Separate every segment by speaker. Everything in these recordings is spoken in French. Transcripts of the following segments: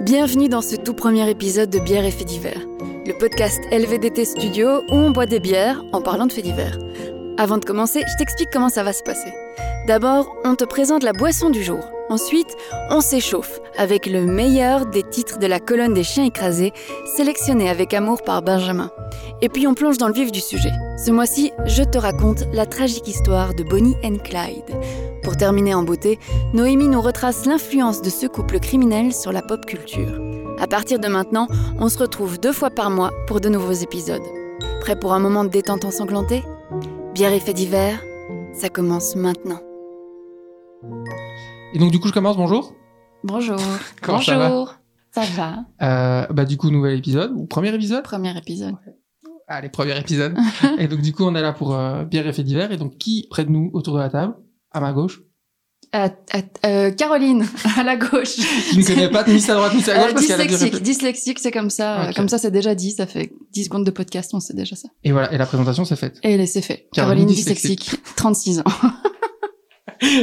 Speaker 1: Bienvenue dans ce tout premier épisode de Bière et Faits divers, le podcast LVDT Studio où on boit des bières en parlant de faits divers. Avant de commencer, je t'explique comment ça va se passer. D'abord, on te présente la boisson du jour. Ensuite, on s'échauffe avec le meilleur des titres de la colonne des chiens écrasés, sélectionné avec amour par Benjamin. Et puis on plonge dans le vif du sujet. Ce mois-ci, je te raconte la tragique histoire de Bonnie and Clyde. Pour terminer en beauté, Noémie nous retrace l'influence de ce couple criminel sur la pop culture. À partir de maintenant, on se retrouve deux fois par mois pour de nouveaux épisodes. Prêt pour un moment de détente ensanglantée Bière et faits divers, ça commence maintenant.
Speaker 2: Et donc du coup je commence, bonjour.
Speaker 3: Bonjour.
Speaker 2: Comment ça va
Speaker 3: Bonjour. Ça va,
Speaker 2: Euh, bah du coup nouvel épisode, ou premier épisode
Speaker 3: Premier épisode.
Speaker 2: Allez, premier épisode. et donc du coup on est là pour euh, bière et faits divers. Et donc qui près de nous autour de la table À ma gauche.
Speaker 3: Euh, euh, euh, Caroline, à la gauche.
Speaker 2: Tu ne connais pas ni sa droite ni sa gauche
Speaker 3: Euh,
Speaker 2: parce Ah, qu'elle a dû
Speaker 3: dyslexique,
Speaker 2: répéter.
Speaker 3: dyslexique, c'est comme ça. euh,
Speaker 2: Ok.
Speaker 3: Comme ça, c'est déjà dit. Ça fait 10 secondes de podcast, on sait déjà ça.
Speaker 2: Et voilà, et la présentation c'est faite.
Speaker 3: Et c'est fait.
Speaker 2: Caroline,
Speaker 3: Caroline,
Speaker 2: dyslexique. Ah,
Speaker 3: dyslexique. 36 ans.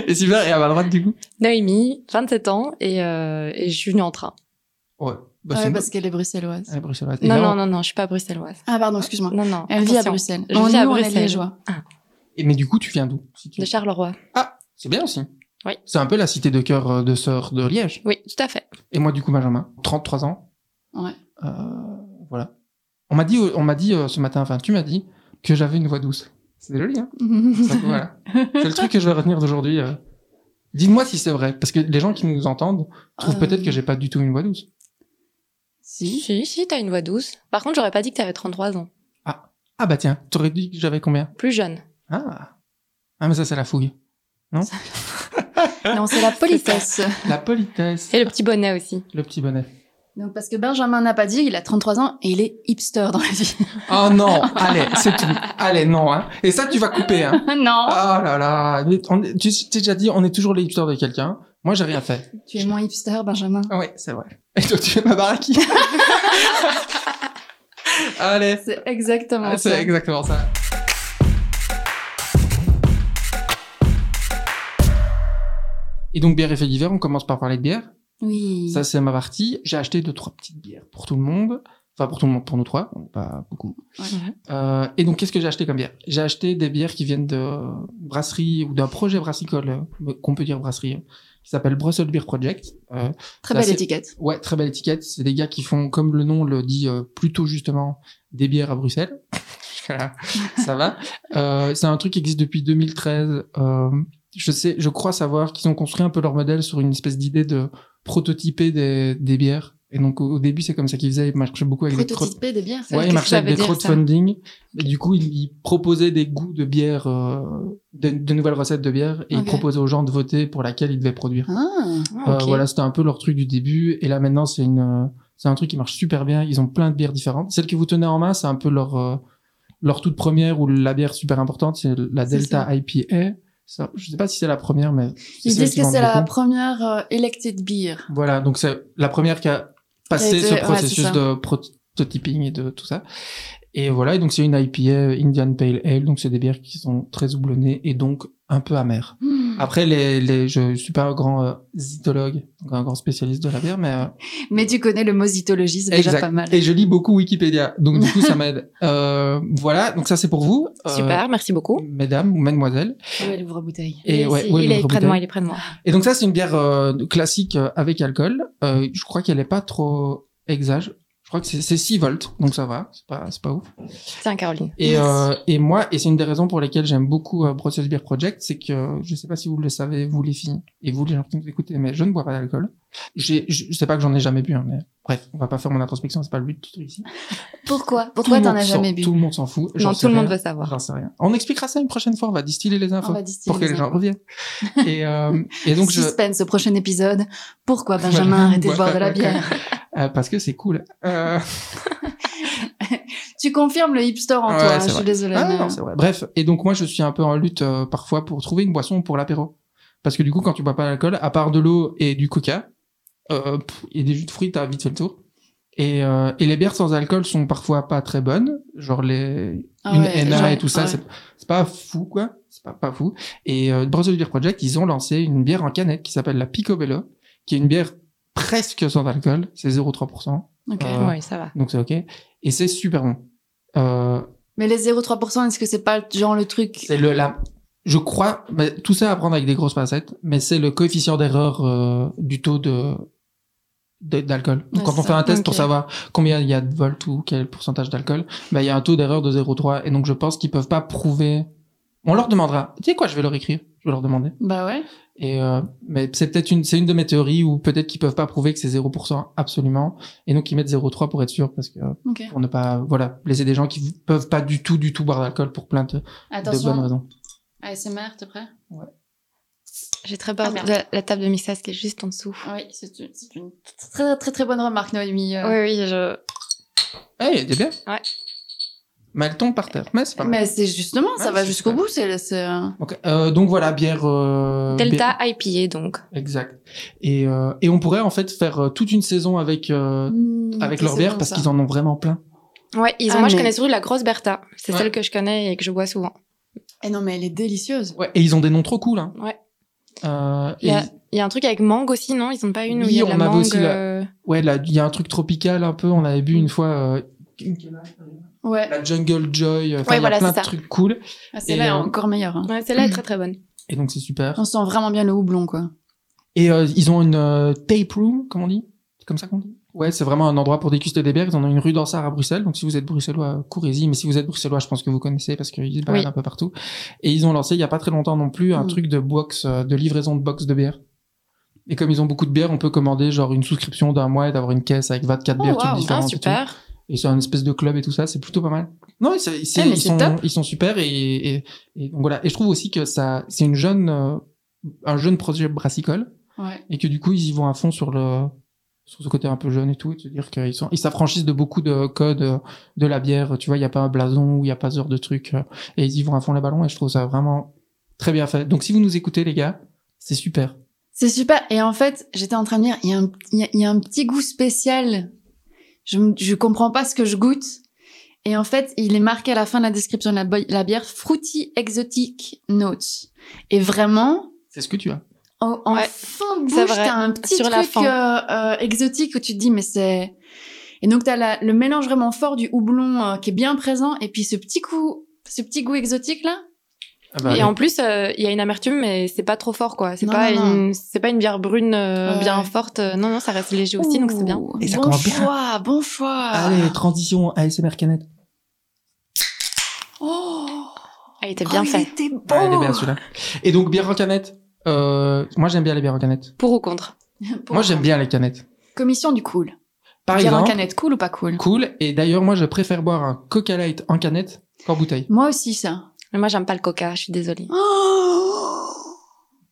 Speaker 2: Et super, et à ma droite du coup
Speaker 4: Noémie, 27 ans, et, euh, et je suis venue en train.
Speaker 2: Ouais, bah
Speaker 3: Ouais,
Speaker 2: c'est
Speaker 3: parce qu'elle est bruxelloise.
Speaker 2: Elle est bruxelloise. Et
Speaker 4: Non,
Speaker 2: là,
Speaker 4: non,
Speaker 2: on-
Speaker 4: non, non, je suis pas bruxelloise.
Speaker 3: Ah, pardon, excuse-moi.
Speaker 4: Non, non.
Speaker 3: Elle vit à
Speaker 4: attention.
Speaker 3: Bruxelles.
Speaker 4: Je
Speaker 3: On
Speaker 4: vis à
Speaker 3: nous, on est
Speaker 4: Bruxelles.
Speaker 3: liégeois.
Speaker 2: Et- mais du coup tu viens d'où si tu-
Speaker 4: De Charleroi.
Speaker 2: Ah, c'est bien aussi.
Speaker 4: Oui.
Speaker 2: C'est un peu la cité de cœur euh, de sœur de Liège.
Speaker 4: Oui, tout à fait.
Speaker 2: Et moi du coup Benjamin, 33 ans.
Speaker 3: Ouais.
Speaker 2: Euh, voilà. On m'a dit, on m'a dit euh, ce matin, enfin tu m'as dit que j'avais une voix douce. C'est joli, hein Ça, voilà. C'est le truc que je vais retenir d'aujourd'hui. euh. Dites-moi si c'est vrai, parce que les gens qui nous entendent trouvent
Speaker 3: Euh.
Speaker 2: peut-être que j'ai pas du tout une voix douce.
Speaker 3: si.
Speaker 4: Si, si, t'as une voix douce. Par contre, j'aurais pas dit que t'avais 33 ans.
Speaker 2: Ah bah tiens, t'aurais dit que j'avais combien
Speaker 4: Plus jeune.
Speaker 2: Ah, ah mais ça c'est la fouille,
Speaker 3: Non, c'est la politesse.
Speaker 2: la politesse,
Speaker 4: Et le petit bonnet aussi.
Speaker 2: le petit bonnet.
Speaker 3: Donc, parce que Benjamin n'a pas dit, il a 33 ans et il est hipster dans la vie.
Speaker 2: Oh non, allez, c'est tout, allez non hein. Et ça tu vas couper hein.
Speaker 3: non.
Speaker 2: Ah là là, mais on est- tu t'es déjà dit, on est toujours les hipsters de quelqu'un. Moi j'ai rien fait.
Speaker 3: Tu es moins hipster, Benjamin.
Speaker 2: Ah Ouais, c'est vrai. Et toi, tu es ma baraki. Allez, Ah,
Speaker 3: C'est exactement ça.
Speaker 2: c'est exactement ça. Et donc, bière et fait d'hiver, on commence par parler de bière.
Speaker 3: Oui.
Speaker 2: Ça, c'est ma partie. J'ai acheté deux, trois petites bières pour tout le monde. Enfin, pour tout le monde, pour nous trois. On n'est pas beaucoup.
Speaker 3: Ouais.
Speaker 2: Euh, et donc, qu'est-ce que j'ai acheté comme bière J'ai acheté des bières qui viennent de brasserie ou d'un projet brassicole, euh, qu'on peut dire brasserie, euh, qui s'appelle Brussels Beer Project. Euh,
Speaker 3: Très
Speaker 2: ça,
Speaker 3: belle
Speaker 2: c'est-
Speaker 3: étiquette.
Speaker 2: Ouais, très belle étiquette. C'est des gars qui font, comme le nom le dit euh, plutôt justement, des bières à Bruxelles. voilà, ça va. Euh, c'est un truc qui existe depuis 2013. Euh, je sais, je crois savoir qu'ils ont construit un peu leur modèle sur une espèce d'idée de prototyper des, des bières. Et donc au, au début, c'est comme ça qu'ils faisaient. Ils marchaient beaucoup avec des crottes.
Speaker 3: Prototypé des bières.
Speaker 2: Ouais,
Speaker 4: Qu'est-ce
Speaker 2: ils
Speaker 4: que
Speaker 2: marchaient
Speaker 4: ça
Speaker 2: avec
Speaker 4: veut
Speaker 2: des
Speaker 4: dire, ça
Speaker 2: crowdfunding. Et du coup, ils, ils proposaient des goûts de bière, euh, de, de nouvelles recettes de bière, et ils
Speaker 3: Ok.
Speaker 2: proposaient aux gens de voter pour laquelle ils devaient produire.
Speaker 3: Ah,
Speaker 4: Ah, ok.
Speaker 2: Euh, voilà, c'était un peu leur truc du début. Et là, maintenant, c'est une, euh, c'est un truc qui marche super bien. Ils ont plein de bières différentes. Celle que vous tenez en main, c'est un peu leur, euh, leur toute première ou la bière super importante. C'est la
Speaker 3: C'est
Speaker 2: Delta IPA. Ça, je sais pas si c'est la première, mais.
Speaker 3: Ils
Speaker 2: celle
Speaker 3: disent
Speaker 2: qui
Speaker 3: que
Speaker 2: vend
Speaker 3: c'est la
Speaker 2: beaucoup.
Speaker 3: première euh, elected beer.
Speaker 2: Voilà, donc c'est la première qui a passé
Speaker 3: Qui a été-
Speaker 2: ce
Speaker 3: ouais, c'est
Speaker 2: processus
Speaker 3: ça.
Speaker 2: de prototyping et de tout ça. Et voilà, et donc c'est une IPA, Indian Pale Ale, donc c'est des bières qui sont très houblonnées et donc un peu amères.
Speaker 3: Hmm.
Speaker 2: Après, les, les, je suis pas un grand euh, zytologue, donc un grand spécialiste de la bière, mais euh,
Speaker 3: Mais tu connais le mot zytologie, c'est déjà
Speaker 2: Exact.
Speaker 3: pas mal.
Speaker 2: Et je lis beaucoup Wikipédia, donc du coup ça m'aide. Euh, voilà, donc ça c'est pour vous, euh,
Speaker 4: Super, merci beaucoup.
Speaker 2: mesdames ou mademoiselles.
Speaker 3: Elle ouvre bouteille.
Speaker 2: Et
Speaker 4: Il est
Speaker 2: ouais,
Speaker 4: ici,
Speaker 2: ouais,
Speaker 4: il
Speaker 2: mais
Speaker 4: est près
Speaker 2: rebouteille.
Speaker 4: de moi, il est près de moi.
Speaker 2: Et donc ça c'est une bière euh, classique euh, avec alcool. Euh, je crois qu'elle est pas trop exage. Je crois que c'est c'est 6 volts, donc ça va, c'est pas c'est pas ouf.
Speaker 4: Tiens, Caroline.
Speaker 2: Et
Speaker 3: Merci.
Speaker 2: euh, et moi et c'est une des raisons pour lesquelles j'aime beaucoup euh, Brussels Beer Project, c'est que euh, je sais pas si vous le savez vous les filles et vous les gens qui nous écoutez, mais je ne bois pas d'alcool. J'ai je je sais pas que j'en ai jamais bu, hein, mais bref, on va pas faire mon introspection, c'est pas le but du truc ici.
Speaker 3: Pourquoi Pourquoi
Speaker 2: Tout le
Speaker 3: t'en
Speaker 2: monde
Speaker 3: as jamais
Speaker 2: s'en-
Speaker 3: bu
Speaker 2: Tout le monde s'en fout. j'en
Speaker 4: Non,
Speaker 2: sais
Speaker 4: tout le monde
Speaker 2: rien,
Speaker 4: veut savoir.
Speaker 2: J'en sais rien. On expliquera ça une prochaine fois. On va distiller les infos
Speaker 3: On va distiller
Speaker 2: pour que les gens reviennent. Et, euh, et donc
Speaker 3: Donc
Speaker 2: je
Speaker 3: Suspense au prochain épisode. Pourquoi Benjamin a arrêté de boire de la
Speaker 2: Ouais,
Speaker 3: bière
Speaker 2: euh, parce que c'est cool. Euh,
Speaker 3: Tu confirmes le hipster en
Speaker 2: Ouais,
Speaker 3: toi,
Speaker 2: c'est
Speaker 3: hein, je
Speaker 2: vrai.
Speaker 3: suis désolée.
Speaker 2: ah,
Speaker 3: mais- euh.
Speaker 2: non, c'est vrai. Bref. Et donc moi je suis un peu en lutte euh, parfois pour trouver une boisson pour l'apéro parce que du coup quand tu bois pas d'alcool, à part de l'eau et du coca euh, pff, et des jus de fruits, t'as vite fait le tour. Et, euh, et les bières sans alcool sont parfois pas très bonnes, genre les
Speaker 3: Ah
Speaker 2: une
Speaker 3: ouais,
Speaker 2: NA
Speaker 3: genre-
Speaker 2: et tout ça,
Speaker 3: ouais.
Speaker 2: c'est c'est pas fou quoi, c'est pas, pas fou. Et euh, Brussels Beer Project, ils ont lancé une bière en canette qui s'appelle la Picobello, qui est une bière presque sans alcool, c'est 0,3%,
Speaker 3: Ok.
Speaker 2: Euh,
Speaker 4: Oui, ça va.
Speaker 2: donc c'est ok. Et c'est super bon. Euh,
Speaker 3: Mais les 0,3%, est-ce que c'est pas genre le truc
Speaker 2: c'est le la, je crois, mais tout ça à prendre avec des grosses pincettes, mais c'est le coefficient d'erreur euh, du taux de de- d'alcool. Donc,
Speaker 3: Ouais,
Speaker 2: Quand
Speaker 3: c'est
Speaker 2: on fait un
Speaker 3: ça.
Speaker 2: test pour
Speaker 4: Ok.
Speaker 2: savoir combien il y a de volts ou quel pourcentage d'alcool, bah, il y a un taux d'erreur de 0,3 et donc je pense qu'ils peuvent pas prouver. On leur demandera. Tu sais quoi, je vais leur écrire. Je vais leur demander.
Speaker 3: Bah ouais.
Speaker 2: Et euh, mais c'est peut-être une, c'est une de mes théories où peut-être qu'ils peuvent pas prouver que c'est 0% absolument, et donc ils mettent 0,3 pour être sûr, parce que euh,
Speaker 3: Ok.
Speaker 2: pour ne pas, voilà, blesser des gens qui peuvent pas du tout, du tout boire d'alcool pour plein de, de bonnes
Speaker 3: Attention.
Speaker 2: raisons.
Speaker 3: ASMR, t'es prêt
Speaker 4: J'ai très peur
Speaker 3: Ah, merde.
Speaker 4: de la, la table de mixage qui est juste en dessous.
Speaker 3: Oui, c'est une, c'est une très très très bonne remarque, Noémie. euh.
Speaker 4: Oui, oui, je...
Speaker 2: Eh, hey, t'es bien.
Speaker 4: Ouais.
Speaker 2: Mais elle tombe par terre. Mais c'est pas mal.
Speaker 3: Mais c'est justement, ça
Speaker 2: Ouais,
Speaker 3: va
Speaker 2: c'est
Speaker 3: jusqu'au
Speaker 2: ça.
Speaker 3: bout. C'est c'est, euh,
Speaker 2: Donc, euh, donc voilà, bière. euh, bière-
Speaker 4: Delta IPA, donc.
Speaker 2: Exact. Et euh, et on pourrait en fait faire euh, toute une saison avec euh,
Speaker 3: hmm,
Speaker 2: avec
Speaker 3: c'est
Speaker 2: leur bière
Speaker 3: bon,
Speaker 2: parce
Speaker 3: ça.
Speaker 2: qu'ils en ont vraiment plein.
Speaker 4: Ouais, ils ont-
Speaker 3: Ah,
Speaker 4: moi, je
Speaker 3: mais-
Speaker 4: connais surtout la grosse Bertha. C'est
Speaker 2: Ouais.
Speaker 4: celle que je connais et que je bois souvent.
Speaker 3: Eh non, mais elle est délicieuse.
Speaker 2: Ouais. Et ils ont des noms trop cool. Hein.
Speaker 4: Ouais.
Speaker 2: Euh,
Speaker 4: Il y, a,
Speaker 2: et-
Speaker 4: il y a un truc avec mangue aussi, non Ils n'ont pas une où
Speaker 2: Oui,
Speaker 4: il y a de
Speaker 2: on
Speaker 4: la
Speaker 2: avait
Speaker 4: mangue.
Speaker 2: aussi la-
Speaker 4: euh,
Speaker 2: Ouais, là, il y a un truc tropical un peu. On avait bu une fois euh,
Speaker 3: Ouais.
Speaker 2: la Jungle Joy. euh, Enfin,
Speaker 4: Ouais,
Speaker 2: il y a
Speaker 4: voilà,
Speaker 2: plein
Speaker 4: c'est
Speaker 2: de
Speaker 4: ça.
Speaker 2: trucs cool.
Speaker 3: Ah, c'est
Speaker 2: Et,
Speaker 3: là
Speaker 2: euh,
Speaker 3: encore meilleur. hein.
Speaker 4: Ouais, celle-là est très très bonne.
Speaker 2: Et donc, c'est super.
Speaker 3: On sent vraiment bien le houblon, quoi.
Speaker 2: Et euh, ils ont une euh, tape room, comme on dit. C'est comme ça qu'on dit. Ouais, c'est vraiment un endroit pour déguster des bières. Ils en ont une rue d'Ansart à Bruxelles. Donc, si vous êtes bruxellois, euh, courez-y. Mais si vous êtes bruxellois, je pense que vous connaissez parce qu'ils se baladent
Speaker 4: Oui.
Speaker 2: un peu partout. Et ils ont lancé il y a pas très longtemps non plus un
Speaker 3: Mm.
Speaker 2: truc de box, euh, de livraison de box de bière. Et comme ils ont beaucoup de bières, on peut commander genre une souscription d'un mois et d'avoir une caisse avec 24
Speaker 3: Oh,
Speaker 2: bières
Speaker 3: wow.
Speaker 2: toutes
Speaker 3: Ah,
Speaker 4: Ah,
Speaker 2: différentes. et tout.
Speaker 4: super.
Speaker 2: Et c'est un espèce de club et tout ça, c'est plutôt pas mal. Non, c'est- Eh, c'est-
Speaker 3: Ah, mais
Speaker 2: ils,
Speaker 3: c'est
Speaker 2: sont,
Speaker 3: top.
Speaker 2: ils sont super et, et, et donc voilà. Et je trouve aussi que ça, c'est une jeune, euh, un jeune projet brassicole
Speaker 3: Ouais.
Speaker 2: et que du coup ils y vont à fond sur le, sur ce côté un peu jeune et tout, et de se dire qu'ils sont, ils s'affranchissent de beaucoup de codes euh, de la bière. Tu vois, il y a pas un blason ou il y a pas ce genre de trucs euh, et ils y vont à fond les ballons et je trouve ça vraiment très bien fait. Donc si vous nous écoutez les gars, c'est super.
Speaker 3: C'est super. Et en fait, j'étais en train de dire, il y, a un- il y a- il y a un petit goût spécial. Je, me- je comprends pas ce que je goûte. Et en fait, il est marqué à la fin de la description de la, boi- la bière Fruity Exotic Notes. Et vraiment,
Speaker 2: C'est ce que tu as.
Speaker 3: en, en
Speaker 4: Ouais,
Speaker 3: fond de
Speaker 4: c'est
Speaker 3: bouche,
Speaker 4: vrai.
Speaker 3: t'as un petit
Speaker 4: Sur la
Speaker 3: truc
Speaker 4: fin.
Speaker 3: euh, euh, exotique où tu te dis, mais c'est... Et donc, t'as la- le mélange vraiment fort du houblon euh, qui est bien présent. Et puis, ce petit coup, ce petit goût exotique, là.
Speaker 2: Ah Bah
Speaker 4: et en plus, euh, il y a une amertume, mais c'est pas trop fort, quoi. C'est
Speaker 3: Non,
Speaker 4: pas,
Speaker 3: non, non.
Speaker 4: une... c'est pas une bière brune euh,
Speaker 3: Ouais.
Speaker 4: bien forte. Euh, Non, non, ça reste léger aussi, donc c'est bien.
Speaker 3: Ouh,
Speaker 2: Et ça
Speaker 3: bon
Speaker 2: commence bien.
Speaker 3: choix, bon choix.
Speaker 2: Allez, transition ASMR canette.
Speaker 3: Oh
Speaker 4: Elle était bien
Speaker 3: Oh,
Speaker 4: faite.
Speaker 3: Il était beau.
Speaker 2: Ouais, Ah, elle est bien, celui-là. Et donc bière en canette. Euh, moi j'aime bien les bières en canette.
Speaker 4: Pour ou contre
Speaker 3: Pour
Speaker 2: moi j'aime bien les canettes.
Speaker 3: Commission du cool.
Speaker 2: Par
Speaker 3: Bière en
Speaker 2: exemple,
Speaker 3: canette, cool ou pas cool
Speaker 2: cool. Et d'ailleurs moi je préfère boire un Coca Light en canette qu'en bouteille.
Speaker 3: Moi aussi ça.
Speaker 4: Mais Moi, j'aime pas le coca, je suis désolée. Oh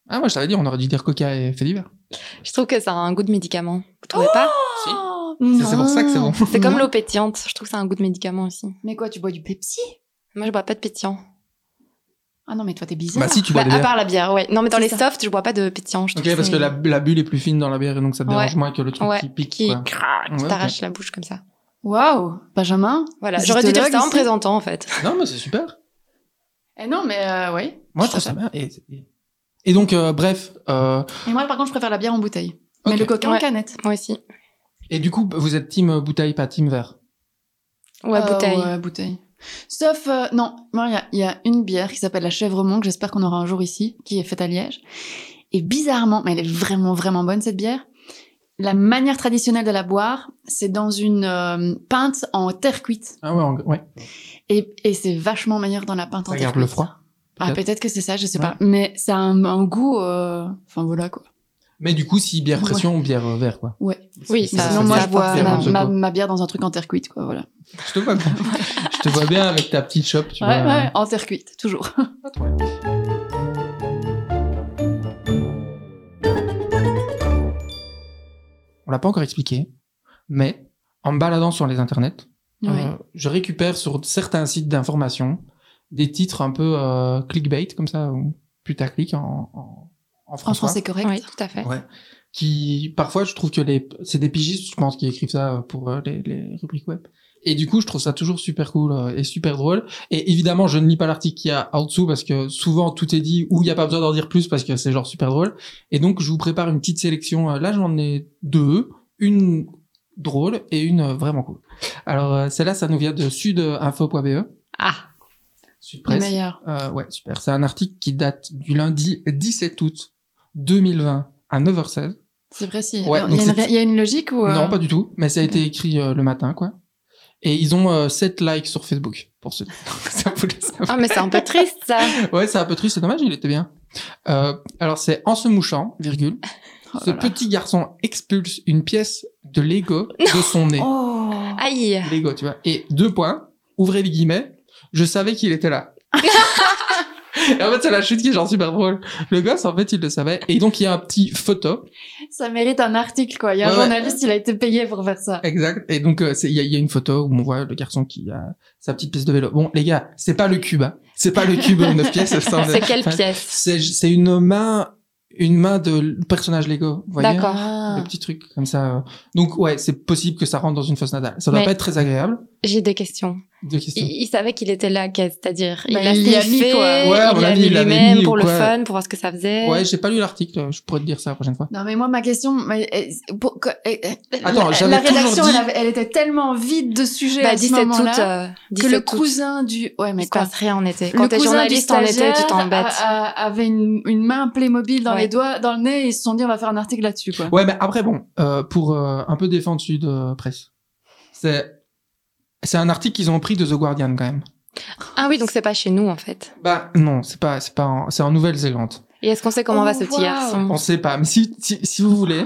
Speaker 2: Ah moi je t'avais dit on aurait dû dire Coca et fait divers.
Speaker 4: Je trouve que ça a un goût de médicament. Vous trouvez pas
Speaker 3: Oh
Speaker 2: Si.
Speaker 3: Non.
Speaker 2: C'est pour ça que c'est bon.
Speaker 4: C'est comme
Speaker 3: Non.
Speaker 4: l'eau pétillante. Je trouve que ça a un goût de médicament aussi.
Speaker 3: Mais quoi, tu bois du Pepsi
Speaker 4: Moi, je bois pas de pétillant.
Speaker 3: Ah non, mais toi t'es bizarre.
Speaker 2: Bah si tu bois
Speaker 4: Bah,
Speaker 2: des
Speaker 4: à
Speaker 2: bières.
Speaker 4: part la bière, ouais. Non, mais dans
Speaker 3: C'est
Speaker 4: les
Speaker 3: ça.
Speaker 4: softs, je bois pas de pétillant. Je trouve
Speaker 2: Ok parce
Speaker 4: c'est-
Speaker 2: que la, la bulle est plus fine dans la bière et donc ça te
Speaker 4: Ouais.
Speaker 2: dérange moins que le truc
Speaker 4: Ouais,
Speaker 2: qui pique.
Speaker 4: qui
Speaker 2: quoi.
Speaker 4: craque, qui
Speaker 2: Ouais,
Speaker 4: t'arrache la bouche comme ça.
Speaker 3: Waouh, Benjamin.
Speaker 4: Voilà,
Speaker 3: Zytologue
Speaker 4: j'aurais dû dire ça en
Speaker 3: ici.
Speaker 4: présentant en fait.
Speaker 2: Non mais c'est super.
Speaker 3: Eh non, mais euh, ouais.
Speaker 2: Moi je trouve ça bien. Et, et donc euh, bref. euh,
Speaker 3: Et moi par contre, je préfère la bière en bouteille. Mais
Speaker 2: ok.
Speaker 3: le coca en
Speaker 4: Ouais.
Speaker 3: canette.
Speaker 4: Moi aussi.
Speaker 2: Et du coup vous êtes team bouteille pas team verre.
Speaker 4: Ouais,
Speaker 3: Euh,
Speaker 4: bouteille.
Speaker 3: Ouais, bouteille. Sauf, euh, non, moi, il y a- il y, a une bière qui s'appelle la Chèvremont, que j'espère qu'on aura un jour ici, qui est faite à Liège. Et bizarrement, mais elle est vraiment, vraiment bonne, cette bière. La manière traditionnelle de la boire, c'est dans une euh, pinte en terre cuite.
Speaker 2: Ah ouais en- ouais.
Speaker 3: Et, et c'est vachement meilleur dans la pinte
Speaker 2: Ça
Speaker 3: en terre
Speaker 2: garde
Speaker 3: cuite.
Speaker 2: le froid.
Speaker 3: Ah,
Speaker 2: peut-être.
Speaker 3: peut-être que c'est ça, je sais
Speaker 2: Ouais.
Speaker 3: pas. Mais ça a un, un goût, euh, enfin voilà quoi.
Speaker 2: Mais du coup si bière
Speaker 3: Ouais.
Speaker 2: pression bière euh, verre quoi.
Speaker 3: Ouais.
Speaker 4: Oui,
Speaker 2: C'est-
Speaker 3: Mais
Speaker 4: ça-
Speaker 2: c'est-
Speaker 3: sinon,
Speaker 2: c'est-
Speaker 3: moi,
Speaker 2: c'est-
Speaker 3: je bois
Speaker 2: c'est-
Speaker 3: ma,
Speaker 2: c'est-
Speaker 3: ma- ma bière dans un truc en terre cuite, quoi, voilà.
Speaker 2: Je te vois bien. je te vois bien avec ta petite chope, tu
Speaker 3: Ouais,
Speaker 2: vois. euh,
Speaker 3: ouais, en terre cuite, toujours.
Speaker 2: On l'a pas encore expliqué, mais en me baladant sur les internets, euh,
Speaker 3: Ouais.
Speaker 2: je récupère sur certains sites d'information des titres un peu euh, clickbait comme ça ou putaclic en, en, en
Speaker 3: En
Speaker 2: français.
Speaker 3: français correct.
Speaker 4: Oui, tout à fait.
Speaker 2: Ouais. Qui parfois je trouve que les c'est des pigistes je pense qui écrivent ça euh, pour euh, les, les rubriques web Et du coup, je trouve ça toujours super cool euh, et super drôle. Et évidemment, je ne lis pas l'article qu'il y a en dessous parce que souvent tout est dit ou il n'y a pas besoin d'en dire plus parce que c'est genre super drôle. Et donc, je vous prépare une petite sélection. Euh, Là, j'en ai deux. Une drôle et une euh, vraiment cool. Alors, euh, celle-là, ça nous vient de sudinfo.be.
Speaker 4: Ah,
Speaker 2: Sud
Speaker 3: Le
Speaker 2: Presse.
Speaker 3: meilleur.
Speaker 2: Euh, ouais, super. C'est un article qui date du lundi 17 août 2020 à 9h16.
Speaker 3: C'est précis.
Speaker 2: Ouais,
Speaker 3: Alors,
Speaker 2: donc
Speaker 3: Il y, a une
Speaker 2: c'est-
Speaker 3: ra- il y a une logique ou. euh,
Speaker 2: Non, pas du tout, mais ça a été écrit euh, le matin, quoi. Et ils ont euh, 7 likes sur Facebook, pour ceux ça vous laisse savoir.
Speaker 4: ah mais c'est un peu triste ça.
Speaker 2: Ouais, c'est un peu triste, c'est dommage, il était bien. Euh, alors, c'est en se mouchant, virgule,
Speaker 3: oh là
Speaker 2: ce
Speaker 3: là.
Speaker 2: petit garçon expulse une pièce de Lego de son nez.
Speaker 3: Oh.
Speaker 4: Aïe.
Speaker 2: Lego, tu vois. Et deux points, ouvrez les guillemets, je savais qu'il était là. Et en fait, c'est la chute qui est genre super drôle. Le gosse, en fait, il le savait. Et donc, il y a un petit photo.
Speaker 3: Ça mérite un article, quoi. Il y a un
Speaker 2: Ouais, ouais.
Speaker 3: journaliste, il a été payé pour faire ça.
Speaker 2: Exact. Et donc, euh, c'est- il y, a- il y a une photo où on voit le garçon qui a sa petite pièce de vélo. Bon, les gars, c'est pas le cube. hein. C'est pas le cube en 9 pièces. ça, on est-
Speaker 4: C'est quelle
Speaker 2: enfin,
Speaker 4: pièce
Speaker 2: C'est c'est une main, une main de l- personnage Lego. Vous voyez
Speaker 4: D'accord.
Speaker 2: Le petit truc comme ça. euh. Donc, ouais, c'est possible que ça rentre dans une fosse natale. Ça doit
Speaker 4: Mais-
Speaker 2: pas être très agréable.
Speaker 4: J'ai des questions.
Speaker 2: Deux questions.
Speaker 4: Il, il savait qu'il était là, qu'est- c'est-à-dire il
Speaker 3: Bah,
Speaker 4: l'a
Speaker 3: il y a mis,
Speaker 4: sniffé,
Speaker 3: quoi.
Speaker 2: Ouais, à mon
Speaker 4: il l'a
Speaker 2: avis,
Speaker 4: mis
Speaker 2: il l'avait
Speaker 4: lui-même
Speaker 2: mis
Speaker 4: pour
Speaker 2: ou
Speaker 4: le
Speaker 2: quoi.
Speaker 4: fun, pour voir ce que ça faisait.
Speaker 2: Ouais, j'ai pas lu l'article. Je pourrais te dire ça la prochaine fois.
Speaker 3: Non, mais moi, ma question. mais, euh, pour- que- euh, euh,
Speaker 2: Attends,
Speaker 3: la,
Speaker 2: j'avais
Speaker 3: la rédaction,
Speaker 2: toujours dit-
Speaker 3: elle, avait- elle était tellement vide de sujets
Speaker 4: bah,
Speaker 3: à ce
Speaker 4: 17 août,
Speaker 3: moment-là
Speaker 4: euh,
Speaker 3: que
Speaker 4: 17
Speaker 3: le
Speaker 4: août,
Speaker 3: cousin du. Ouais,
Speaker 4: il
Speaker 3: mais
Speaker 4: se
Speaker 3: quoi.
Speaker 4: passe rien en été.
Speaker 3: Le
Speaker 4: Quand t'es
Speaker 3: cousin
Speaker 4: journaliste
Speaker 3: du
Speaker 4: en été, tu
Speaker 3: stagiaire
Speaker 4: t'embêtes.
Speaker 3: a- a- avait une, une main Playmobil dans
Speaker 4: Ouais.
Speaker 3: les doigts, dans le nez, et ils se sont dit on va faire un article là-dessus, quoi.
Speaker 2: Ouais, mais après, bon, euh, pour euh, un peu défendre Sud euh, Presse, c'est c'est un article qu'ils ont pris de The Guardian quand même.
Speaker 4: Ah oui, donc c'est pas chez nous en fait.
Speaker 2: Bah non, c'est pas c'est pas en- c'est en Nouvelle-Zélande.
Speaker 4: Et est-ce qu'on sait comment
Speaker 3: Oh,
Speaker 4: va ce petit
Speaker 3: waouh.
Speaker 4: garçon
Speaker 2: On sait pas, mais si si, si vous voulez,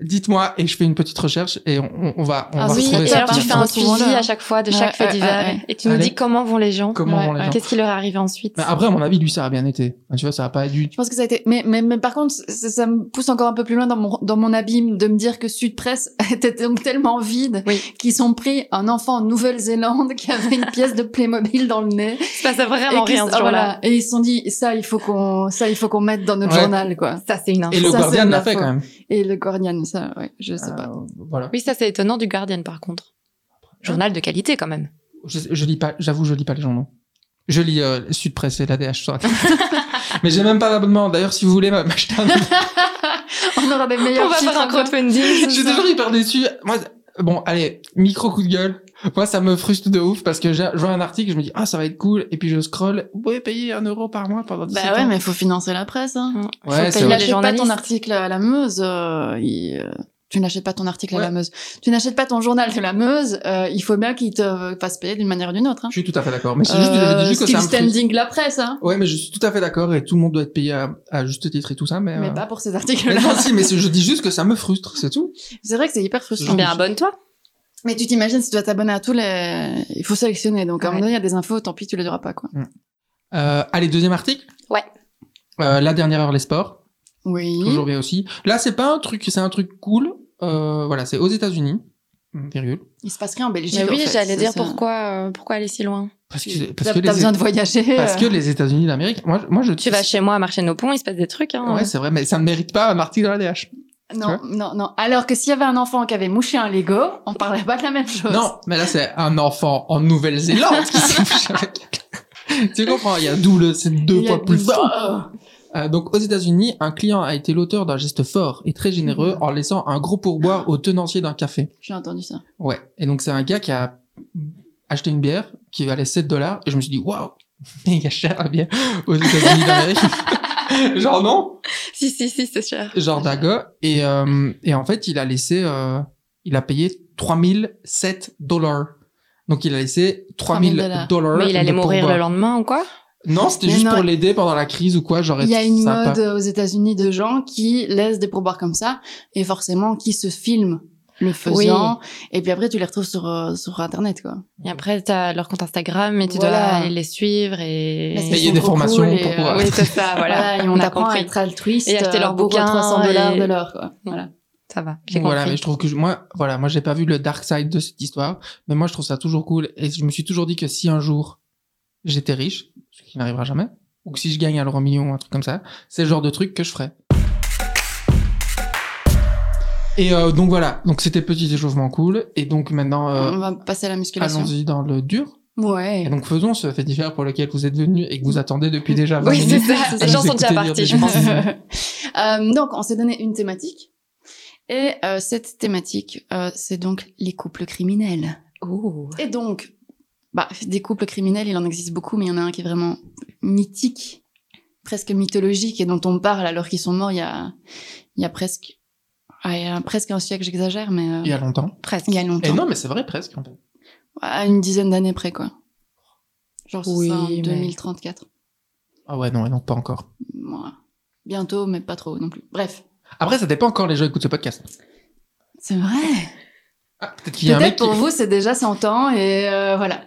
Speaker 2: dites-moi et je fais une petite recherche et on, on- on va on
Speaker 3: Ah
Speaker 2: va
Speaker 4: Oui,
Speaker 2: retrouver
Speaker 4: et
Speaker 2: ça.
Speaker 4: alors tu
Speaker 3: parti.
Speaker 4: fais un
Speaker 3: Retrouvons-le,
Speaker 4: suivi
Speaker 3: hein.
Speaker 4: à chaque fois de
Speaker 3: Ouais,
Speaker 4: chaque fait
Speaker 3: ouais,
Speaker 4: divers
Speaker 3: ouais, ouais.
Speaker 4: et tu nous
Speaker 2: Allez.
Speaker 4: dis comment vont les gens,
Speaker 2: Comment vont
Speaker 3: Ouais,
Speaker 2: les gens
Speaker 4: qu'est-ce qui leur est arrivé ensuite.
Speaker 3: Bah,
Speaker 2: Mais après, à mon avis, lui, ça a bien été. Enfin, Tu vois, ça a pas dû.
Speaker 3: Je pense que ça a été. Mais, mais, mais par contre, ça, ça me pousse encore un peu plus loin dans mon, dans mon abîme de me dire que Sud Presse était donc tellement vide
Speaker 4: Oui.
Speaker 3: qu'ils sont pris un enfant en Nouvelle-Zélande qui avait une pièce de Playmobil dans le nez.
Speaker 4: Il se passait vraiment
Speaker 3: et, qu'ils-
Speaker 4: rien ce
Speaker 3: ah,
Speaker 4: jour-là.
Speaker 3: voilà. et ils se sont dit, ça, il faut qu'on, ça, il faut qu'on mette dans notre
Speaker 2: Ouais.
Speaker 3: journal, quoi.
Speaker 4: Ça c'est une info.
Speaker 2: Et le
Speaker 3: Ça, c'est
Speaker 2: Guardian
Speaker 3: de
Speaker 2: l'a
Speaker 3: la
Speaker 2: fait
Speaker 3: faute.
Speaker 2: quand même.
Speaker 3: Et le Guardian, ça, ouais, je sais
Speaker 4: Ah.
Speaker 3: pas.
Speaker 2: Euh, voilà.
Speaker 4: Oui, ça c'est étonnant du Guardian par contre. Journal de qualité quand même.
Speaker 2: Je, je lis pas. J'avoue, je lis pas les journaux. Je lis euh, Sud Presse et l'ADH. sur Internet. mais j'ai même pas d'abonnement. D'ailleurs, si vous voulez m'acheter un
Speaker 3: On aura des meilleurs
Speaker 4: On va faire
Speaker 3: titres
Speaker 4: un
Speaker 3: encore.
Speaker 4: crowdfunding.
Speaker 2: Je suis toujours hyper déçu. Moi, bon, allez, micro coup de gueule. Moi, ça me frustre de ouf parce que j'ai- je vois un article, je me dis, ah, ça va être cool. Et puis je scroll. Vous pouvez payer un euro par mois pendant 17
Speaker 3: Bah ouais,
Speaker 2: ans.
Speaker 3: mais faut financer la presse, hein.
Speaker 2: Ouais, Ah, c'est
Speaker 3: Tu
Speaker 2: vrai.
Speaker 4: les
Speaker 3: n'achètes pas ton
Speaker 4: journalistes.
Speaker 3: article à la Meuse. euh, il, euh, tu n'achètes pas ton article
Speaker 2: Ouais.
Speaker 3: à la Meuse. Tu n'achètes pas ton journal de la Meuse. euh, il faut bien qu'il te fasse payer d'une manière ou d'une autre. Hein.
Speaker 2: Je suis tout à fait d'accord. Mais c'est juste, que j'avais
Speaker 3: Euh,
Speaker 2: dit juste
Speaker 3: ce
Speaker 2: que
Speaker 3: qui est
Speaker 2: ça
Speaker 3: le
Speaker 2: me frustre.
Speaker 3: standing de la presse, hein.
Speaker 2: Ouais, mais je suis tout à fait d'accord et tout le monde doit être payé à, à juste titre et tout ça, mais.
Speaker 3: Mais bah,
Speaker 2: euh,
Speaker 3: pas pour ces
Speaker 2: mais
Speaker 3: articles-là.
Speaker 2: non, si, mais c'est- je dis juste que ça me frustre, c'est tout.
Speaker 3: C'est vrai que c'est hyper frustrant.
Speaker 4: Bien abonne-toi.
Speaker 3: Mais tu t'imagines si tu dois t'abonner à tous les. Il faut sélectionner. Donc à un
Speaker 4: Ouais.
Speaker 3: moment donné, il y a des infos, tant pis, tu les auras pas, quoi.
Speaker 2: Euh, allez, deuxième article.
Speaker 4: Ouais.
Speaker 2: Euh, la dernière heure, les sports.
Speaker 3: Oui.
Speaker 2: Toujours bien aussi. Là, c'est pas un truc, c'est un truc cool. Euh, voilà, c'est aux États-Unis. Hum, Virgule.
Speaker 3: Il se passe rien en Belgique.
Speaker 4: Mais
Speaker 3: en
Speaker 4: oui,
Speaker 3: fait,
Speaker 4: j'allais
Speaker 3: c'est
Speaker 4: dire
Speaker 3: ça.
Speaker 4: pourquoi euh, pourquoi aller si loin.
Speaker 2: Parce que, parce
Speaker 3: T'as
Speaker 2: que
Speaker 3: t'as
Speaker 2: les
Speaker 3: besoin de voyager.
Speaker 2: Parce
Speaker 3: euh.
Speaker 2: que les États-Unis d'Amérique, moi, je- moi je.
Speaker 4: Tu vas chez moi à marcher nos ponts, il se passe des trucs. Hein.
Speaker 2: Ouais, c'est vrai, mais ça ne mérite pas un article dans la DH.
Speaker 3: Non, non, non. Alors que s'il y avait un enfant qui avait mouché un Lego, on parlait pas de la même chose.
Speaker 2: Non, mais là, c'est un enfant en Nouvelle-Zélande qui s'est foutu avec- Tu comprends, il y a double, c'est deux
Speaker 3: Il y a
Speaker 2: fois plus
Speaker 3: du-
Speaker 2: fort.
Speaker 3: Oh.
Speaker 2: Euh, donc, aux États-Unis, un client a été l'auteur d'un geste fort et très généreux
Speaker 3: Hmm.
Speaker 2: en laissant un gros pourboire au tenancier d'un café.
Speaker 3: J'ai entendu ça.
Speaker 2: Ouais. Et donc, c'est un gars qui a acheté une bière qui valait 7 dollars. Et je me suis dit, waouh, méga cher la bière aux États-Unis d'Amérique. Genre, non.
Speaker 4: Si si si, c'est cher.
Speaker 2: Genre, dago. Et, euh, et en fait, il a laissé, euh, il a payé 3007 dollars. Donc, il a laissé 3000
Speaker 3: 3000
Speaker 2: dollars.
Speaker 4: Mais il allait
Speaker 2: de
Speaker 4: mourir
Speaker 2: pourboire.
Speaker 4: le lendemain ou quoi
Speaker 2: Non, c'était
Speaker 3: Mais
Speaker 2: juste
Speaker 3: non.
Speaker 2: pour l'aider pendant la crise ou quoi. J'aurais
Speaker 3: Il y a une
Speaker 2: sympa.
Speaker 3: mode euh, aux États-Unis de gens qui laissent des pourboires comme ça et forcément qui se filment le faisant et puis après tu les retrouves sur euh, sur internet quoi.
Speaker 4: Et après, t'as leur compte Instagram et tu
Speaker 3: Voilà. Bah,
Speaker 4: dois aller les suivre et.
Speaker 3: Parce qu'ils
Speaker 2: Payer
Speaker 3: sont
Speaker 2: des
Speaker 3: trop cool
Speaker 2: formations
Speaker 3: et,
Speaker 2: pour
Speaker 3: euh,
Speaker 2: pouvoir-
Speaker 4: Oui, c'est ça, voilà.
Speaker 3: et on,
Speaker 4: On a
Speaker 3: apprend à
Speaker 4: compris.
Speaker 3: être altruiste
Speaker 4: Et acheter
Speaker 3: euh,
Speaker 4: leurs
Speaker 3: pour
Speaker 4: bouquins
Speaker 3: 300
Speaker 4: et-
Speaker 3: dollars de l'heure quoi. Voilà.
Speaker 4: Ça va. J'ai
Speaker 2: voilà,
Speaker 4: compris.
Speaker 2: mais je trouve que je- moi, voilà, moi j'ai pas vu le dark side de cette histoire, mais moi je trouve ça toujours cool et je me suis toujours dit que si un jour j'étais riche, ce qui n'arrivera jamais, ou que si je gagne à l'euro million, un truc comme ça, c'est le genre de truc que je ferais. Et euh, donc voilà, donc c'était petit échauffement cool. Et donc maintenant, euh,
Speaker 3: On va passer à la musculation.
Speaker 2: allons-y dans le dur. Et
Speaker 3: Ouais.
Speaker 2: donc faisons ce fait divers pour lequel vous êtes venu et que vous attendez depuis déjà 20
Speaker 4: Oui, c'est
Speaker 2: minutes.
Speaker 4: ça.
Speaker 2: ça.
Speaker 4: Les gens sont déjà
Speaker 2: Écoutez lire des
Speaker 4: partis, je pense.
Speaker 3: Euh, donc, on s'est donné une thématique. Et euh, cette thématique, euh, c'est donc les couples criminels.
Speaker 4: Oh.
Speaker 3: Et donc, bah, des couples criminels, il en existe beaucoup, mais il y en a un qui est vraiment mythique, presque mythologique, et dont on parle alors qu'ils sont morts il y a, il y a presque, ah, il y a presque un siècle, j'exagère, mais euh,
Speaker 2: Il y a longtemps.
Speaker 4: Presque.
Speaker 3: il y a
Speaker 2: Et
Speaker 3: longtemps,
Speaker 2: non, mais c'est vrai presque. En fait.
Speaker 3: à une dizaine d'années près, quoi. Genre c'est
Speaker 4: Oui,
Speaker 3: ça, en
Speaker 4: mais-
Speaker 3: 2034.
Speaker 2: Ah ouais, non, et non, pas encore.
Speaker 3: Voilà. Bientôt, mais pas trop non plus. Bref,
Speaker 2: Après, ça dépend encore les gens écoutent ce podcast.
Speaker 3: c'est vrai.
Speaker 2: Ah, peut-être qu'il y a un mec.
Speaker 3: Peut-être
Speaker 2: qui-
Speaker 3: pour vous, c'est déjà 100 ans, et euh, voilà.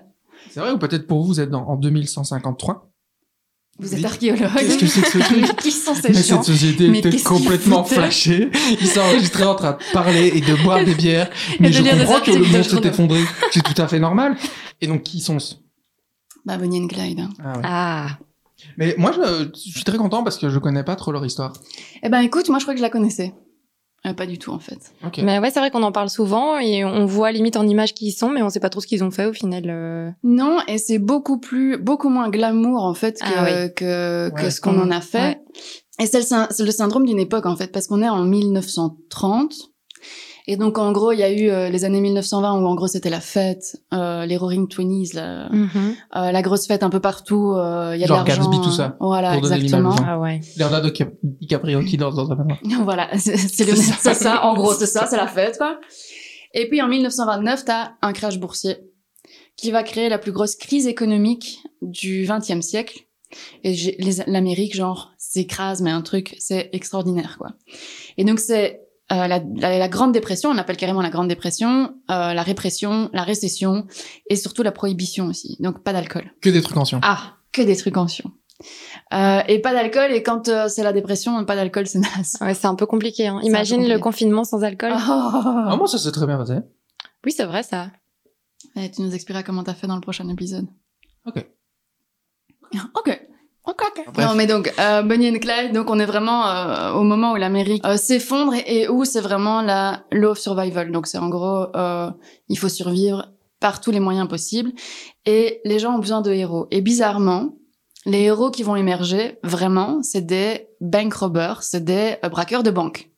Speaker 2: C'est vrai ou peut-être pour vous, vous êtes dans- en 2153.
Speaker 3: Vous êtes
Speaker 2: Oui.
Speaker 3: archéologue.
Speaker 4: Ah,
Speaker 2: Qu'est-ce que c'est que ce
Speaker 3: Mais
Speaker 2: truc
Speaker 3: qui sont ces
Speaker 2: Mais
Speaker 3: gens
Speaker 2: cette société
Speaker 3: Mais
Speaker 2: était
Speaker 3: qu'est-ce qu'ils
Speaker 2: complètement
Speaker 3: foutaient
Speaker 2: flashée. Ils sont enregistrés en train de parler et de boire des bières. Mais
Speaker 4: de
Speaker 2: je
Speaker 4: lire des
Speaker 2: comprends que le
Speaker 4: articles de
Speaker 2: monde s'est
Speaker 4: journaux.
Speaker 2: effondré. C'est tout à fait normal. Et donc, qui sont
Speaker 3: Bah, Bonnie and Clyde. hein.
Speaker 2: ah, ouais.
Speaker 4: Ah.
Speaker 2: Mais moi, je, je suis très content parce que je connais pas trop leur histoire.
Speaker 3: Eh ben écoute, moi je crois que je la connaissais. Euh, pas du tout en fait.
Speaker 2: Ok.
Speaker 4: Mais ouais, c'est vrai qu'on en parle souvent et on voit limite en images qui y sont, mais on sait pas trop ce qu'ils ont fait au final. euh.
Speaker 3: Non, et c'est beaucoup plus, beaucoup moins glamour en fait que,
Speaker 4: Ah oui.
Speaker 3: que, que
Speaker 2: Ouais.
Speaker 3: ce qu'on en a fait.
Speaker 4: Ouais.
Speaker 3: Et c'est le, syn- c'est le syndrome d'une époque en fait, parce qu'on est en 1930. Et donc en gros, il y a eu euh, les années 1920 où en gros c'était la fête, euh, les Roaring Twenties, la,
Speaker 4: Mm.
Speaker 3: euh, la grosse fête un peu partout. euh, Il y a
Speaker 2: Genre
Speaker 3: de l'argent.
Speaker 2: Gatsby, tout ça,
Speaker 3: euh, Voilà,
Speaker 2: pour donner l'image aux
Speaker 3: exactement.
Speaker 2: gens.
Speaker 4: Ah ouais.
Speaker 2: Leonardo Cap- DiCaprio qui danse dans un manoir.
Speaker 3: voilà, c'est c'est le-
Speaker 2: C'est ça.
Speaker 3: c'est ça, en gros, c'est ça, c'est la fête, quoi. Et puis en 1929, t'as un crash boursier qui va créer la plus grosse crise économique du 20e siècle. Et j'ai- les- l'Amérique, genre, s'écrase, mais un truc, c'est extraordinaire, quoi. Et donc c'est euh, la, la- la Grande Dépression, on l'appelle carrément la Grande Dépression, euh, la répression, la récession, et surtout la prohibition aussi. Donc pas d'alcool.
Speaker 2: Que des trucs anciens.
Speaker 3: Ah, que des trucs anciens. Euh, et pas d'alcool, et quand euh, c'est la dépression, pas d'alcool, c'est naze.
Speaker 4: Ouais, c'est un peu compliqué. hein.
Speaker 3: C'est un peu
Speaker 4: Imagine le
Speaker 3: compliqué.
Speaker 4: confinement sans alcool.
Speaker 2: Ah,
Speaker 3: Oh.
Speaker 2: moi, ça s'est très bien passé.
Speaker 4: Oui, c'est vrai ça.
Speaker 3: Eh, tu nous expliqueras comment t'as fait dans le prochain épisode.
Speaker 2: Ok.
Speaker 3: Ok. Ok, ok.
Speaker 2: Bref.
Speaker 3: Non, mais donc, euh, Bonnie and Clyde, donc on est vraiment euh, au moment où l'Amérique euh, s'effondre et, et où c'est vraiment la low survival. Donc c'est en gros, euh, il faut survivre par tous les moyens possibles et les gens ont besoin de héros. Et bizarrement, les héros qui vont émerger, vraiment, c'est des bank robbers, c'est des euh, braqueurs de banque.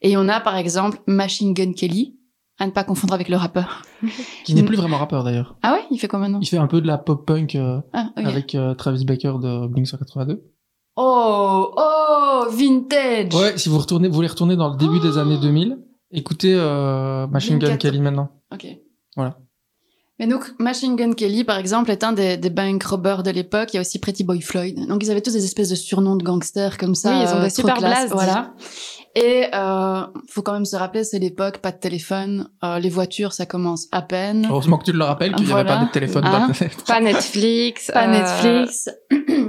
Speaker 3: Et on a par exemple Machine Gun Kelly, à ne pas confondre avec le rappeur.
Speaker 2: Qui n'est
Speaker 3: Mm.
Speaker 2: plus vraiment rappeur d'ailleurs.
Speaker 3: Ah ouais, il fait quoi maintenant
Speaker 2: Il fait un peu de la pop punk euh,
Speaker 3: Ah, ok.
Speaker 2: avec euh, Travis Baker de Blink 182.
Speaker 3: Oh, oh, vintage.
Speaker 2: Ouais, si vous retournez, vous voulez retourner dans le début des
Speaker 3: Oh.
Speaker 2: années 2000, écoutez euh, Machine Gun
Speaker 3: 24.
Speaker 2: Kelly maintenant.
Speaker 3: Ok.
Speaker 2: Voilà.
Speaker 3: Mais donc, Machine Gun Kelly, par exemple, est un des, des bank robbers de l'époque. Il y a aussi Pretty Boy Floyd. Donc, ils avaient tous des espèces de surnoms de gangsters comme ça.
Speaker 4: Oui, ils ont
Speaker 3: euh,
Speaker 4: des
Speaker 3: trop
Speaker 4: super
Speaker 3: classe,
Speaker 4: blazes.
Speaker 3: Voilà. Et euh, faut quand même se rappeler, c'est l'époque, pas de téléphone. euh, les voitures, ça commence à peine.
Speaker 2: Heureusement que tu le rappelles qu'il n'y
Speaker 3: Voilà.
Speaker 2: avait pas de téléphone dans
Speaker 3: Hein
Speaker 2: la fenêtre.
Speaker 4: Pas Netflix.
Speaker 3: Pas
Speaker 4: euh,
Speaker 3: Netflix.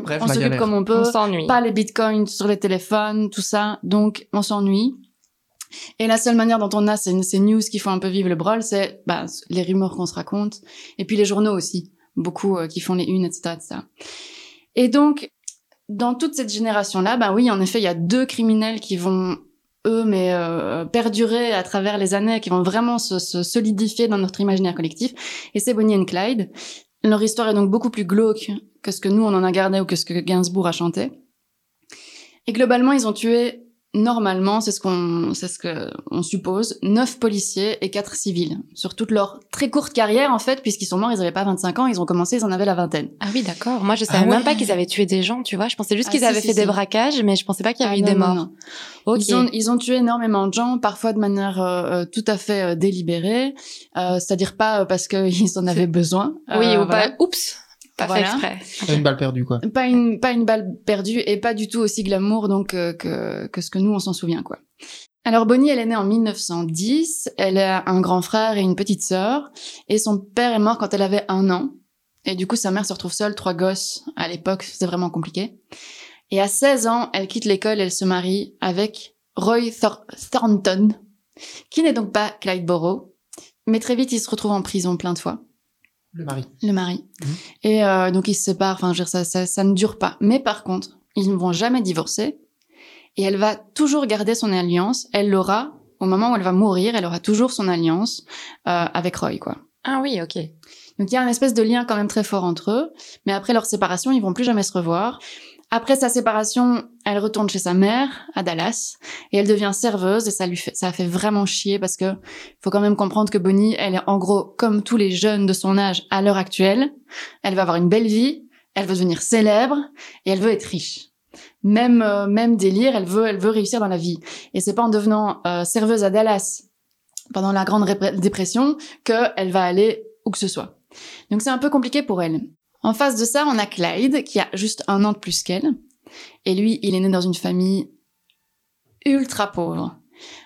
Speaker 2: Bref,
Speaker 3: on
Speaker 2: la
Speaker 3: s'occupe
Speaker 2: galère.
Speaker 3: comme on peut.
Speaker 4: On s'ennuie.
Speaker 3: pas les bitcoins sur les téléphones, tout ça. Donc, on s'ennuie. Et la seule manière dont on a ces, ces news qui font un peu vivre le brol, c'est bah, les rumeurs qu'on se raconte. Et puis les journaux aussi. Beaucoup euh, qui font les unes, etc., etc. Et donc, dans toute cette génération-là, bah oui, en effet, il y a deux criminels qui vont, eux, mais euh, perdurer à travers les années, qui vont vraiment se, se solidifier dans notre imaginaire collectif. Et c'est Bonnie and Clyde. Leur histoire est donc beaucoup plus glauque que ce que nous, on en a gardé ou que ce que Gainsbourg a chanté. Et globalement, ils ont tué, normalement, c'est ce qu'on, c'est ce que on suppose, neuf policiers et quatre civils. Sur toute leur très courte carrière, en fait, puisqu'ils sont morts, ils n'avaient pas 25 ans, ils ont commencé, ils en avaient la vingtaine.
Speaker 4: Ah oui, d'accord. Moi, je savais
Speaker 2: Ah ouais.
Speaker 4: même pas qu'ils avaient tué des gens, tu vois. Je pensais juste
Speaker 3: Ah,
Speaker 4: qu'ils
Speaker 3: si,
Speaker 4: avaient
Speaker 3: si,
Speaker 4: fait
Speaker 3: si.
Speaker 4: des braquages, mais je pensais pas qu'il y avait eu
Speaker 3: Ah,
Speaker 4: des
Speaker 3: non, non,
Speaker 4: morts.
Speaker 3: non.
Speaker 4: Ok.
Speaker 3: Ils, ont, ils ont tué énormément de gens, parfois de manière euh, euh, tout à fait euh, délibérée, euh, c'est-à-dire pas euh, parce qu'ils en avaient besoin.
Speaker 4: Oui,
Speaker 3: euh,
Speaker 4: ou
Speaker 3: voilà.
Speaker 4: pas. Oups. Pas
Speaker 3: Voilà.
Speaker 4: fait exprès.
Speaker 2: Une balle perdue quoi.
Speaker 3: Pas une, pas une balle perdue et pas du tout aussi glamour donc euh, que, que ce que nous on s'en souvient quoi. Alors Bonnie, elle est née en 1910, elle a un grand frère et une petite sœur et son père est mort quand elle avait un an et du coup sa mère se retrouve seule, trois gosses à l'époque, c'est vraiment compliqué. Et à 16 ans, elle quitte l'école, elle se marie avec Roy Thor- Thornton, qui n'est donc pas Clyde Borrow, mais très vite il se retrouve en prison plein de fois.
Speaker 2: Le mari.
Speaker 3: Le mari.
Speaker 2: Mhm.
Speaker 3: Et euh, donc ils se séparent, enfin je veux dire, ça, ça, ça ne dure pas. Mais par contre, ils ne vont jamais divorcer. Et elle va toujours garder son alliance, elle l'aura au moment où elle va mourir, elle aura toujours son alliance euh, avec Roy, quoi.
Speaker 4: Ah oui, ok.
Speaker 3: Donc il y a un espèce de lien quand même très fort entre eux, mais après leur séparation, ils vont plus jamais se revoir. Après sa séparation, elle retourne chez sa mère à Dallas et elle devient serveuse et ça lui fait ça a fait vraiment chier parce que faut quand même comprendre que Bonnie, elle est en gros comme tous les jeunes de son âge à l'heure actuelle, elle va avoir une belle vie, elle veut devenir célèbre et elle veut être riche. Même euh, même délire, elle veut elle veut réussir dans la vie et c'est pas en devenant euh, serveuse à Dallas pendant la grande Répre- dépression que elle va aller où que ce soit. Donc c'est un peu compliqué pour elle. En face de ça, on a Clyde, qui a juste un an de plus qu'elle. Et lui, il est né dans une famille ultra pauvre.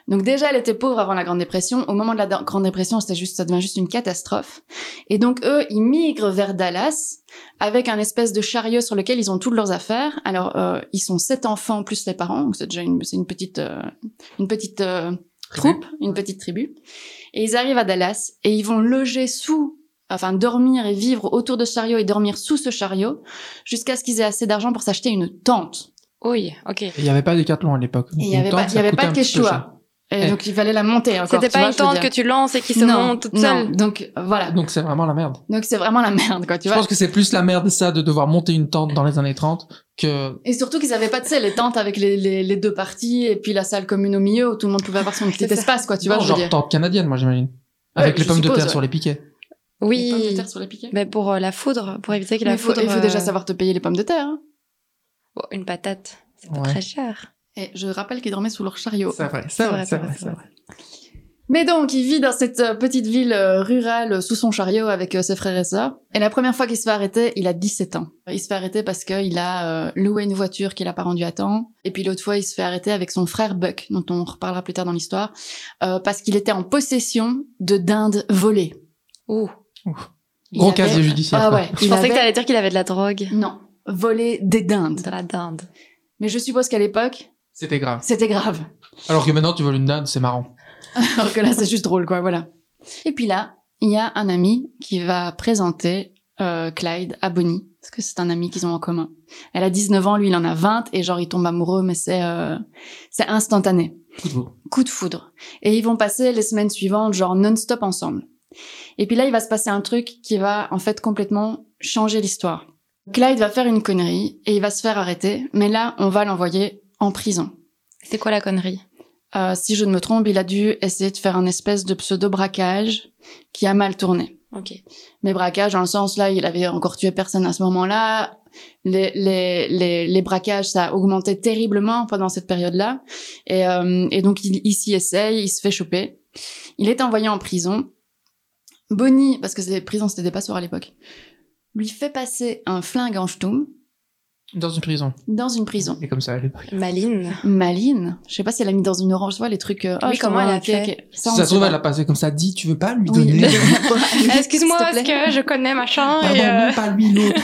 Speaker 3: Donc déjà, elle était pauvre avant la Grande Dépression. Au moment de la Dan- Grande Dépression, c'était juste, ça devient juste une catastrophe. Et donc eux, ils migrent vers Dallas avec un espèce de chariot sur lequel ils ont toutes leurs affaires. Alors euh, ils sont sept enfants plus les parents, donc c'est déjà une, c'est une petite, euh, une petite euh, troupe, une petite tribu. Et ils arrivent à Dallas et ils vont loger sous, enfin dormir et vivre autour de ce chariot et dormir sous ce chariot jusqu'à ce qu'ils aient assez d'argent pour s'acheter une tente.
Speaker 4: Oui, ok.
Speaker 2: Et Il n'y avait pas d'écartelon à l'époque.
Speaker 3: Et il n'y avait pas, il y avait pas de Quechua. Et
Speaker 2: Eh.
Speaker 3: donc il fallait la monter encore.
Speaker 4: C'était
Speaker 3: tu
Speaker 4: pas
Speaker 3: vois,
Speaker 4: une
Speaker 3: je veux
Speaker 4: tente que
Speaker 3: dire.
Speaker 4: tu lances et qui se
Speaker 3: non,
Speaker 4: monte toute
Speaker 3: non.
Speaker 4: seule.
Speaker 3: Donc euh, voilà.
Speaker 2: Donc c'est vraiment la merde.
Speaker 3: Donc c'est vraiment la merde quoi, tu
Speaker 2: Je
Speaker 3: vois.
Speaker 2: pense que c'est plus la merde ça de devoir monter une tente dans les années 30 que
Speaker 3: Et surtout qu'ils avaient pas, tu sais, les tentes avec les, les, les deux parties et puis la salle commune au milieu où tout le monde pouvait avoir son petit
Speaker 4: C'est ça.
Speaker 3: espace quoi, tu vois,
Speaker 2: Non,
Speaker 3: je veux
Speaker 2: genre
Speaker 3: dire.
Speaker 2: tente canadienne, moi j'imagine. Avec
Speaker 3: Ouais,
Speaker 2: les
Speaker 3: je
Speaker 2: pommes de
Speaker 3: suppose,
Speaker 2: terre
Speaker 3: ouais.
Speaker 2: sur les piquets.
Speaker 3: Les pommes de
Speaker 4: Oui.
Speaker 3: terre sur les piquets.
Speaker 4: Mais pour euh, la foudre, pour éviter que
Speaker 3: Mais
Speaker 4: la
Speaker 3: il faut,
Speaker 4: foudre.
Speaker 3: il faut déjà
Speaker 4: euh,
Speaker 3: savoir te payer les pommes de terre. hein.
Speaker 4: oh, une patate, c'est pas
Speaker 2: Ouais.
Speaker 4: très cher.
Speaker 3: Et je rappelle qu'ils dormaient sous leur chariot.
Speaker 2: vrai,
Speaker 4: C'est vrai, c'est vrai, c'est vrai.
Speaker 3: Mais donc, il vit dans cette euh, petite ville euh, rurale euh, sous son chariot avec euh, ses frères et sœurs. Et la première fois qu'il se fait arrêter, il a 17 ans. Il se fait arrêter parce qu'il a euh, loué une voiture qu'il a pas rendue à temps. Et puis l'autre fois, il se fait arrêter avec son frère Buck, dont on reparlera plus tard dans l'histoire, euh, parce qu'il était en possession de dindes volées.
Speaker 4: Ouh.
Speaker 3: Il
Speaker 2: Gros
Speaker 3: avait-
Speaker 2: casier judiciaire.
Speaker 3: Ah
Speaker 2: quoi.
Speaker 3: ouais.
Speaker 4: Je
Speaker 3: il
Speaker 4: pensais que
Speaker 3: avait-
Speaker 4: t'allais dire qu'il avait de la drogue.
Speaker 3: Non, volé des dindes.
Speaker 4: De la dinde.
Speaker 3: Mais je suppose qu'à l'époque,
Speaker 2: C'était grave.
Speaker 3: c'était grave.
Speaker 2: Alors que maintenant tu voles une dinde, c'est marrant.
Speaker 3: Alors que là, c'est juste drôle, quoi, voilà. Et puis là, il y a un ami qui va présenter euh, Clyde à Bonnie, parce que c'est un ami qu'ils ont en commun. Elle a 19 ans, lui, il en a 20, et genre, ils tombent amoureux, mais c'est euh, c'est instantané.
Speaker 2: Coup de beau.
Speaker 3: Coup de foudre. Et ils vont passer les semaines suivantes, genre, non-stop ensemble. Et puis là, il va se passer un truc qui va, en fait, complètement changer l'histoire. Clyde va faire une connerie, et il va se faire arrêter, mais là, on va l'envoyer en prison.
Speaker 4: C'est quoi la connerie
Speaker 3: Euh, si je ne me trompe, il a dû essayer de faire un espèce de pseudo-braquage qui a mal tourné.
Speaker 4: Ok.
Speaker 3: Mais braquage, dans le sens là, il avait encore tué personne à ce moment-là. Les, les, les, les braquages, ça a augmenté terriblement pendant cette période-là. Et, euh, et donc, il, il s'y essaye, il se fait choper. Il est envoyé en prison. Bonnie, parce que les prisons, c'était des passoires à l'époque, lui fait passer un flingue en ch'toum
Speaker 2: Dans une prison.
Speaker 3: dans une prison.
Speaker 2: Et comme ça à l'époque.
Speaker 4: Maline.
Speaker 3: Maline, je sais pas si elle a mis dans une orange, tu vois, les trucs... euh,
Speaker 4: Oui,
Speaker 3: je
Speaker 4: comment
Speaker 3: t'envoie
Speaker 4: elle
Speaker 3: un
Speaker 4: a fait
Speaker 3: cake et-
Speaker 2: Si
Speaker 3: on
Speaker 2: ça
Speaker 3: sait
Speaker 2: se trouve,
Speaker 3: pas.
Speaker 2: elle a passé comme ça, dis, tu veux pas lui
Speaker 3: Oui,
Speaker 2: donner.
Speaker 3: mais-
Speaker 4: Excuse-moi,
Speaker 3: S'il te
Speaker 4: est-ce
Speaker 3: plaît.
Speaker 4: que je connais machin
Speaker 2: Pardon,
Speaker 4: et, euh,
Speaker 2: non, pas lui, l'autre.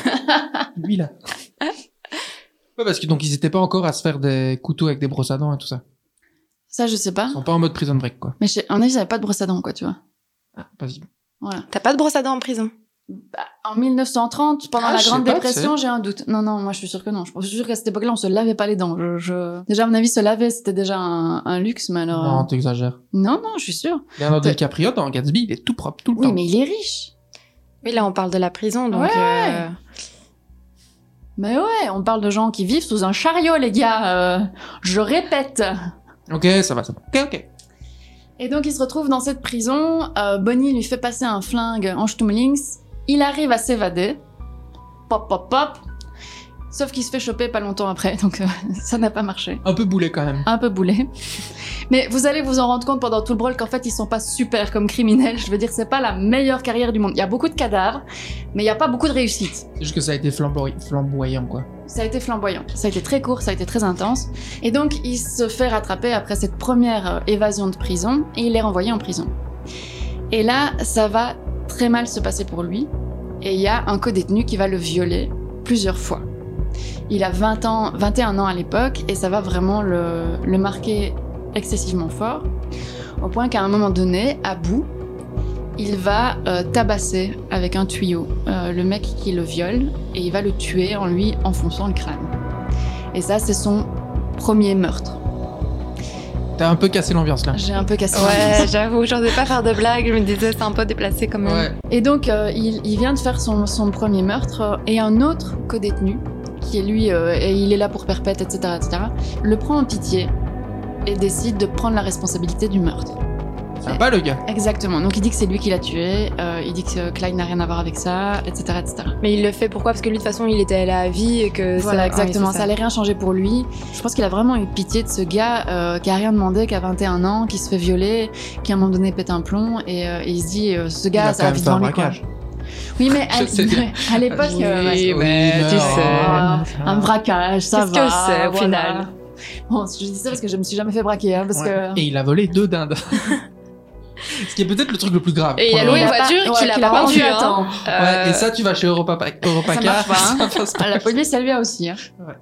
Speaker 2: lui, là. Ouais, parce que donc, ils étaient pas encore à se faire des couteaux avec des brosses à dents et tout ça.
Speaker 3: Ça, je sais pas.
Speaker 2: Ils sont pas en mode prison break, quoi.
Speaker 3: Mais je- en effet, j'avais pas de brosse à dents, quoi, tu vois.
Speaker 2: Vas-y.
Speaker 3: Voilà.
Speaker 4: T'as pas de brosse à dents en prison
Speaker 3: Bah, en 1930, pendant
Speaker 2: Ah,
Speaker 3: la
Speaker 2: je sais
Speaker 3: Grande
Speaker 2: pas,
Speaker 3: Dépression, j'ai un doute. Non, non, moi, je suis sûre que non. Je je suis sûre qu'à cette époque-là, on se lavait pas les dents. Je, je- Déjà, à mon avis, se laver, c'était déjà un, un luxe, mais alors...
Speaker 2: Non,
Speaker 3: euh,
Speaker 2: t'exagères.
Speaker 3: Non, non, je suis sûre.
Speaker 2: Leonardo
Speaker 3: T'es-
Speaker 2: DiCaprio, dans Gatsby, il est tout propre tout le
Speaker 3: Oui,
Speaker 2: temps.
Speaker 3: mais il est riche.
Speaker 4: Oui, là, on parle de la prison, donc.
Speaker 3: Ouais.
Speaker 4: euh,
Speaker 3: Mais ouais, on parle de gens qui vivent sous un chariot, les gars. euh, je répète.
Speaker 2: Ok, ça va, ça va. Ok, ok.
Speaker 3: Et donc, il se retrouve dans cette prison. Euh, Bonnie lui fait passer un flingue en Stumlings. Il arrive à s'évader. Pop, pop, pop. Sauf qu'il se fait choper pas longtemps après, donc euh, ça n'a pas marché.
Speaker 2: Un peu boulet quand même.
Speaker 3: Un peu boulet. Mais vous allez vous en rendre compte pendant tout le brol qu'en fait, ils sont pas super comme criminels. Je veux dire, c'est pas la meilleure carrière du monde. Il y a beaucoup de cadavres, mais il y a pas beaucoup de réussite.
Speaker 2: C'est juste que ça a été flamboy- flamboyant, quoi.
Speaker 3: Ça a été flamboyant. Ça a été très court, ça a été très intense. Et donc, il se fait rattraper après cette première euh, évasion de prison et il est renvoyé en prison. Et là, ça va très mal se passer pour lui. Et il y a un co-détenu qui va le violer plusieurs fois. Il a 20 ans, 21 ans à l'époque et ça va vraiment le, le marquer excessivement fort. Au point qu'à un moment donné, à bout, il va euh, tabasser avec un tuyau euh, le mec qui le viole et il va le tuer en lui enfonçant le crâne. Et ça, c'est son premier meurtre.
Speaker 2: T'as un peu cassé l'ambiance là.
Speaker 3: J'ai un peu cassé.
Speaker 4: Ouais, j'avoue, j'osais pas faire de blagues, je me disais c'est un peu déplacé quand même.
Speaker 2: Ouais.
Speaker 3: Et donc, euh, il, il vient de faire son, son premier meurtre euh, et un autre codétenu, qui est lui, euh, et il est là pour perpète, etc., etc., le prend en pitié et décide de prendre la responsabilité du meurtre.
Speaker 2: Sympa le gars.
Speaker 3: Exactement. Donc, il dit que c'est lui qui l'a tué, euh, il dit que euh, Klein n'a rien à voir avec ça, etc., etc.
Speaker 4: Mais il le fait pourquoi Parce que lui, de toute façon, il était à la vie et que. Euh, ça-
Speaker 3: Voilà,
Speaker 4: ouais,
Speaker 3: exactement.
Speaker 4: c'est
Speaker 3: ça allait rien changer pour lui. Je pense qu'il a vraiment eu pitié de ce gars euh, qui a rien demandé, qui a 21 ans, qui se fait violer, qui à un moment donné pète un plomb et, euh, et il se dit euh, ce
Speaker 2: Il
Speaker 3: gars,
Speaker 2: a
Speaker 3: ça va
Speaker 2: quand même
Speaker 3: vite
Speaker 2: fait un
Speaker 3: devant lui. Quoi.
Speaker 2: braquage.
Speaker 3: Oui, mais à,
Speaker 2: Je sais bien.
Speaker 3: à l'époque, euh, ouais,
Speaker 4: Oui, mais
Speaker 2: mais oh,
Speaker 4: tu
Speaker 2: alors,
Speaker 4: sais.
Speaker 3: Ah, un braquage, ça
Speaker 4: Qu'est-ce
Speaker 3: va.
Speaker 4: que c'est, au
Speaker 3: voilà.
Speaker 4: final
Speaker 3: Bon, je dis ça parce que je me suis jamais fait braquer, hein, parce
Speaker 2: Ouais.
Speaker 3: que.
Speaker 2: Et il a volé deux dindes. Ce qui est peut-être le truc le plus grave.
Speaker 4: Et il a
Speaker 2: pour le
Speaker 4: loué une
Speaker 2: moment.
Speaker 4: voiture
Speaker 3: ouais,
Speaker 4: qu'il a
Speaker 3: qu'il
Speaker 4: pas
Speaker 3: a pas
Speaker 4: vendue.
Speaker 3: vendue à
Speaker 4: hein.
Speaker 3: temps.
Speaker 2: Ouais,
Speaker 4: Euh,
Speaker 2: et ça, tu vas chez Europa, Europa
Speaker 3: marche pas, hein.
Speaker 2: ça passe
Speaker 3: Ah,
Speaker 2: pas.
Speaker 3: la police, elle lui a aussi. hein.
Speaker 2: Ouais.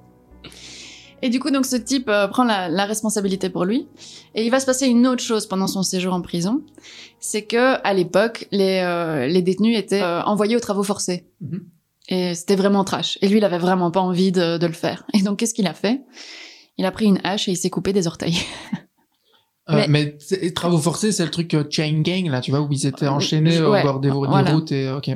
Speaker 3: Et du coup, donc, ce type euh, prend la, la responsabilité pour lui. Et il va se passer une autre chose pendant son séjour en prison. C'est que, à l'époque, les, euh, les détenus étaient euh, envoyés aux travaux forcés.
Speaker 2: Mhm.
Speaker 3: Et c'était vraiment trash. Et lui, il avait vraiment pas envie de, de le faire. Et donc, qu'est-ce qu'il a fait? Il a pris une hache et il s'est coupé des orteils.
Speaker 2: Euh, mais c'est- travaux forcés, c'est le truc euh, chain gang là, tu vois, où ils étaient enchaînés euh,
Speaker 3: Ouais,
Speaker 2: au bord des, ro- des
Speaker 3: voilà.
Speaker 2: routes et ok.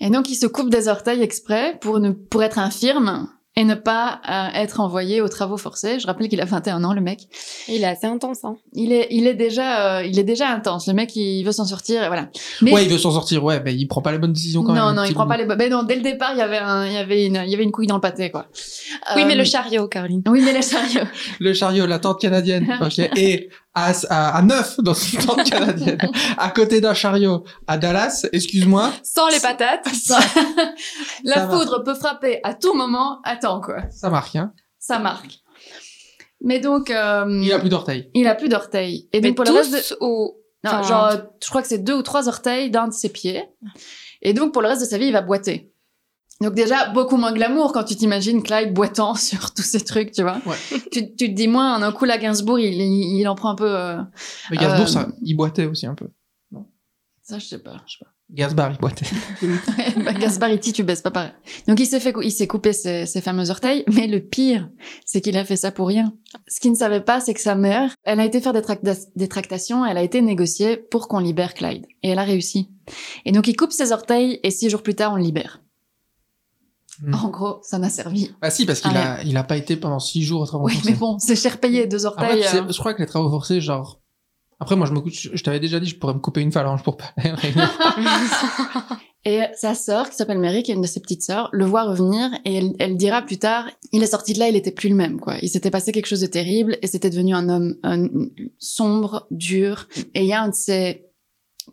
Speaker 3: Et donc, il se coupe des orteils exprès pour, ne, pour être infirme et ne pas euh, être envoyé aux travaux forcés. Je rappelle qu'il a 21 ans, le mec.
Speaker 4: Il est assez intense. Hein.
Speaker 3: Il est, il est, déjà, euh, il est déjà intense. Le mec, il veut s'en sortir et voilà. Mais
Speaker 2: Ouais, il veut s'en sortir, ouais, mais il prend pas les bonnes décisions quand même.
Speaker 3: non,
Speaker 2: le
Speaker 3: non,
Speaker 2: petit
Speaker 3: il prend
Speaker 2: loulou.
Speaker 3: pas les... bo- Mais non, dès le départ, il y avait, un, il y avait, une, il y avait une couille dans le pâté, quoi.
Speaker 4: Oui,
Speaker 3: Euh,
Speaker 4: mais le chariot, Caroline.
Speaker 3: Oui, mais le chariot.
Speaker 2: Le chariot, la tente canadienne, ok, et à, à, à neuf dans une tente canadienne, à côté d'un chariot à Dallas, excuse-moi,
Speaker 4: Sans les patates.
Speaker 3: Ça- La
Speaker 2: Ça va.
Speaker 3: foudre peut frapper à tout moment. Attends, quoi.
Speaker 2: ça marque, hein.
Speaker 3: Ça marque. Mais donc, euh,
Speaker 2: Il a plus d'orteils.
Speaker 3: il a plus d'orteils. Et
Speaker 4: Mais
Speaker 3: donc, pour le reste de...
Speaker 4: tous au-
Speaker 3: Non,
Speaker 4: Enfin,
Speaker 3: genre, euh, je crois que c'est deux ou trois orteils d'un de ses pieds. Et donc, pour le reste de sa vie, il va boiter. Donc déjà, beaucoup moins glamour quand tu t'imagines Clyde boitant sur tous ces trucs, tu vois.
Speaker 2: Ouais.
Speaker 3: Tu, tu te dis, moins, en un coup, la Gainsbourg, il, il, il en prend un peu... euh,
Speaker 2: Mais Gainsbourg,
Speaker 3: Euh,
Speaker 2: ça, hein, il boitait aussi un peu.
Speaker 3: Ça, je sais pas. Je sais pas.
Speaker 2: Gaspard, il boitait.
Speaker 3: Bah, Gaspariti, tu baisses, pas pareil. Donc, il s'est fait, cou- il s'est coupé ses, ses fameux orteils. Mais le pire, c'est qu'il a fait ça pour rien. Ce qu'il ne savait pas, c'est que sa mère, elle a été faire des, tracta- des tractations, elle a été négociée pour qu'on libère Clyde. Et elle a réussi. Et donc, il coupe ses orteils et six jours plus tard, on le libère.
Speaker 2: Hmm.
Speaker 3: En gros, ça n'a servi.
Speaker 2: Ah si, parce qu'il a, il a pas été pendant six jours au travail.
Speaker 3: Oui, mais bon, c'est cher payé, deux
Speaker 2: Après,
Speaker 3: orteils.
Speaker 2: tu sais,
Speaker 3: euh.
Speaker 2: je crois que les travaux forcés, genre. Après, moi, je me coupe. Je, je t'avais déjà dit, je pourrais me couper une phalange pour pas aller à la réunion.
Speaker 3: Et sa sœur, qui s'appelle Mary, qui est une de ses petites sœurs, le voit revenir et elle, elle dira plus tard, il est sorti de là, il était plus le même, quoi. Il s'était passé quelque chose de terrible et c'était devenu un homme un- sombre, dur. Et il y a un de ses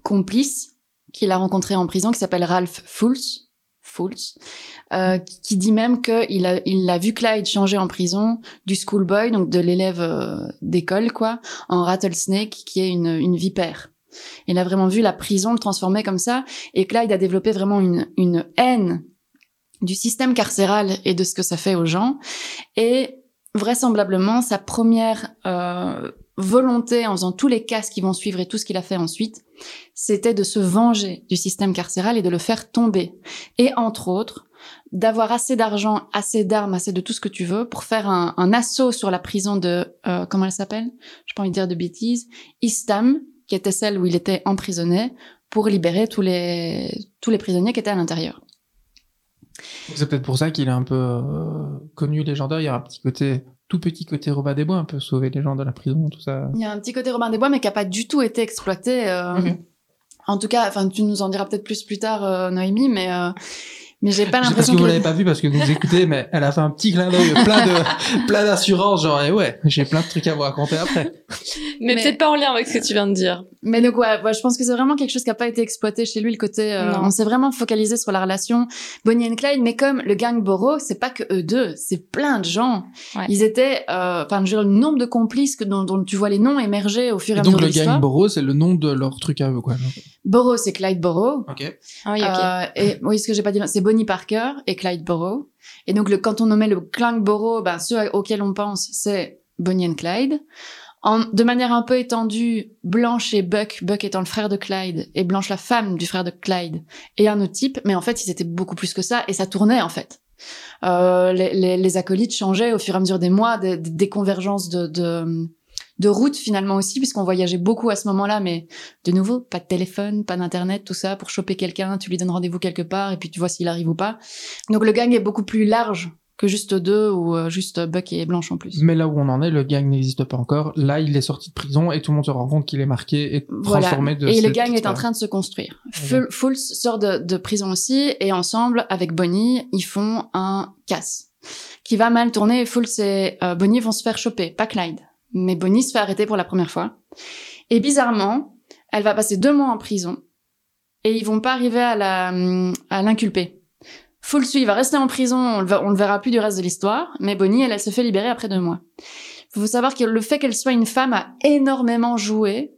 Speaker 3: complices qu'il a rencontré en prison qui s'appelle Ralph Fools, Fools, euh, qui qui dit même qu'il a, il a vu Clyde changer en prison du schoolboy, donc de l'élève euh, d'école, quoi, en rattlesnake, qui est une, une vipère. Il a vraiment vu la prison le transformer comme ça. Et Clyde a développé vraiment une, une haine du système carcéral et de ce que ça fait aux gens. Et vraisemblablement, sa première euh, volonté, en faisant tous les cas qui vont suivre et tout ce qu'il a fait ensuite, c'était de se venger du système carcéral et de le faire tomber. Et entre autres, d'avoir assez d'argent, assez d'armes, assez de tout ce que tu veux pour faire un, un assaut sur la prison de... euh, comment elle s'appelle Je pas envie de dire de bêtises. Istam, qui était celle où il était emprisonné, pour libérer tous les, tous les prisonniers qui étaient à l'intérieur.
Speaker 2: Donc, C'est peut-être pour ça qu'il est un peu euh, connu légendaire. Il y a un petit côté, tout petit côté Robin des Bois, un peu sauver les gens de la prison, tout ça.
Speaker 3: Il y a un petit côté Robin des Bois, mais qui n'a pas du tout été exploité. euh,
Speaker 4: Mhm.
Speaker 2: Ok.
Speaker 3: En tout cas, enfin, tu nous en diras peut-être plus plus tard, euh, Noémie, mais, euh, mais j'ai pas
Speaker 2: Je sais pas si
Speaker 3: l'impression
Speaker 2: vous
Speaker 3: qu'il
Speaker 2: l'avez pas vu parce que vous écoutez, mais elle a fait un petit clin d'œil plein de, plein d'assurance, genre, et ouais, j'ai plein de trucs à vous raconter après.
Speaker 3: Mais-
Speaker 4: mais peut-être pas en lien avec ce que tu viens de dire.
Speaker 3: Mais donc, ouais, ouais, je pense que c'est vraiment quelque chose qui n'a pas été exploité chez lui, le côté. euh,
Speaker 4: Non.
Speaker 3: on s'est vraiment focalisé sur la relation Bonnie and Clyde, mais comme le gang Borough, c'est pas que eux deux, c'est plein de gens.
Speaker 4: Ouais.
Speaker 3: Ils étaient, euh, enfin, je veux dire, le nombre de complices que, dont, dont tu vois les noms émerger au fur et
Speaker 2: Et
Speaker 3: à
Speaker 2: donc,
Speaker 3: mesure de
Speaker 2: le
Speaker 3: l'histoire.
Speaker 2: gang Borough, c'est le nom de leur truc à eux, quoi.
Speaker 3: Borough, c'est Clyde Borough.
Speaker 2: Ok.
Speaker 4: Ah oui, ok.
Speaker 3: Euh, et oui, ce que j'ai pas dit, c'est Bonnie Parker et Clyde Burrow. Et donc, le, quand on nommait le Clank Burrow, ben, ceux auxquels on pense, c'est Bonnie and Clyde. En, de manière un peu étendue, Blanche et Buck, Buck étant le frère de Clyde, et Blanche la femme du frère de Clyde, et un autre type, mais en fait, ils étaient beaucoup plus que ça, et ça tournait, en fait. Euh, les, les- les acolytes changeaient au fur et à mesure des mois, des, des- des convergences de, de, de route finalement aussi, puisqu'on voyageait beaucoup à ce moment-là, mais de nouveau, pas de téléphone, pas d'internet, tout ça, pour choper quelqu'un, tu lui donnes rendez-vous quelque part, et puis tu vois s'il arrive ou pas. Donc le gang est beaucoup plus large que juste deux ou euh, juste Buck et Blanche en plus.
Speaker 2: Mais là où on en est, le gang n'existe pas encore. Là, il est sorti de prison et tout le monde se rend compte qu'il est marqué et
Speaker 3: Voilà.
Speaker 2: transformé de
Speaker 3: Et le
Speaker 2: cette
Speaker 3: gang est en
Speaker 2: histoire.
Speaker 3: train de se construire.
Speaker 2: Voilà.
Speaker 3: Ful- Fultz sort de, de prison aussi, et ensemble, avec Bonnie, ils font un casse qui va mal tourner. et Fultz et euh, Bonnie vont se faire choper, pas Clyde. Mais Bonnie se fait arrêter pour la première fois. Et bizarrement, elle va passer deux mois en prison, et ils vont pas arriver à la hum, à l'inculper. Fultz, lui, il va rester en prison, on le, va- on le verra plus du reste de l'histoire, mais Bonnie, elle, elle se fait libérer après deux mois. faut savoir que le fait qu'elle soit une femme a énormément joué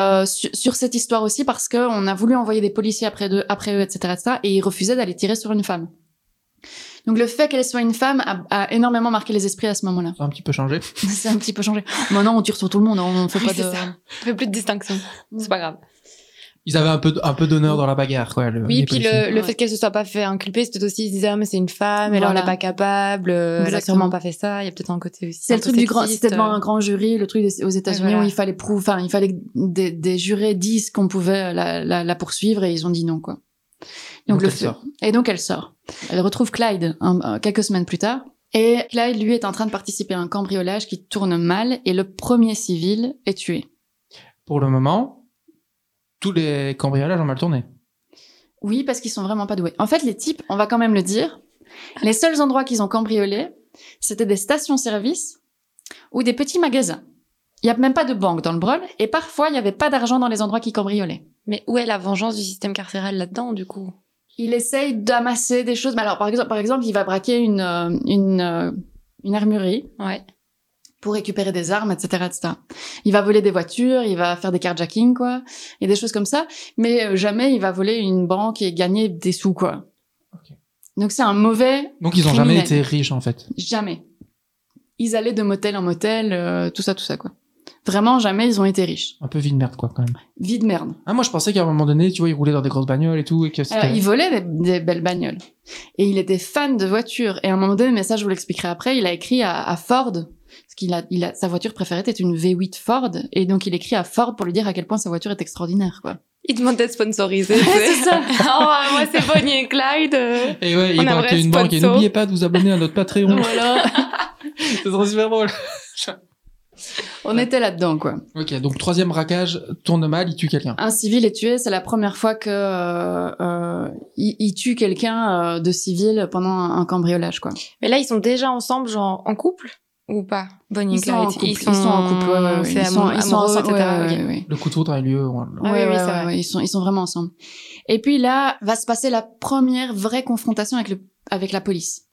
Speaker 3: euh, su- sur cette histoire aussi parce que on a voulu envoyer des policiers après, deux, après eux, etc., etc., et ils refusaient d'aller tirer sur une femme. Donc le fait qu'elle soit une femme a, a énormément marqué les esprits à ce moment-là.
Speaker 2: Ça a un petit peu changé.
Speaker 3: C'est un petit peu changé. Maintenant, on tire sur tout le monde, hein, on fait
Speaker 4: Oui,
Speaker 3: pas
Speaker 4: c'est
Speaker 3: de...
Speaker 4: ça. On fait plus de distinction. C'est pas grave.
Speaker 2: Ils avaient un peu, d- un peu d'honneur dans la bagarre, quoi. le-
Speaker 4: Oui,
Speaker 2: les
Speaker 4: puis
Speaker 2: policiers.
Speaker 4: le, le
Speaker 3: Ouais.
Speaker 4: fait qu'elle se soit pas fait inculper, c'était aussi, ils disaient, ah, mais c'est une femme, elle en
Speaker 3: Voilà.
Speaker 4: est pas capable, euh, elle a
Speaker 3: Exactement.
Speaker 4: sûrement pas fait ça, il y a peut-être un côté aussi.
Speaker 3: C'est
Speaker 4: un
Speaker 3: le
Speaker 4: peu
Speaker 3: truc du grand,
Speaker 4: sexiste,
Speaker 3: c'était devant
Speaker 4: euh.
Speaker 3: un grand jury, le truc des- aux États-Unis
Speaker 4: Ouais, voilà.
Speaker 3: où il fallait prouver, enfin, il fallait que des, des jurés disent qu'on pouvait la, la, la poursuivre et ils ont dit non, quoi.
Speaker 2: Donc
Speaker 3: le
Speaker 2: elle
Speaker 3: fait-
Speaker 2: sort.
Speaker 3: Et donc elle sort. Elle retrouve Clyde un- euh, quelques semaines plus tard. Et Clyde, lui, est en train de participer à un cambriolage qui tourne mal et le premier civil est tué.
Speaker 2: Pour le moment, tous les cambriolages ont mal tourné.
Speaker 3: Oui, parce qu'ils sont vraiment pas doués. En fait, les types, on va quand même le dire, les seuls endroits qu'ils ont cambriolés, c'était des stations-service ou des petits magasins. Il n'y a même pas de banque dans le brol et parfois, il n'y avait pas d'argent dans les endroits qu'ils cambriolaient.
Speaker 4: Mais où est la vengeance du système carcéral là-dedans, du coup?
Speaker 3: Il essaye d'amasser des choses. Mais alors, par exemple, par exemple il va braquer une, euh, une, euh, une armurerie
Speaker 4: Ouais.
Speaker 3: pour récupérer des armes, etc., etc. Il va voler des voitures, il va faire des carjacking, quoi, et des choses comme ça. Mais euh, jamais il va voler une banque et gagner des sous, quoi.
Speaker 2: Ok.
Speaker 3: Donc c'est un mauvais,
Speaker 2: Donc ils ont jamais
Speaker 3: Criminel.
Speaker 2: été riches, en fait.
Speaker 3: jamais. Ils allaient de motel en motel, euh, tout ça, tout ça, quoi. Vraiment, jamais ils ont été riches.
Speaker 2: Un peu vie de merde, quoi, quand même.
Speaker 3: Vie de merde.
Speaker 2: Ah, moi, je pensais qu'à un moment donné, tu vois, ils roulaient dans des grosses bagnoles et tout,
Speaker 4: Euh,
Speaker 2: et que c'était-
Speaker 3: Alors, il volait des, des belles bagnoles. Et il était fan de voitures. Et à un moment donné, mais ça, je vous l'expliquerai après, il a écrit à, à Ford. Parce qu'il a, il a, sa voiture préférée était une V8 Ford. Et donc, il écrit à Ford pour lui dire à quel point sa voiture est extraordinaire, quoi.
Speaker 4: Ils demandaient de sponsoriser.
Speaker 3: c'est ça.
Speaker 4: oh, bah, moi, c'est Bonnie et Clyde. euh.
Speaker 2: Et ouais,
Speaker 4: On
Speaker 2: il
Speaker 4: a un
Speaker 2: braquait
Speaker 4: vrai
Speaker 2: une banque. Et
Speaker 4: sponsor.
Speaker 2: n'oubliez pas de vous abonner à notre Patreon.
Speaker 3: Voilà.
Speaker 2: C'est trop super drôle.
Speaker 3: On était là-dedans, quoi.
Speaker 2: Ok, donc troisième braquage, tourne mal, il tue quelqu'un.
Speaker 3: Un civil est tué, c'est la première fois que euh, euh, il, il tue quelqu'un euh, de civil pendant un, un cambriolage, quoi.
Speaker 4: Mais là, ils sont déjà ensemble, genre, en couple? Ou pas? Bonnie et
Speaker 3: Ils sont en
Speaker 4: Clyde.
Speaker 3: couple. Ils sont en couple. ouais, ouais, ouais.
Speaker 4: C'est
Speaker 3: Ils sont-
Speaker 4: amoureux,
Speaker 3: ils sont ensemble.
Speaker 4: etc.
Speaker 3: ouais, ouais,
Speaker 4: ok.
Speaker 3: ouais, ouais.
Speaker 2: Le coup de foudre a eu lieu. on-
Speaker 4: Ouais,
Speaker 3: Ouais,
Speaker 4: oui,
Speaker 3: ouais, ouais,
Speaker 4: c'est vrai.
Speaker 3: ouais, ils sont ils sont vraiment ensemble. Et puis là, va se passer la première vraie confrontation avec le avec la police.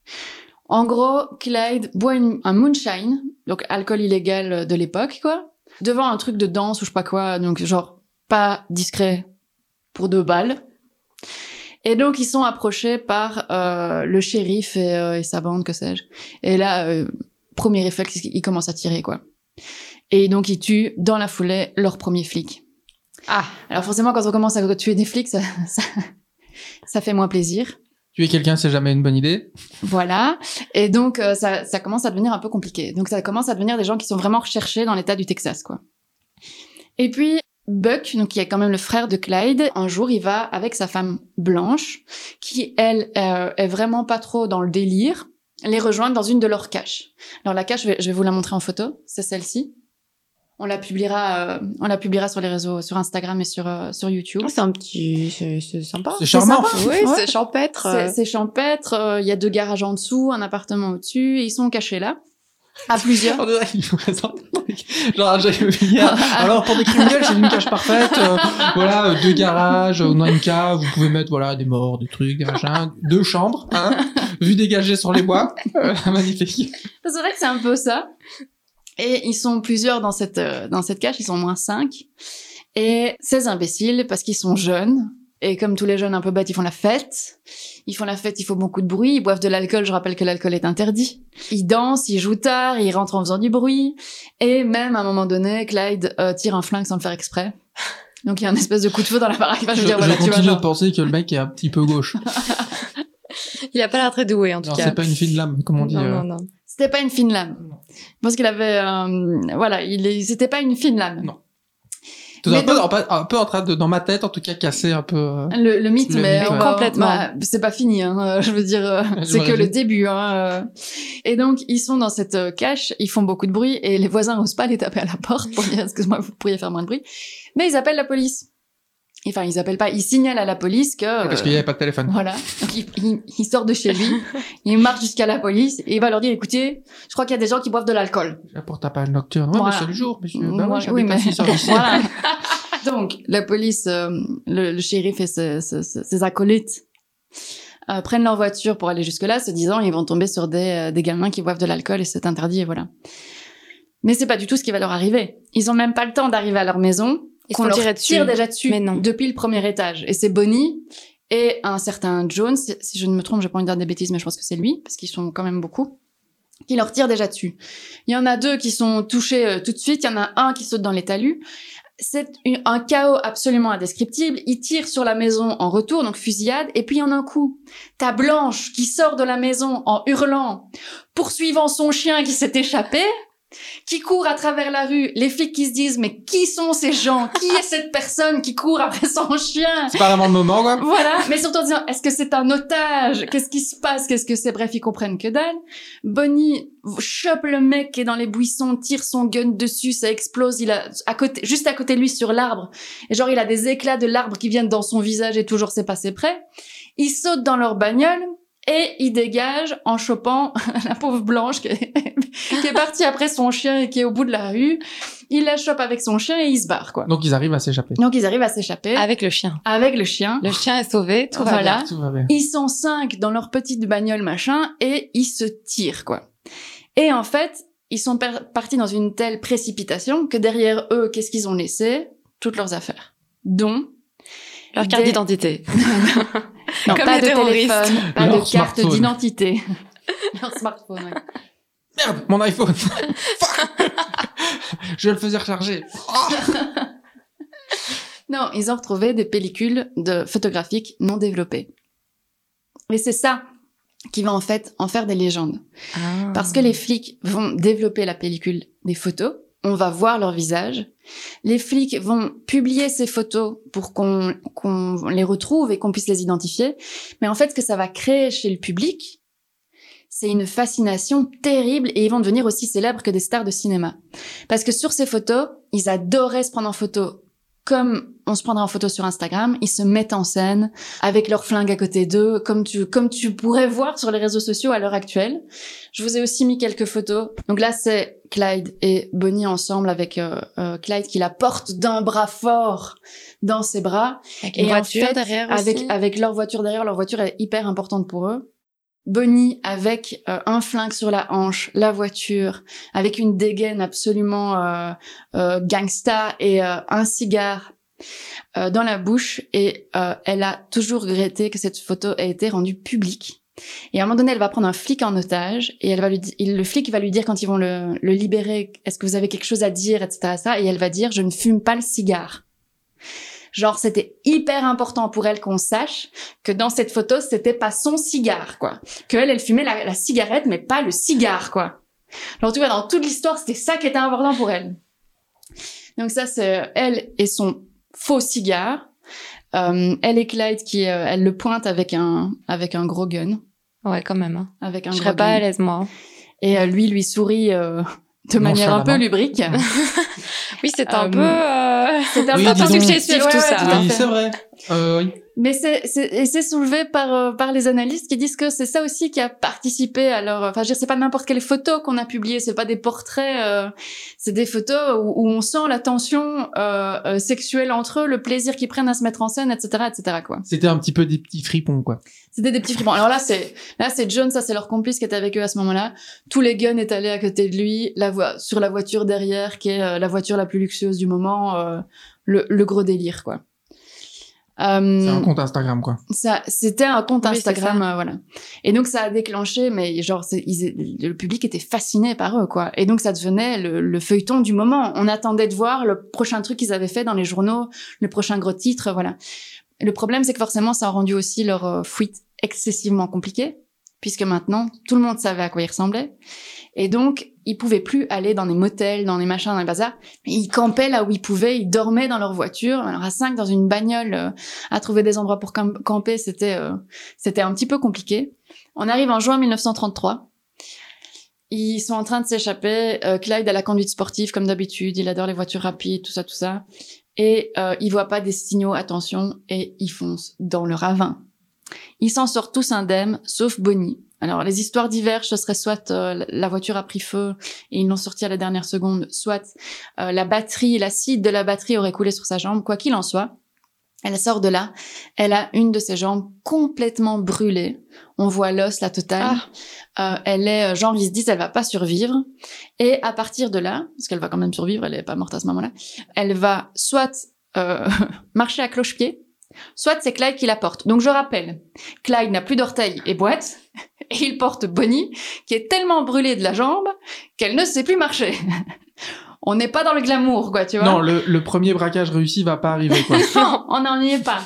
Speaker 3: En gros, Clyde boit une- un moonshine, donc alcool illégal euh, de l'époque quoi, devant un truc de danse ou je sais pas quoi, donc genre pas discret pour deux balles. Et donc ils sont approchés par euh, le shérif et, euh, et sa bande que sais-je. Et là, euh, premier réflexe, ils commencent à tirer quoi. Et donc ils tuent dans la foulée leur premier flic.
Speaker 4: Ah.
Speaker 3: Alors forcément, quand on commence à tuer des flics, ça, ça, ça fait moins plaisir.
Speaker 2: Tuer quelqu'un, c'est jamais une bonne idée.
Speaker 3: Voilà. Et donc, euh, ça, ça commence à devenir un peu compliqué. Donc, ça commence à devenir des gens qui sont vraiment recherchés dans l'État du Texas, quoi. Et puis, Buck, donc qui est quand même le frère de Clyde, un jour, il va avec sa femme Blanche, qui, elle, euh, est vraiment pas trop dans le délire, les rejoindre dans une de leurs caches. Alors, la cache, je vais, je vais vous la montrer en photo. C'est celle-ci. On la publiera, euh, on la publiera sur les réseaux, sur Instagram et sur, euh, sur YouTube.
Speaker 4: Oh, C'est un petit, c'est c'est sympa.
Speaker 2: C'est charmant.
Speaker 4: Oui,
Speaker 3: Ouais.
Speaker 4: c'est champêtre.
Speaker 3: C'est c'est champêtre, euh, il y a deux garages en dessous, un appartement au-dessus, et ils sont cachés là, à plusieurs.
Speaker 2: On dirait qu'ils vous présentent un truc. Genre un Jacques Le Billard. Alors pour des criminels, c'est une cage parfaite. euh, voilà, euh, deux garages, euh, dans une cave, vous pouvez mettre voilà des morts, des trucs, des machins, deux chambres, hein, vue dégagée sur les bois, Euh, magnifique.
Speaker 3: C'est vrai que c'est un peu ça. Et ils sont plusieurs dans cette, euh, dans cette cache, ils sont moins cinq. Et ces imbéciles, parce qu'ils sont jeunes, et comme tous les jeunes un peu bêtes, ils font la fête. Ils font la fête, ils font beaucoup de bruit, ils boivent de l'alcool, je rappelle que l'alcool est interdit. Ils dansent, ils jouent tard, ils rentrent en faisant du bruit. Et même à un moment donné, Clyde euh, tire un flingue sans le faire exprès. Donc il y a un espèce de coup de feu dans la baraque. Enfin, je
Speaker 2: Je,
Speaker 3: veux dire, voilà,
Speaker 2: je
Speaker 3: tu vois,
Speaker 2: continue
Speaker 3: genre-
Speaker 2: de penser que le mec est un petit peu gauche.
Speaker 4: Il a pas l'air très doué, en tout
Speaker 2: Alors
Speaker 4: cas.
Speaker 2: c'est pas une fille de l'âme, comme on dit.
Speaker 4: Non,
Speaker 2: euh.
Speaker 4: non, non.
Speaker 3: C'était pas une fine lame.
Speaker 2: Non.
Speaker 3: Parce qu'il avait, euh, voilà, il est- c'était pas une fine lame.
Speaker 2: Non. Tout
Speaker 3: Mais
Speaker 2: un, peu,
Speaker 3: donc-
Speaker 2: en pa- un peu en train de, dans ma tête, en tout cas, casser un peu. euh,
Speaker 3: Le, le mythe,
Speaker 2: Le
Speaker 3: mais
Speaker 2: mythe,
Speaker 3: on
Speaker 2: ouais.
Speaker 3: va-
Speaker 4: Complètement.
Speaker 3: bah, c'est pas fini. Hein. euh, Je veux dire, euh, c'est que
Speaker 2: J'imagine.
Speaker 3: le début. Hein. euh. Et donc, ils sont dans cette euh, cache, ils font beaucoup de bruit et les voisins n'osent pas les taper à la porte pour dire excuse-moi, vous pourriez faire moins de bruit. Mais ils appellent la police. Enfin, ils appellent pas, ils signalent à la police que.
Speaker 2: Parce
Speaker 3: euh,
Speaker 2: qu'il n'y avait pas de téléphone.
Speaker 3: Voilà. Donc, il, il- il sort de chez lui, il marche jusqu'à la police et il va leur dire écoutez, je crois qu'il y a des gens qui boivent de l'alcool.
Speaker 2: J'ai Pour tapage nocturne. Ouais,
Speaker 3: Voilà.
Speaker 2: mais c'est le jour, monsieur.
Speaker 3: Mm,
Speaker 2: Ben
Speaker 3: ouais,
Speaker 2: oui, j'habite à 6h17.
Speaker 3: voilà. Donc, la police, euh, le, le shérif et ses, ses- ses- ses acolytes euh, prennent leur voiture pour aller jusque-là, se disant ils vont tomber sur des, euh, des gamins qui boivent de l'alcool et c'est interdit, et voilà. Mais c'est pas du tout ce qui va leur arriver. Ils ont même pas le temps d'arriver à leur maison
Speaker 4: Ils se
Speaker 3: qu'on
Speaker 4: font
Speaker 3: leur
Speaker 4: tirer dessus.
Speaker 3: tire déjà dessus
Speaker 4: Mais non.
Speaker 3: depuis le premier étage. Et c'est Bonnie et un certain Jones, si si je ne me trompe, j'ai pas envie de dire des bêtises, mais je pense que c'est lui, parce qu'ils sont quand même beaucoup, qui leur tirent déjà dessus. Il y en a deux qui sont touchés euh, tout de suite, il y en a un qui saute dans les talus. C'est une- un chaos absolument indescriptible. Ils tirent sur la maison en retour, donc fusillade, et puis en un coup, t'as Blanche qui sort de la maison en hurlant, poursuivant son chien qui s'est échappé qui court à travers la rue, les flics qui se disent mais qui sont ces gens Qui est cette personne qui court après son chien
Speaker 2: C'est pas vraiment le moment, quoi.
Speaker 3: Voilà, mais surtout en disant est-ce que c'est un otage Qu'est-ce qui se passe Qu'est-ce que c'est Bref, ils comprennent que dalle. Bonnie chope le mec qui est dans les buissons, tire son gun dessus, ça explose, il a à côté juste à côté de lui sur l'arbre et genre il a des éclats de l'arbre qui viennent dans son visage et toujours c'est passé près. Ils sautent dans leur bagnole. Et ils dégagent en chopant la pauvre blanche qui est, qui est partie après son chien et qui est au bout de la rue. Il la chope avec son chien et ils se barrent, quoi.
Speaker 2: Donc, ils arrivent à s'échapper.
Speaker 3: Donc ils arrivent à s'échapper
Speaker 4: Avec le chien.
Speaker 3: avec le chien.
Speaker 4: Le chien est sauvé, tout va
Speaker 3: Voilà.
Speaker 4: bien.
Speaker 2: Tout va bien.
Speaker 3: Ils sont cinq dans leur petite bagnole machin et ils se tirent quoi. Et en fait, ils sont par- partis dans une telle précipitation que derrière eux, qu'est-ce qu'ils ont laissé Toutes leurs affaires, dont
Speaker 4: Leur carte
Speaker 3: Des-
Speaker 4: d'identité.
Speaker 3: non,
Speaker 4: Comme
Speaker 3: pas
Speaker 4: les
Speaker 3: de
Speaker 4: terroristes.
Speaker 3: téléphone, pas
Speaker 2: Leur
Speaker 3: de carte
Speaker 2: smartphone.
Speaker 3: d'identité, leur smartphone. ouais.
Speaker 2: Merde, mon iPhone. Fuck. Je le faisais recharger. Ah.
Speaker 3: Non, ils ont retrouvé des pellicules de photographiques non développées. Et c'est ça qui va en fait en faire des légendes.
Speaker 4: Ah.
Speaker 3: Parce que les flics vont développer la pellicule des photos, on va voir leur visage. Les flics vont publier ces photos pour qu'on qu'on les retrouve et qu'on puisse les identifier. Mais en fait, ce que ça va créer chez le public, c'est une fascination terrible et ils vont devenir aussi célèbres que des stars de cinéma. Parce que sur ces photos, ils adoraient se prendre en photo. Comme on se prendra en photo sur Instagram, ils se mettent en scène avec leur flingue à côté d'eux, comme tu, comme tu pourrais voir sur les réseaux sociaux à l'heure actuelle. Je vous ai aussi mis quelques photos. Donc là, c'est Clyde et Bonnie ensemble avec euh, euh, Clyde qui la porte d'un bras fort dans ses bras
Speaker 4: Avec une
Speaker 3: Et en
Speaker 4: voiture
Speaker 3: fait,
Speaker 4: derrière
Speaker 3: avec,
Speaker 4: aussi.
Speaker 3: avec leur voiture derrière. Leur voiture est hyper importante pour eux. Bonnie avec euh, un flingue sur la hanche, la voiture, avec une dégaine absolument euh, euh, gangsta et euh, un cigare euh, dans la bouche. Et euh, elle a toujours regretté que cette photo ait été rendue publique. Et à un moment donné, elle va prendre un flic en otage et elle va lui, di- il, le flic va lui dire quand ils vont le, le libérer, est-ce que vous avez quelque chose à dire, etc. Ça, et elle va dire, je ne fume pas le cigare. Genre, c'était hyper important pour elle qu'on sache que dans cette photo, c'était pas son cigare, quoi. Que elle, elle fumait la, la cigarette, mais pas le cigare, quoi. Genre, tu vois, dans toute l'histoire, c'était ça qui était important pour elle. Donc ça, c'est elle et son faux cigare. Euh, elle et Clyde qui, euh, elle le pointe avec un, avec un gros gun.
Speaker 4: Ouais, quand même. hein.
Speaker 3: Avec un
Speaker 4: Je
Speaker 3: gros
Speaker 4: serais pas
Speaker 3: gun.
Speaker 4: à l'aise, moi.
Speaker 3: Et euh, lui, lui sourit euh, de manière un peu
Speaker 2: Nonchalamment.
Speaker 3: lubrique.
Speaker 4: Oui, c'est un
Speaker 3: Euh,
Speaker 4: peu... euh,
Speaker 3: C'est un
Speaker 2: Oui,
Speaker 3: peu
Speaker 2: dis donc.
Speaker 4: Successif, tout ça. hein.
Speaker 3: à
Speaker 2: Oui,
Speaker 3: fait.
Speaker 2: c'est vrai. Euh, oui.
Speaker 3: Mais c'est, c'est, et c'est soulevé par, euh, par les analystes qui disent que c'est ça aussi qui a participé à leur, enfin, je veux dire, c'est pas n'importe quelle photo qu'on a publiée, c'est pas des portraits, euh, c'est des photos où, où on sent la tension, euh, euh, sexuelle entre eux, le plaisir qu'ils prennent à se mettre en scène, etc., etc., quoi.
Speaker 2: C'était un petit peu des petits fripons, quoi.
Speaker 3: C'était des petits fripons. Alors là, c'est là, c'est John, ça c'est leur complice qui était avec eux à ce moment-là. Tous les guns est allé à côté de lui, la voie sur la voiture derrière, qui est euh, la voiture la plus luxueuse du moment, euh, le, le gros délire quoi. Euh,
Speaker 2: C'est un compte Instagram, quoi.
Speaker 3: ça, c'était un compte
Speaker 4: Oui, c'est
Speaker 3: Instagram, euh, voilà. Et donc ça a déclenché, mais genre c'est- ils- le public était fasciné par eux, quoi. Et donc ça devenait le, le feuilleton du moment. On attendait de voir le prochain truc qu'ils avaient fait dans les journaux, le prochain gros titre, voilà. Le problème, c'est que forcément, ça a rendu aussi leur euh, fuite excessivement compliquée, puisque maintenant tout le monde savait à quoi il ressemblait. Et donc, ils pouvaient plus aller dans des motels, dans des machins, dans les bazars. Mais Ils campaient là où ils pouvaient, ils dormaient dans leur voiture. Alors à cinq dans une bagnole, euh, à trouver des endroits pour cam- camper, c'était euh, c'était un petit peu compliqué. On arrive en juin 1933. Ils sont en train de s'échapper. Euh, Clyde a la conduite sportive comme d'habitude. Il adore les voitures rapides, tout ça, tout ça. Et euh, ils voient pas des signaux, attention, et ils foncent dans le ravin. Ils s'en sortent tous indemnes, sauf Bonnie. Alors les histoires divergent, ce serait soit euh, la voiture a pris feu et ils l'ont sortie à la dernière seconde, soit euh, la batterie, l'acide de la batterie aurait coulé sur sa jambe, quoi qu'il en soit. Elle sort de là, elle a une de ses jambes complètement brûlée. On voit l'os, la totale. Euh, elle est, euh, genre, ils se disent, elle va pas survivre. Et à partir de là, parce qu'elle va quand même survivre, elle est pas morte à ce moment-là, elle va soit euh, marcher à cloche-pied, soit c'est Clyde qui la porte. Donc je rappelle, Clyde n'a plus d'orteil et boîte, et il porte Bonnie, qui est tellement brûlée de la jambe qu'elle ne sait plus marcher. On n'est pas dans le glamour, quoi, tu vois.
Speaker 2: Non, le, le premier braquage réussi va pas arriver, quoi.
Speaker 3: Non, on n'en y est pas.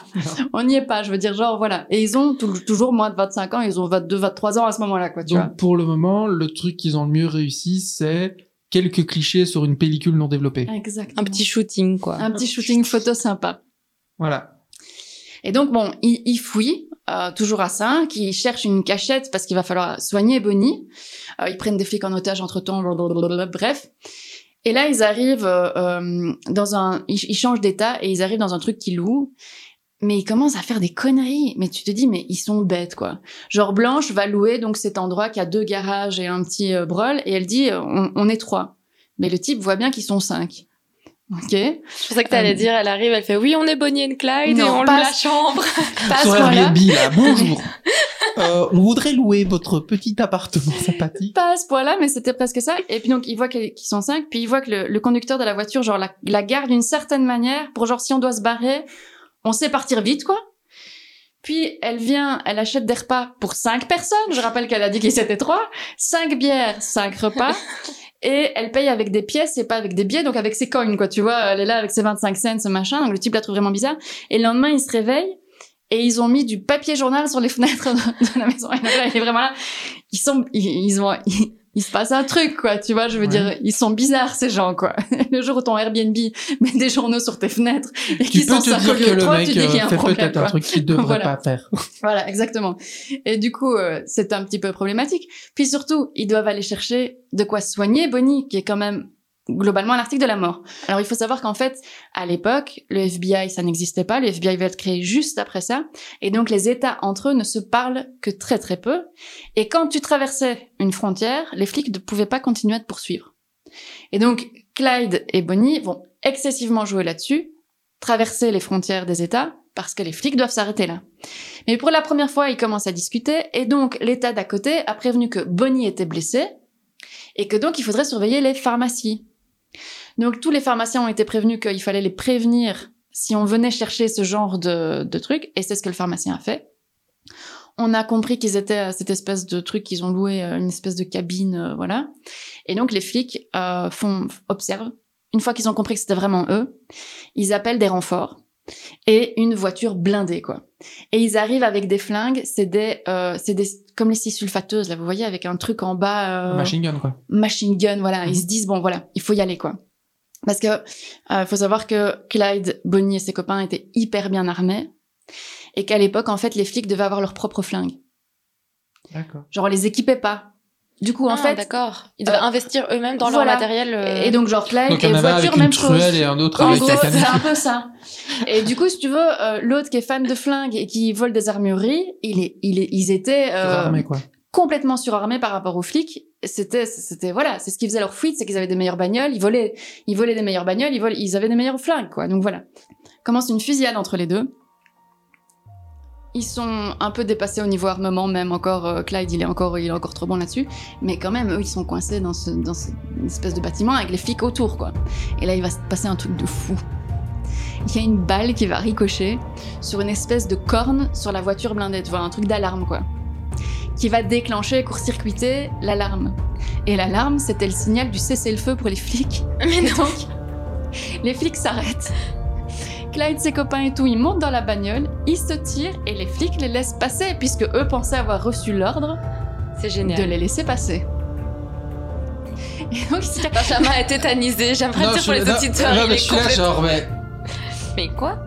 Speaker 3: On n'y est pas, je veux dire, genre, voilà. Et ils ont tou- toujours moins de 25 ans, ils ont 22, 23 ans à ce moment-là, quoi, tu vois.
Speaker 2: Donc, pour le moment, le truc qu'ils ont le mieux réussi, c'est quelques clichés sur une pellicule non développée.
Speaker 3: Exact.
Speaker 4: Un petit shooting, quoi.
Speaker 3: un petit shooting photo sympa.
Speaker 2: Voilà.
Speaker 3: Et donc, bon, il, il fouille, euh, toujours à 5, il cherche une cachette parce qu'il va falloir soigner Bonnie. Euh, ils prennent des flics en otage entre-temps, blablabla, bref. Et là, ils arrivent euh, euh, dans un... Ils, ils changent d'état et ils arrivent dans un truc qu'ils louent. Mais ils commencent à faire des conneries. Mais tu te dis, mais ils sont bêtes, quoi. Genre, Blanche va louer donc cet endroit qui a deux garages et un petit euh, brol, et elle dit, euh, on, on est trois. Mais le type voit bien qu'ils sont cinq. Ok
Speaker 4: Je pensais que t'allais
Speaker 3: Euh,
Speaker 4: dire, elle arrive, elle fait oui, on est Bonnie and Clyde et
Speaker 3: Non,
Speaker 4: on loue
Speaker 3: pas-
Speaker 4: la chambre.
Speaker 3: Pas à
Speaker 2: sur
Speaker 3: ce moment-là.
Speaker 2: Airbnb, là. Bonjour. Euh, on voudrait louer votre petit appartement sympathique.
Speaker 3: pas à ce point-là, mais c'était presque ça. Et puis donc, il voit qu'ils qu'ils sont cinq, puis il voit que le, le conducteur de la voiture, genre, la, la garde d'une certaine manière pour genre, si on doit se barrer, on sait partir vite, quoi. Puis elle vient, elle achète des repas pour cinq personnes. Je rappelle qu'elle a dit qu'ils étaient trois. Cinq bières, cinq repas. Et elle paye avec des pièces et pas avec des billets, donc avec ses coins, quoi. Tu vois, elle est là avec ses 25 cents, ce machin. Donc le type la trouve vraiment bizarre. Et le lendemain, il se réveille et ils ont mis du papier journal sur les fenêtres de, de la maison. Et donc là, il est vraiment là. Ils sont, ils, ils ont, ils- il se passe un truc, quoi. Tu vois, je veux
Speaker 2: Ouais.
Speaker 3: dire, ils sont bizarres, ces gens, quoi. Le jour où ton Airbnb met des journaux sur tes fenêtres et
Speaker 2: Tu
Speaker 3: qu'ils
Speaker 2: peux
Speaker 3: sont
Speaker 2: te dire
Speaker 3: cinq
Speaker 2: que
Speaker 3: au lieu de
Speaker 2: le
Speaker 3: trois,
Speaker 2: mec
Speaker 3: tu dis qu'il y a
Speaker 2: euh,
Speaker 3: un
Speaker 2: fait
Speaker 3: problème,
Speaker 2: peut-être
Speaker 3: quoi.
Speaker 2: un truc qu'il devrait
Speaker 3: Voilà.
Speaker 2: pas faire.
Speaker 3: Voilà, exactement. Et du coup, euh, c'est un petit peu problématique. Puis surtout, ils doivent aller chercher de quoi soigner Bonnie, qui est quand même globalement à l'article de la mort. Alors il faut savoir qu'en fait, à l'époque, le FBI, ça n'existait pas. Le FBI va être créé juste après ça. Et donc les États entre eux ne se parlent que très très peu. Et quand tu traversais une frontière, les flics ne pouvaient pas continuer à te poursuivre. Et donc Clyde et Bonnie vont excessivement jouer là-dessus, traverser les frontières des États, parce que les flics doivent s'arrêter là. Mais pour la première fois, ils commencent à discuter, et donc l'État d'à côté a prévenu que Bonnie était blessée, et que donc il faudrait surveiller les pharmacies. Donc tous les pharmaciens ont été prévenus qu'il fallait les prévenir si on venait chercher ce genre de, de truc, et c'est ce que le pharmacien a fait. On a compris qu'ils étaient à cette espèce de truc qu'ils ont loué, euh, une espèce de cabine, euh, voilà. Et donc les flics euh, font observent. Une fois qu'ils ont compris que c'était vraiment eux, ils appellent des renforts et une voiture blindée, quoi. Et ils arrivent avec des flingues, c'est des, euh, c'est des, comme les scies sulfateuses, là, vous voyez, avec un truc en bas. euh,
Speaker 2: Machine gun, quoi.
Speaker 3: machine gun, voilà.
Speaker 2: Mhm.
Speaker 3: Ils se disent bon, voilà, il faut y aller, quoi. Parce que euh, faut savoir que Clyde, Bonnie et ses copains étaient hyper bien armés et qu'à l'époque, en fait, les flics devaient avoir leurs propres flingues.
Speaker 2: D'accord.
Speaker 3: Genre, on les équipait pas. Du coup, en
Speaker 4: Ah,
Speaker 3: fait,
Speaker 4: d'accord. Ils doivent
Speaker 3: euh,
Speaker 4: investir eux-mêmes dans
Speaker 3: voilà.
Speaker 4: leur matériel. euh,
Speaker 3: et donc genre Clyde
Speaker 2: Donc,
Speaker 3: et
Speaker 2: on avait un
Speaker 3: voiture,
Speaker 2: avec
Speaker 3: même
Speaker 2: une
Speaker 3: chose.
Speaker 2: truelle et un autre
Speaker 3: En
Speaker 2: avec
Speaker 3: gros,
Speaker 2: la
Speaker 3: c'est
Speaker 2: canette.
Speaker 3: un peu ça. Et du coup, si tu veux, euh, l'autre qui est fan de flingues et qui vole des armureries, il est, il est, ils étaient euh,
Speaker 2: Armée, quoi.
Speaker 3: complètement surarmés par rapport aux flics. C'était, c'était voilà, c'est ce qui faisait leur fuite, c'est qu'ils avaient des meilleures bagnoles, ils volaient, ils volaient des meilleures bagnoles, ils, volaient, ils avaient des meilleures flingues, quoi. Donc voilà. Commence une fusillade entre les deux. Ils sont un peu dépassés au niveau armement, même encore. euh, Clyde, il est encore, il est encore trop bon là-dessus. Mais quand même, eux, ils sont coincés dans ce, dans ce- une espèce de bâtiment avec les flics autour, quoi. Et là, il va se passer un truc de fou. Il y a une balle qui va ricocher sur une espèce de corne sur la voiture blindée, tu vois, un truc d'alarme, quoi qui va déclencher, court-circuiter l'alarme. Et l'alarme, c'était le signal du cessez-le-feu pour les flics.
Speaker 4: Mais non.
Speaker 3: Donc, les flics s'arrêtent. Clyde, ses copains et tout, ils montent dans la bagnole, ils se tirent et les flics les laissent passer puisque eux pensaient avoir reçu l'ordre
Speaker 4: C'est
Speaker 3: de
Speaker 4: génial.
Speaker 3: les laisser passer. Et donc, c'est-
Speaker 4: Benjamin est tétanisé. J'aimerais
Speaker 2: Non,
Speaker 4: dire
Speaker 2: je
Speaker 4: pour
Speaker 2: suis-
Speaker 4: les
Speaker 2: non,
Speaker 4: auditeurs,
Speaker 2: non,
Speaker 4: il
Speaker 2: mais
Speaker 4: est
Speaker 2: je suis là,
Speaker 4: complètement-
Speaker 2: genre, mais.
Speaker 4: Mais quoi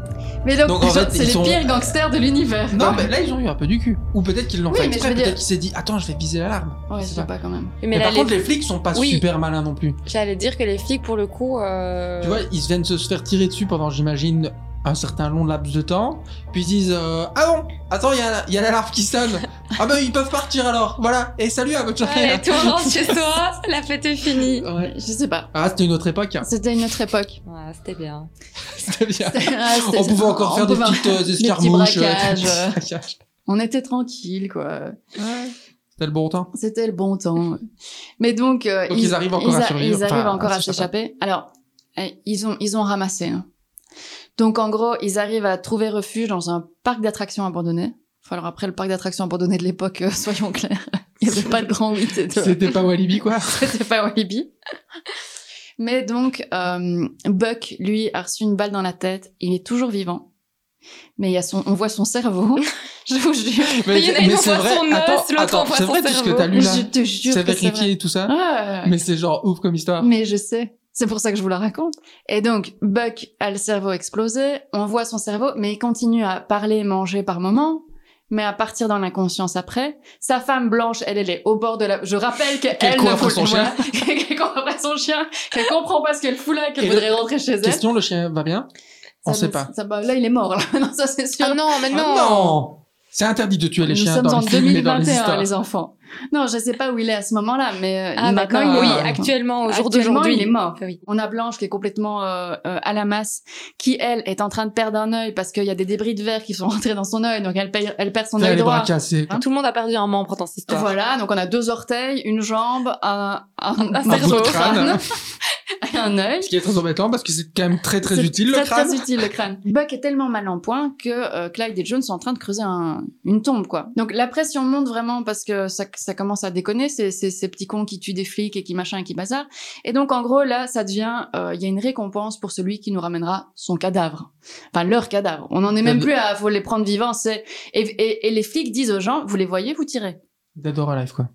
Speaker 3: Mais donc,
Speaker 2: Donc, en
Speaker 3: genre,
Speaker 2: fait,
Speaker 3: c'est
Speaker 2: ils
Speaker 3: les
Speaker 2: sont-
Speaker 3: pires gangsters de l'univers.
Speaker 2: Non,
Speaker 3: quoi.
Speaker 2: mais là, ils ont eu un peu du cul. Ou peut-être qu'ils l'ont
Speaker 3: Oui,
Speaker 2: fait
Speaker 3: mais je
Speaker 2: exprès,
Speaker 3: veux dire-
Speaker 2: peut-être qu'ils s'est dit, attends, je vais viser l'alarme.
Speaker 3: Ouais,
Speaker 2: Je
Speaker 3: je
Speaker 2: sais
Speaker 3: sais
Speaker 2: pas.
Speaker 3: pas quand même.
Speaker 4: Mais,
Speaker 2: Mais
Speaker 4: là,
Speaker 2: par
Speaker 4: les-
Speaker 2: contre, les flics sont pas
Speaker 4: Oui.
Speaker 2: super malins non plus.
Speaker 4: j'allais dire que les flics, pour le coup. euh,
Speaker 2: Tu vois, ils viennent se faire tirer dessus pendant, j'imagine, un certain long laps de temps. Puis ils disent euh, Ah non, attends, il y a, il y a l'alarme qui sonne. ah bah, ils peuvent partir alors. Voilà. Et salut à votre
Speaker 4: Allez,
Speaker 2: soirée.
Speaker 4: tout le monde chez toi, la fête est finie.
Speaker 2: Ouais.
Speaker 3: Je sais pas.
Speaker 2: Ah, c'était une autre époque. hein.
Speaker 3: C'était une autre époque.
Speaker 4: Ouais, c'était bien.
Speaker 2: C'était bien.
Speaker 3: Ah, c'était-
Speaker 2: On pouvait encore
Speaker 3: on
Speaker 2: faire des
Speaker 3: pouvait-
Speaker 2: petites euh,
Speaker 3: petits
Speaker 2: escarmouches. euh,
Speaker 3: braquages, euh.
Speaker 2: des braquages.
Speaker 3: On était tranquille, quoi.
Speaker 2: C'était le bon temps.
Speaker 3: C'était le bon temps. Mais donc, euh,
Speaker 2: Donc, ils arrivent encore à
Speaker 3: ils
Speaker 2: survivre.
Speaker 3: Ils arrivent
Speaker 2: Enfin,
Speaker 3: encore
Speaker 2: à
Speaker 3: à
Speaker 2: s'échapper.
Speaker 3: s'échapper. Alors, euh, ils ont, ils ont ramassé. hein. Donc, en gros, ils arrivent à trouver refuge dans un parc d'attractions abandonné. Enfin, alors après, le parc d'attractions abandonné de l'époque, euh, soyons clairs, il n'y avait pas de grand 8 et de...
Speaker 2: C'était pas Walibi, quoi.
Speaker 3: C'était pas Walibi. Mais donc, euh, Buck, lui, a reçu une balle dans la tête. Il est toujours vivant. Mais il y a son, on voit son cerveau. Je vous jure.
Speaker 4: Mais il y en a une, on voit son os,
Speaker 2: attends,
Speaker 4: l'autre,
Speaker 2: attends,
Speaker 4: on voit
Speaker 2: c'est
Speaker 4: son
Speaker 2: vrai tout ce que
Speaker 4: cerveau.
Speaker 2: t'as lu là.
Speaker 3: Je te jure.
Speaker 2: C'est
Speaker 3: que c'est
Speaker 2: vérifié
Speaker 3: vrai.
Speaker 2: et tout ça.
Speaker 3: Ah,
Speaker 2: Mais c'est genre ouf comme histoire.
Speaker 3: Mais je sais. C'est pour ça que je vous la raconte. Et donc, Buck a le cerveau explosé. On voit son cerveau, mais il continue à parler et manger par moments. Mais à partir dans l'inconscience après, sa femme blanche, elle, elle est au bord de la. Je rappelle qu'elle
Speaker 2: Qu'elle
Speaker 3: ne
Speaker 2: court après
Speaker 3: voulait-
Speaker 2: son chien.
Speaker 3: voilà. qu'elle court après son chien, qu'elle comprend pas ce qu'elle fout là, qu'elle
Speaker 2: Et
Speaker 3: voudrait rentrer chez elle.
Speaker 2: Question, le chien va bien On
Speaker 3: Ça,
Speaker 2: sait
Speaker 3: nous-
Speaker 2: pas.
Speaker 3: ça- bah, là, il est mort. Là. Non, ça c'est sûr.
Speaker 4: Ah non, mais non.
Speaker 2: Ah non C'est interdit de tuer les
Speaker 3: Nous
Speaker 2: chiens
Speaker 3: sommes
Speaker 2: dans
Speaker 3: en
Speaker 2: les films et dans les
Speaker 3: 2021,
Speaker 2: histoires.
Speaker 3: les enfants. Non, je sais pas où il est à ce moment-là, mais euh,
Speaker 4: Ah,
Speaker 3: maintenant
Speaker 4: d'accord.
Speaker 3: il est
Speaker 4: Oui,
Speaker 3: mort.
Speaker 4: actuellement, au jour
Speaker 3: Actuellement,
Speaker 4: d'aujourd'hui.
Speaker 3: il est mort.
Speaker 4: Ah oui.
Speaker 3: On a Blanche qui est complètement euh, euh, à la masse, qui elle est en train de perdre un œil parce qu'il y a des débris de verre qui sont rentrés dans son œil, donc elle, perd- elle perd son
Speaker 2: T'as
Speaker 3: œil
Speaker 2: les bras
Speaker 3: droit.
Speaker 2: cassés.
Speaker 4: Tout le monde a perdu un membre dans cette histoire.
Speaker 3: Voilà, donc on a deux orteils, une jambe, un, un,
Speaker 4: Un
Speaker 2: Un bout de
Speaker 4: cerveau.
Speaker 2: crâne,
Speaker 3: et un œil.
Speaker 2: ce qui est très embêtant parce que c'est quand même très très
Speaker 3: C'est
Speaker 2: utile le
Speaker 3: très,
Speaker 2: crâne.
Speaker 3: Très utile le crâne. Buck est tellement mal en point que euh, Clyde et Jones sont en train de creuser un- une tombe quoi. Donc la pression monte vraiment parce que ça, ça commence à déconner ces, ces, ces petits cons qui tuent des flics et qui machin et qui bazar. Et donc en gros là ça devient euh, il y a une récompense pour celui qui nous ramènera son cadavre. Enfin leur cadavre. On en est même
Speaker 2: Cadavre.
Speaker 3: plus à faut les prendre vivants. C'est et, et, et les flics disent aux gens vous les voyez vous tirez.
Speaker 2: Dead or Alive quoi.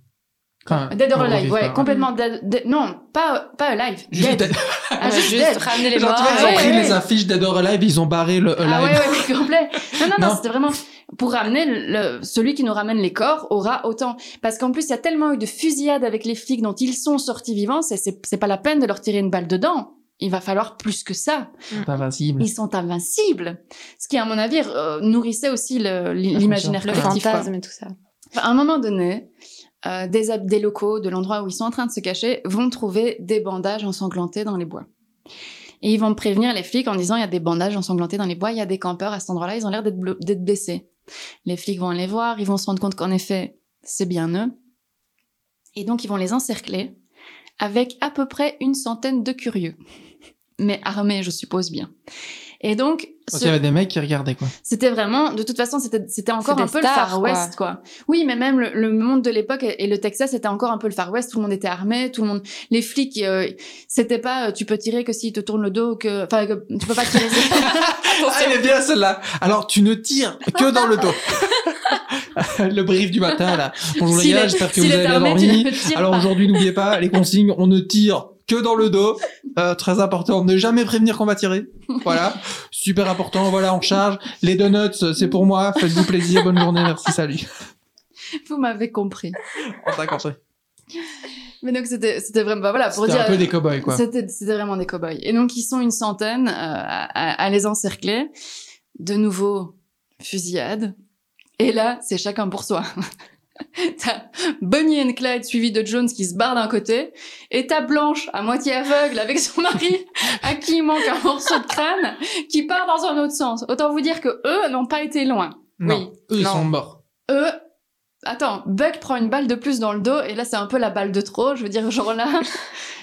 Speaker 2: Enfin,
Speaker 3: Dead or
Speaker 2: on
Speaker 3: alive
Speaker 2: revit
Speaker 3: ouais
Speaker 2: pas.
Speaker 3: complètement dead, dead- non pas pas alive.
Speaker 2: Juste
Speaker 3: Dead.
Speaker 2: Dead-
Speaker 3: Ah, juste
Speaker 4: juste
Speaker 3: dead.
Speaker 4: ramener les
Speaker 2: Genre,
Speaker 4: morts.
Speaker 2: tu vois, ils
Speaker 3: ouais,
Speaker 2: ont pris
Speaker 3: ouais.
Speaker 2: les affiches Dead or Alive, ils ont barré le
Speaker 3: Ah ouais,
Speaker 2: Alive.
Speaker 3: ouais, ouais, complet. Non, non, non,
Speaker 2: Non.
Speaker 3: c'était vraiment pour ramener le, celui qui nous ramène les corps aura autant. Parce qu'en plus, il y a tellement eu de fusillades avec les flics dont ils sont sortis vivants, c'est- c'est c'est pas la peine de leur tirer une balle dedans. Il va falloir plus que ça.
Speaker 2: C'est invincible.
Speaker 3: Ils sont invincibles. Ce qui, à mon avis, euh, nourrissait aussi le- l'imaginaire
Speaker 4: Le
Speaker 3: collectif. quoi.
Speaker 4: fantasme et tout ça.
Speaker 3: Enfin, à un moment donné, euh, des, hab- des locaux de l'endroit où ils sont en train de se cacher vont trouver des bandages ensanglantés dans les bois. Et ils vont prévenir les flics en disant il y a des bandages ensanglantés dans les bois, il y a des campeurs à cet endroit-là, ils ont l'air d'être blo- d'être blessés. Les flics vont aller voir, ils vont se rendre compte qu'en effet, c'est bien eux. Et donc ils vont les encercler avec à peu près une centaine de curieux. Mais armés, je suppose bien. Et donc,
Speaker 2: Parce
Speaker 3: ce-
Speaker 2: qu'il y avait des mecs qui regardaient quoi.
Speaker 3: c'était vraiment, de toute façon, c'était c'était encore
Speaker 4: C'est
Speaker 3: un
Speaker 4: des
Speaker 3: peu le
Speaker 4: stars,
Speaker 3: Far West, quoi. Oui, mais même le, le monde de l'époque et et le Texas était encore un peu le Far West. Tout le monde était armé, tout le monde. Les flics, euh, c'était pas, euh, tu peux tirer que s'ils te tournent le dos, ou que, enfin, que tu peux pas tirer.
Speaker 2: Ah, elle est bien celle-là. Alors, tu ne tires que dans le dos. le brief du matin, là. Bonjour les
Speaker 3: S'il
Speaker 2: gars,
Speaker 3: est-
Speaker 2: j'espère que
Speaker 3: s'il
Speaker 2: vous
Speaker 3: est
Speaker 2: avez bien
Speaker 3: armé, tu
Speaker 2: dormi.
Speaker 3: ne tires
Speaker 2: Alors
Speaker 3: pas.
Speaker 2: aujourd'hui, n'oubliez pas, les consignes, on ne tire que dans le dos. Euh, très important, ne jamais prévenir qu'on va tirer. Voilà, super important, voilà, on charge. Les donuts, c'est pour moi, faites-vous plaisir, bonne journée, merci, salut.
Speaker 3: vous m'avez compris.
Speaker 2: On t'a compris.
Speaker 3: Mais donc c'était, c'était vraiment, bah, voilà, pour
Speaker 2: C'était
Speaker 3: dire.
Speaker 2: un peu des cow-boys, quoi.
Speaker 3: C'était, c'était vraiment des cow-boys. Et donc, ils sont une centaine euh, à, à- à les encercler. De nouveau, fusillade. Et là, c'est chacun pour soi. t'as Bonnie and Clyde suivi de Jones qui se barre d'un côté. Et t'as Blanche, à moitié aveugle, avec son mari, à qui il manque un morceau de crâne, qui part dans un autre sens. Autant vous dire que eux n'ont pas été loin.
Speaker 2: Non, eux, ils
Speaker 4: non.
Speaker 2: sont morts.
Speaker 3: Eux, E, attends, Buck prend une balle de plus dans le dos et là c'est un peu la balle de trop. Je veux dire, genre là,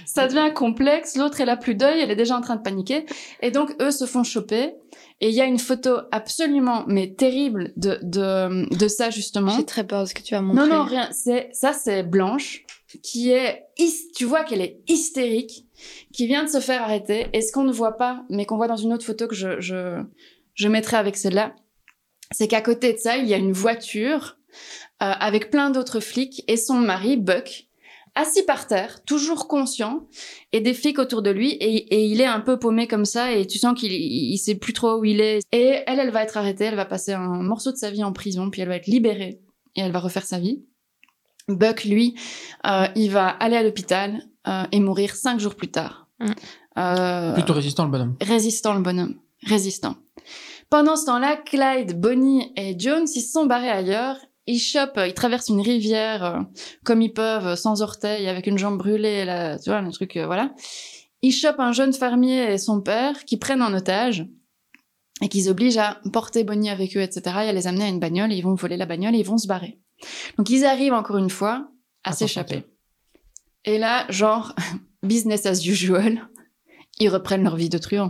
Speaker 3: ça devient complexe. L'autre elle a plus d'œil, elle est déjà en train de paniquer et donc eux se font choper. Et il y a une photo absolument mais terrible de de, de ça justement.
Speaker 4: J'ai très peur de ce que tu as montré.
Speaker 3: Non non rien, c'est ça c'est Blanche qui est hys- tu vois qu'elle est hystérique, qui vient de se faire arrêter. Et ce qu'on ne voit pas, mais qu'on voit dans une autre photo que je je je mettrai avec celle-là, c'est qu'à côté de ça il y a une voiture euh, avec plein d'autres flics et son mari, Buck, assis par terre, toujours conscient, et des flics autour de lui, et, et il est un peu paumé comme ça, et tu sens qu'il il il sait plus trop où il est. Et elle, elle va être arrêtée, elle va passer un morceau de sa vie en prison, puis elle va être libérée, et elle va refaire sa vie. Buck, lui, euh, il va aller à l'hôpital euh, et mourir cinq jours plus tard.
Speaker 4: Mm.
Speaker 3: Euh,
Speaker 2: Plutôt résistant, le bonhomme.
Speaker 3: Résistant, le bonhomme. Résistant. Pendant ce temps-là, Clyde, Bonnie et Jones, ils se sont barrés ailleurs. Ils chopent, ils traversent une rivière euh, comme ils peuvent, euh, sans orteils, avec une jambe brûlée, là, tu vois, le truc, euh, voilà. Ils chopent un jeune fermier et son père, qui prennent en otage et qu'ils obligent à porter Bonnie avec eux, etc., et à les amener à une bagnole, et ils vont voler la bagnole et ils vont se barrer. Donc ils arrivent encore une fois à
Speaker 2: À
Speaker 3: s'échapper.
Speaker 2: s'enfoncer.
Speaker 3: Et là, genre, business as usual, ils reprennent leur vie de truand.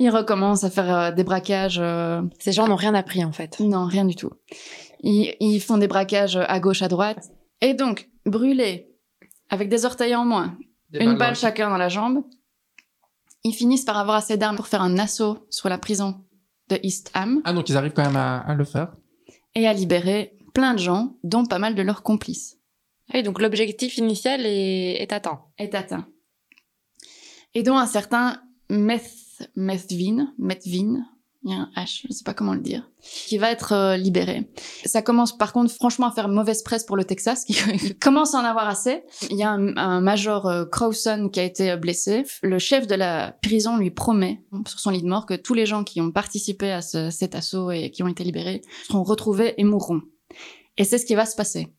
Speaker 3: Ils recommencent à faire euh, des braquages. euh,
Speaker 4: Ces gens n'ont rien appris en fait.
Speaker 3: Non, rien du tout. Ils, ils font des braquages à gauche, à droite. Et donc, brûlés, avec des orteils en moins, une balle chacun dans la jambe, ils finissent par avoir assez d'armes pour faire un assaut sur la prison de East Ham
Speaker 2: Ah, donc ils arrivent quand même à, à le faire.
Speaker 3: et à libérer plein de gens, dont pas mal de leurs complices.
Speaker 4: Ah Oui, donc l'objectif initial est, est atteint.
Speaker 3: est atteint. Et dont un certain Meth, Methvin, Methvin, il y a un H, je ne sais pas comment le dire, qui va être euh, libéré. Ça commence par contre franchement à faire mauvaise presse pour le Texas, qui commence à en avoir assez. Il y a un, un major euh, Crowson qui a été euh, blessé. Le chef de la prison lui promet sur son lit de mort que tous les gens qui ont participé à ce- cet assaut et qui ont été libérés seront retrouvés et mourront. Et c'est ce qui va se passer.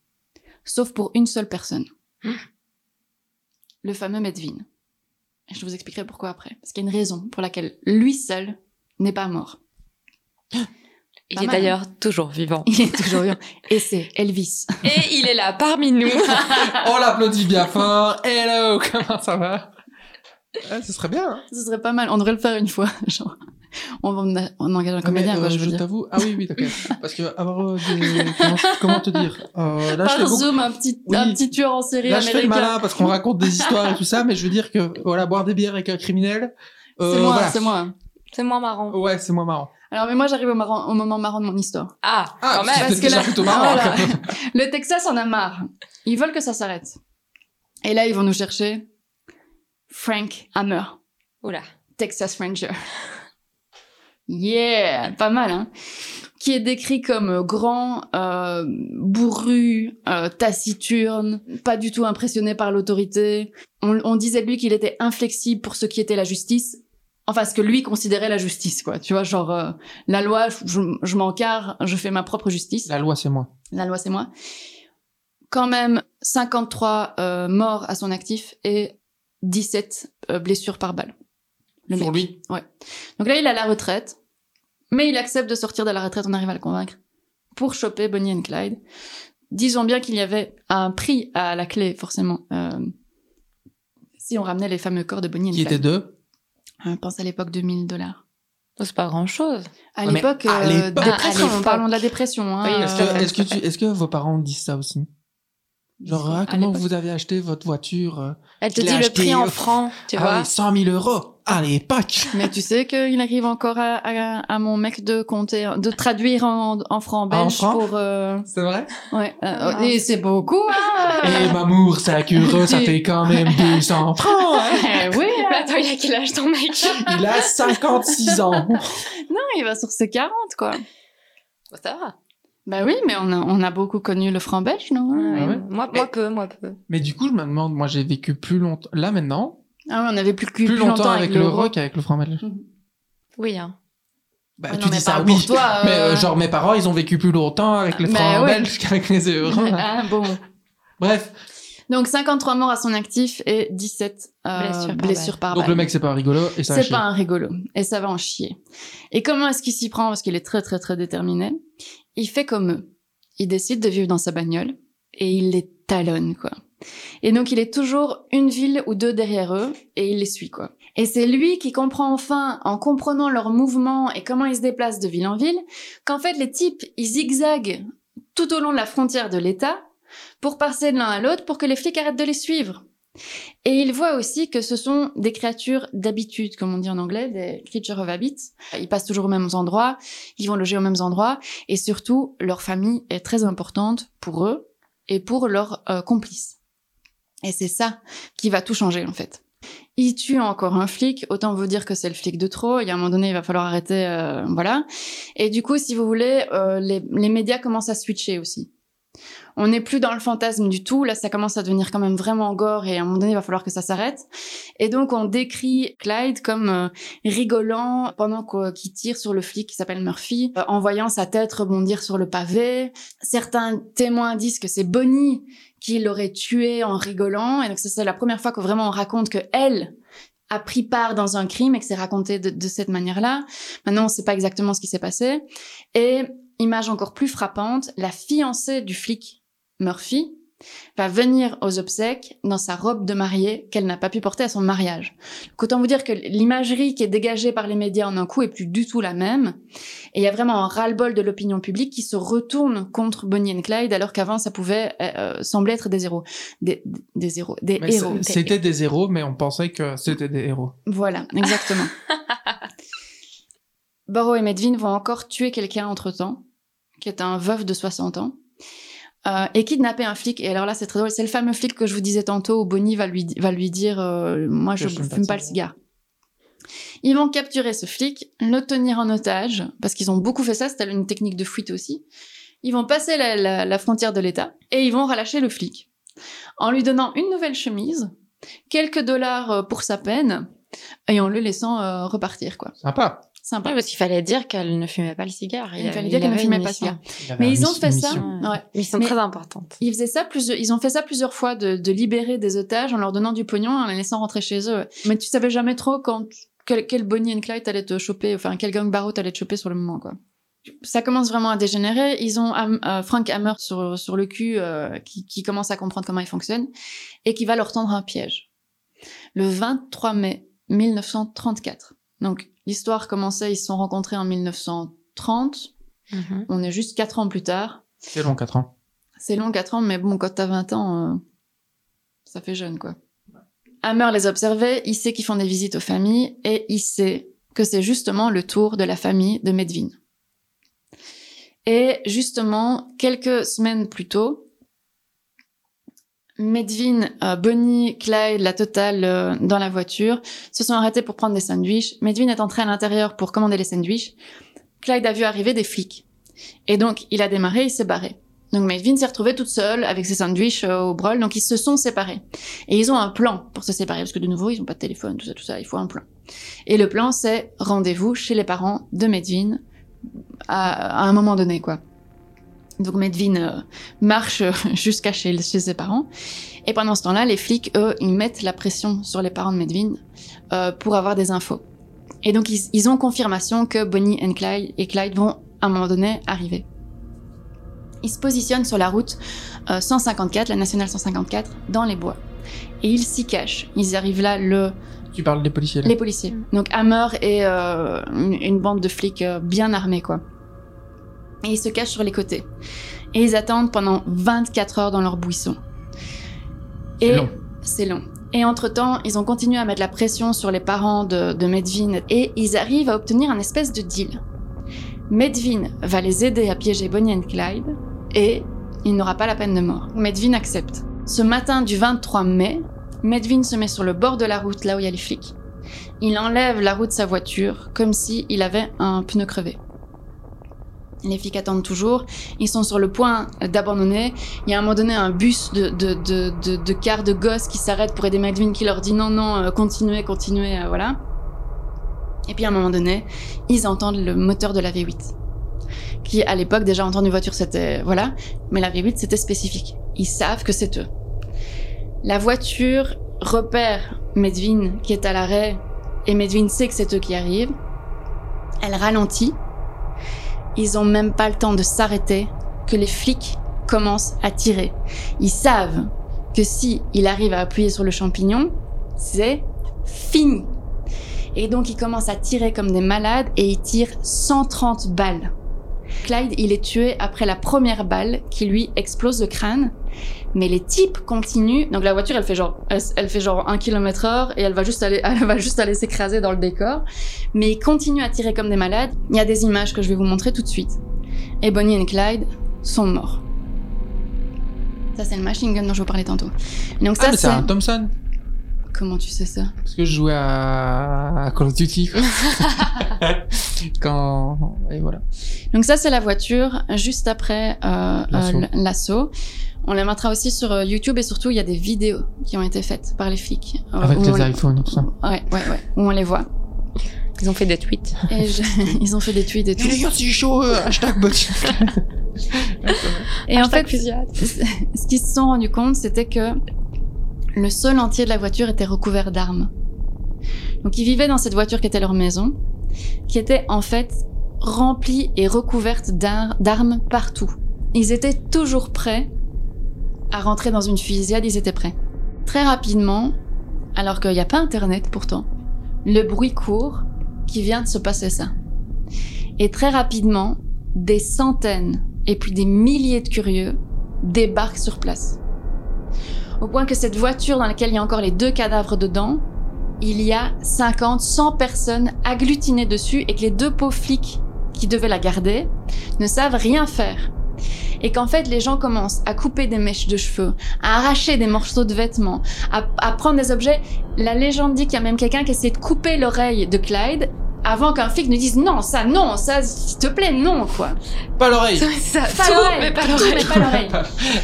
Speaker 3: Sauf pour une seule personne le fameux Medvin. Et je vous expliquerai pourquoi après. Parce qu'il y a une raison pour laquelle lui seul n'est pas mort.
Speaker 4: Il
Speaker 3: Pas
Speaker 4: est
Speaker 3: mal.
Speaker 4: d'ailleurs toujours vivant.
Speaker 3: Il est toujours vivant. Et c'est Elvis.
Speaker 4: Et il est là parmi nous.
Speaker 2: On l'applaudit bien fort. Hello, comment ça va Ah, Ce serait bien. hein.
Speaker 3: Ce serait pas mal. On devrait le faire une fois. Genre, on, va en- on engage un comédien,
Speaker 2: Mais,
Speaker 3: quoi,
Speaker 2: euh,
Speaker 3: je veux
Speaker 2: je
Speaker 3: dire.
Speaker 2: t'avoue. Ah oui, oui, d'accord. Parce que avoir euh, des. Comment, comment te dire Euh, Là, je fais
Speaker 3: Par
Speaker 2: beaucoup.
Speaker 3: Zoom, un petit,
Speaker 2: Oui.
Speaker 3: un petit tueur en série
Speaker 2: Là, je fais le
Speaker 3: américain.
Speaker 2: malin parce qu'on raconte des histoires et tout ça, mais je veux dire que voilà, boire des bières avec un criminel. euh,
Speaker 3: c'est moi,
Speaker 2: voilà.
Speaker 3: c'est moi.
Speaker 4: C'est moins marrant.
Speaker 2: Ouais, c'est moins marrant.
Speaker 3: Alors, mais moi, j'arrive au, marrant- au moment marrant de mon histoire.
Speaker 4: Ah,
Speaker 2: Ah,
Speaker 4: quand même.
Speaker 2: parce que déjà
Speaker 3: là- ah,
Speaker 2: plutôt marrant.
Speaker 3: Voilà. le Texas en a marre. Ils veulent que ça s'arrête. Et là, ils vont nous chercher Frank Hammer.
Speaker 4: Oula.
Speaker 3: Texas Ranger. Yeah, pas mal, hein. Qui est décrit comme euh, grand, euh, bourru, euh, taciturne, pas du tout impressionné par l'autorité. On, on disait de lui qu'il était inflexible pour ce qui était la justice. Enfin, ce que lui considérait la justice, quoi. Tu vois, genre, euh, la loi, je, je, je m'en carre, je fais ma propre justice.
Speaker 2: La loi, c'est moi.
Speaker 3: La loi, c'est moi. Quand même, 53 euh, morts à son actif et 17 euh, blessures par balle. Le
Speaker 2: Sur
Speaker 3: mec.
Speaker 2: lui.
Speaker 3: Donc là, il a la retraite, mais il accepte de sortir de la retraite, on arrive à le convaincre, pour choper Bonnie and Clyde. Disons bien qu'il y avait un prix à la clé, forcément, euh, si on ramenait les fameux corps de Bonnie and
Speaker 2: Qui était
Speaker 3: Clyde.
Speaker 2: deux.
Speaker 3: Euh, pense à l'époque de 1000 dollars.
Speaker 4: Oh, C'est pas grand chose.
Speaker 3: À
Speaker 2: Ah, Mais
Speaker 3: l'époque,
Speaker 2: à
Speaker 3: euh,
Speaker 2: l'époque-
Speaker 3: dépression,
Speaker 4: À l'époque.
Speaker 3: parlons de la dépression. Hein,
Speaker 4: Oui,
Speaker 2: Est-ce
Speaker 4: Euh,
Speaker 2: que, est-ce que, tu- est-ce que vos parents disent ça aussi Genre, ah,
Speaker 3: À
Speaker 2: comment
Speaker 3: l'époque.
Speaker 2: vous avez acheté votre voiture euh,
Speaker 4: Elle te
Speaker 2: Je l'ai
Speaker 4: dit le
Speaker 2: acheté,
Speaker 4: prix en
Speaker 2: euh,
Speaker 4: francs, tu
Speaker 2: Ah
Speaker 4: vois.
Speaker 2: oui, 100 000 euros à l'époque
Speaker 3: Mais tu sais qu'il arrive encore à, à- à mon mec de compter, de traduire en, en franc
Speaker 2: Ah, en
Speaker 3: belge
Speaker 2: franc
Speaker 3: pour. euh,
Speaker 2: C'est vrai
Speaker 3: ouais, euh,
Speaker 4: Ah.
Speaker 3: et c'est beaucoup.
Speaker 2: Eh,
Speaker 3: Hein
Speaker 2: m'amour, ça cure, ça fait quand même 200 francs
Speaker 3: Eh oui,
Speaker 4: Mais Attends, il a quel âge ton mec
Speaker 2: Il a 56 ans
Speaker 3: non, il va sur ses 40, quoi.
Speaker 4: Bon, Oh, Ça va.
Speaker 3: Bah oui, mais on a, on a beaucoup connu le franc belge, non
Speaker 2: ouais.
Speaker 4: Moi, moi peu, moi peu.
Speaker 2: Mais du coup, je me demande, moi j'ai vécu plus longtemps, là maintenant,
Speaker 3: Ah oui, on avait plus, que-
Speaker 2: plus, longtemps, avec, le
Speaker 3: l'euro.
Speaker 2: rock qu'avec le franc belge.
Speaker 4: Oui, hein.
Speaker 2: Bah,
Speaker 3: Ah
Speaker 2: tu
Speaker 3: non, mais
Speaker 2: dis ça,
Speaker 3: parle
Speaker 2: oui
Speaker 3: pour toi,
Speaker 2: Mais euh,
Speaker 3: euh.
Speaker 2: genre, mes parents, ils ont vécu plus longtemps avec le
Speaker 3: Bah
Speaker 2: franc
Speaker 3: ouais.
Speaker 2: belge qu'avec les euros.
Speaker 3: ah bon.
Speaker 2: Bref,
Speaker 3: Donc 53 morts à son actif et 17 euh,
Speaker 4: Blessures par
Speaker 3: blessures par
Speaker 2: donc
Speaker 3: balle.
Speaker 2: le mec, c'est pas rigolo et ça a
Speaker 3: bah C'est
Speaker 2: chier.
Speaker 3: pas un rigolo et ça va en chier. Et comment est-ce qu'il s'y prend Parce qu'il est très très très déterminé. Il fait comme eux. Il décide de vivre dans sa bagnole et il les talonne quoi. Et donc il est toujours une ville ou deux derrière eux et il les suit quoi. Et c'est lui qui comprend enfin, en comprenant leurs mouvements et comment ils se déplacent de ville en ville, qu'en fait les types ils zigzaguent tout au long de la frontière de l'État pour passer de l'un à l'autre pour que les flics arrêtent de les suivre. Et il voit aussi que ce sont des créatures d'habitude, comme on dit en anglais, des creatures of habit. Ils passent toujours aux mêmes endroits, ils vont loger aux mêmes endroits, et surtout, leur famille est très importante pour eux et pour leurs euh, complices. Et c'est ça qui va tout changer, en fait. Il tue encore un flic, autant vous dire que c'est le flic de trop, il y a un moment donné, il va falloir arrêter, euh, voilà. Et du coup, si vous voulez, euh, les, les médias commencent à switcher aussi. On n'est plus dans le fantasme du tout. Là, ça commence à devenir quand même vraiment gore et à un moment donné, il va falloir que ça s'arrête. Et donc, on décrit Clyde comme euh, rigolant pendant qu'au- qu'il tire sur le flic qui s'appelle Murphy, euh, en voyant sa tête rebondir sur le pavé. Certains témoins disent que c'est Bonnie qui l'aurait tué en rigolant. Et donc, ça, c'est la première fois que vraiment on raconte que elle a pris part dans un crime et que c'est raconté de, de cette manière-là. Maintenant, on ne sait pas exactement ce qui s'est passé. Et image encore plus frappante, la fiancée du flic Murphy va venir aux obsèques dans sa robe de mariée qu'elle n'a pas pu porter à son mariage. Donc, autant vous dire que l'imagerie qui est dégagée par les médias en un coup est plus du tout la même. Et il y a vraiment un ras-le-bol de l'opinion publique qui se retourne contre Bonnie and Clyde alors qu'avant ça pouvait euh, euh, sembler être des héros. Des, des- des héros. Des
Speaker 2: Mais
Speaker 3: héros.
Speaker 2: c'est- C'était des héros, mais on pensait que c'était des héros.
Speaker 3: Voilà, exactement. Borrow et Medvin vont encore tuer quelqu'un entre-temps, qui est un veuf de 60 ans, euh, et kidnapper un flic. Et alors là, c'est très drôle. C'est le fameux flic que je vous disais tantôt où Bonnie va lui, va lui dire euh, Moi, je
Speaker 2: Que
Speaker 3: ne
Speaker 2: je
Speaker 3: fume,
Speaker 2: fume pas de
Speaker 3: pas le
Speaker 2: cigare.
Speaker 3: cigare. Ils vont capturer ce flic, le tenir en otage, parce qu'ils ont beaucoup fait ça, c'était une technique de fuite aussi. Ils vont passer la- la- la frontière de l'État et ils vont relâcher le flic en lui donnant une nouvelle chemise, quelques dollars euh, pour sa peine et en le laissant euh, repartir quoi.
Speaker 2: Sympa.
Speaker 3: Sympa.
Speaker 4: Ouais, parce qu'il fallait dire qu'elle ne fumait pas le cigare.
Speaker 3: Il fallait
Speaker 4: y
Speaker 3: dire qu'elle ne
Speaker 4: avait
Speaker 3: fumait
Speaker 4: une
Speaker 3: pas ça.
Speaker 4: mission.
Speaker 2: Il avait
Speaker 3: Mais
Speaker 2: un
Speaker 3: ils ont
Speaker 2: miss-
Speaker 3: fait
Speaker 2: bah, une
Speaker 3: ça.
Speaker 2: mission.
Speaker 4: Ouais.
Speaker 3: Ouais.
Speaker 4: Mission
Speaker 3: Mais-
Speaker 4: très importante.
Speaker 3: Ils faisaient ça plusieurs, ils ont fait ça plusieurs fois de, de libérer des otages en leur donnant du pognon en les laissant rentrer chez eux. Mais tu savais jamais trop quand quel, quel Bonnie and Clyde allait te choper, enfin quel gang barreau t'allais te choper sur le moment quoi. Ça commence vraiment à dégénérer. Ils ont Ham- euh, Frank Hammer sur, sur le cul euh, qui, qui commence à comprendre comment il fonctionne et qui va leur tendre un piège. Le 23 mai 1934. Donc l'histoire commençait, ils se sont rencontrés en 1930.
Speaker 4: Mhm.
Speaker 3: On est juste quatre ans plus tard.
Speaker 2: C'est long, 4 ans.
Speaker 3: C'est long, 4 ans, mais bon, quand t'as 20 ans, euh, ça fait jeune, quoi. Hammer les observait, il sait qu'ils font des visites aux familles, et il sait que c'est justement le tour de la famille de Medvin. Et justement, quelques semaines plus tôt, Medvin, euh, Bonnie, Clyde, la totale euh, dans la voiture, se sont arrêtés pour prendre des sandwichs. Medvin est entré à l'intérieur pour commander les sandwichs. Clyde a vu arriver des flics. Et donc, il a démarré, il s'est barré. Donc Melvin s'est retrouvée toute seule avec ses sandwichs euh, au brol, donc ils se sont séparés. Et ils ont un plan pour se séparer, parce que de nouveau, ils n'ont pas de téléphone, tout ça, tout ça, il faut un plan. Et le plan, c'est rendez-vous chez les parents de Medvin à, à un moment donné, quoi. Donc Medvin euh, marche euh, jusqu'à chez, chez ses parents. Et pendant ce temps-là, les flics, eux, ils mettent la pression sur les parents de Medvin euh, pour avoir des infos. Et donc ils, ils ont confirmation que Bonnie and Clyde, et Clyde vont à un moment donné arriver. Il se positionne sur la route euh, 154, la nationale 154, dans les bois. Et ils s'y cachent. Ils arrivent là, le,
Speaker 2: Tu parles des policiers, là.
Speaker 3: les policiers.
Speaker 4: Mm.
Speaker 3: Donc Hammer et euh, une, une bande de flics euh, bien armés, quoi. Et ils se cachent sur les côtés. Et ils attendent pendant 24 heures dans leur buisson.
Speaker 2: C'est
Speaker 3: Et
Speaker 2: long.
Speaker 3: c'est long. Et entre-temps, ils ont continué à mettre la pression sur les parents de, de Medvin et ils arrivent à obtenir un espèce de deal. Medvin va les aider à piéger Bonnie and Clyde et il n'aura pas la peine de mort. Medvin accepte. Ce matin du 23 mai, Medvin se met sur le bord de la route là où il y a les flics. Il enlève la roue de sa voiture comme si il avait un pneu crevé. Les flics attendent toujours. Ils sont sur le point d'abandonner. Il y a à un moment donné un bus de, de, de, de, de cars de gosses qui s'arrête pour aider Medvin qui leur dit non, non, euh, continuez, continuez, euh, voilà. Et puis à un moment donné, ils entendent le moteur de la V8. Qui à l'époque, déjà entendre une voiture, c'était. euh, Voilà. Mais la V8, c'était spécifique. Ils savent que c'est eux. La voiture repère Medvin qui est à l'arrêt et Medvin sait que c'est eux qui arrivent. Elle ralentit. Ils ont même pas le temps de s'arrêter que les flics commencent à tirer. Ils savent que si il arrive à appuyer sur le champignon, c'est fini. Et donc ils commencent à tirer comme des malades et ils tirent 130 balles. Clyde, il est tué après la première balle qui lui explose le crâne. Mais les types continuent. Donc la voiture, elle fait genre, elle, elle fait genre 1 km heure et elle va juste aller, elle va juste aller s'écraser dans le décor. Mais ils continuent à tirer comme des malades. Il y a des images que je vais vous montrer tout de suite. Et Bonnie et Clyde sont morts. Ça, c'est le machine gun dont je vous parlais tantôt. Et donc
Speaker 2: Ah, mais
Speaker 3: ça,
Speaker 2: c'est un
Speaker 3: c'est...
Speaker 2: Thompson.
Speaker 3: Comment tu sais ça
Speaker 2: Parce que je jouais à, à Call of Duty. quoi. Quand. Et voilà.
Speaker 3: Donc ça, c'est la voiture juste après euh,
Speaker 2: L'assaut.
Speaker 3: euh, l'assaut. On les mettra aussi sur euh, YouTube et surtout, il y a des vidéos qui ont été faites par les flics. euh,
Speaker 2: Avec
Speaker 3: où on
Speaker 2: les
Speaker 3: les-
Speaker 2: iPhones et tout ça.
Speaker 3: Ouais, ouais, ouais. Où on les voit.
Speaker 4: Ils ont fait des tweets.
Speaker 3: Et je- ils ont fait des tweets et tout.
Speaker 2: gars, c'est chaud, euh, hashtag bot.
Speaker 3: Et en fait,
Speaker 4: fusillade.
Speaker 3: ce qu'ils se sont rendus compte, c'était que le sol entier de la voiture était recouvert d'armes. Donc ils vivaient dans cette voiture qui était leur maison, qui était en fait remplie et recouverte d'ar- d'armes partout. Ils étaient toujours prêts à rentrer dans une fusillade, ils étaient prêts. Très rapidement, alors qu'il n'y a pas Internet pourtant, le bruit court qui vient de se passer ça. Et très rapidement, des centaines et puis des milliers de curieux débarque sur place. Au point que cette voiture dans laquelle il y a encore les deux cadavres dedans, il y a 50, 100 personnes agglutinées dessus et que les deux pauvres flics qui devaient la garder ne savent rien faire. Et qu'en fait, les gens commencent à couper des mèches de cheveux, à arracher des morceaux de vêtements, à, à prendre des objets. La légende dit qu'il y a même quelqu'un qui a essayé de couper l'oreille de Clyde avant qu'un flic ne dise non, ça, non, ça, s'il te plaît, non, quoi.
Speaker 2: Pas l'oreille.
Speaker 4: Ça,
Speaker 3: Pas
Speaker 4: tout,
Speaker 3: l'oreille,
Speaker 4: mais pas
Speaker 3: tout,
Speaker 4: l'oreille.
Speaker 3: mais pas l'oreille.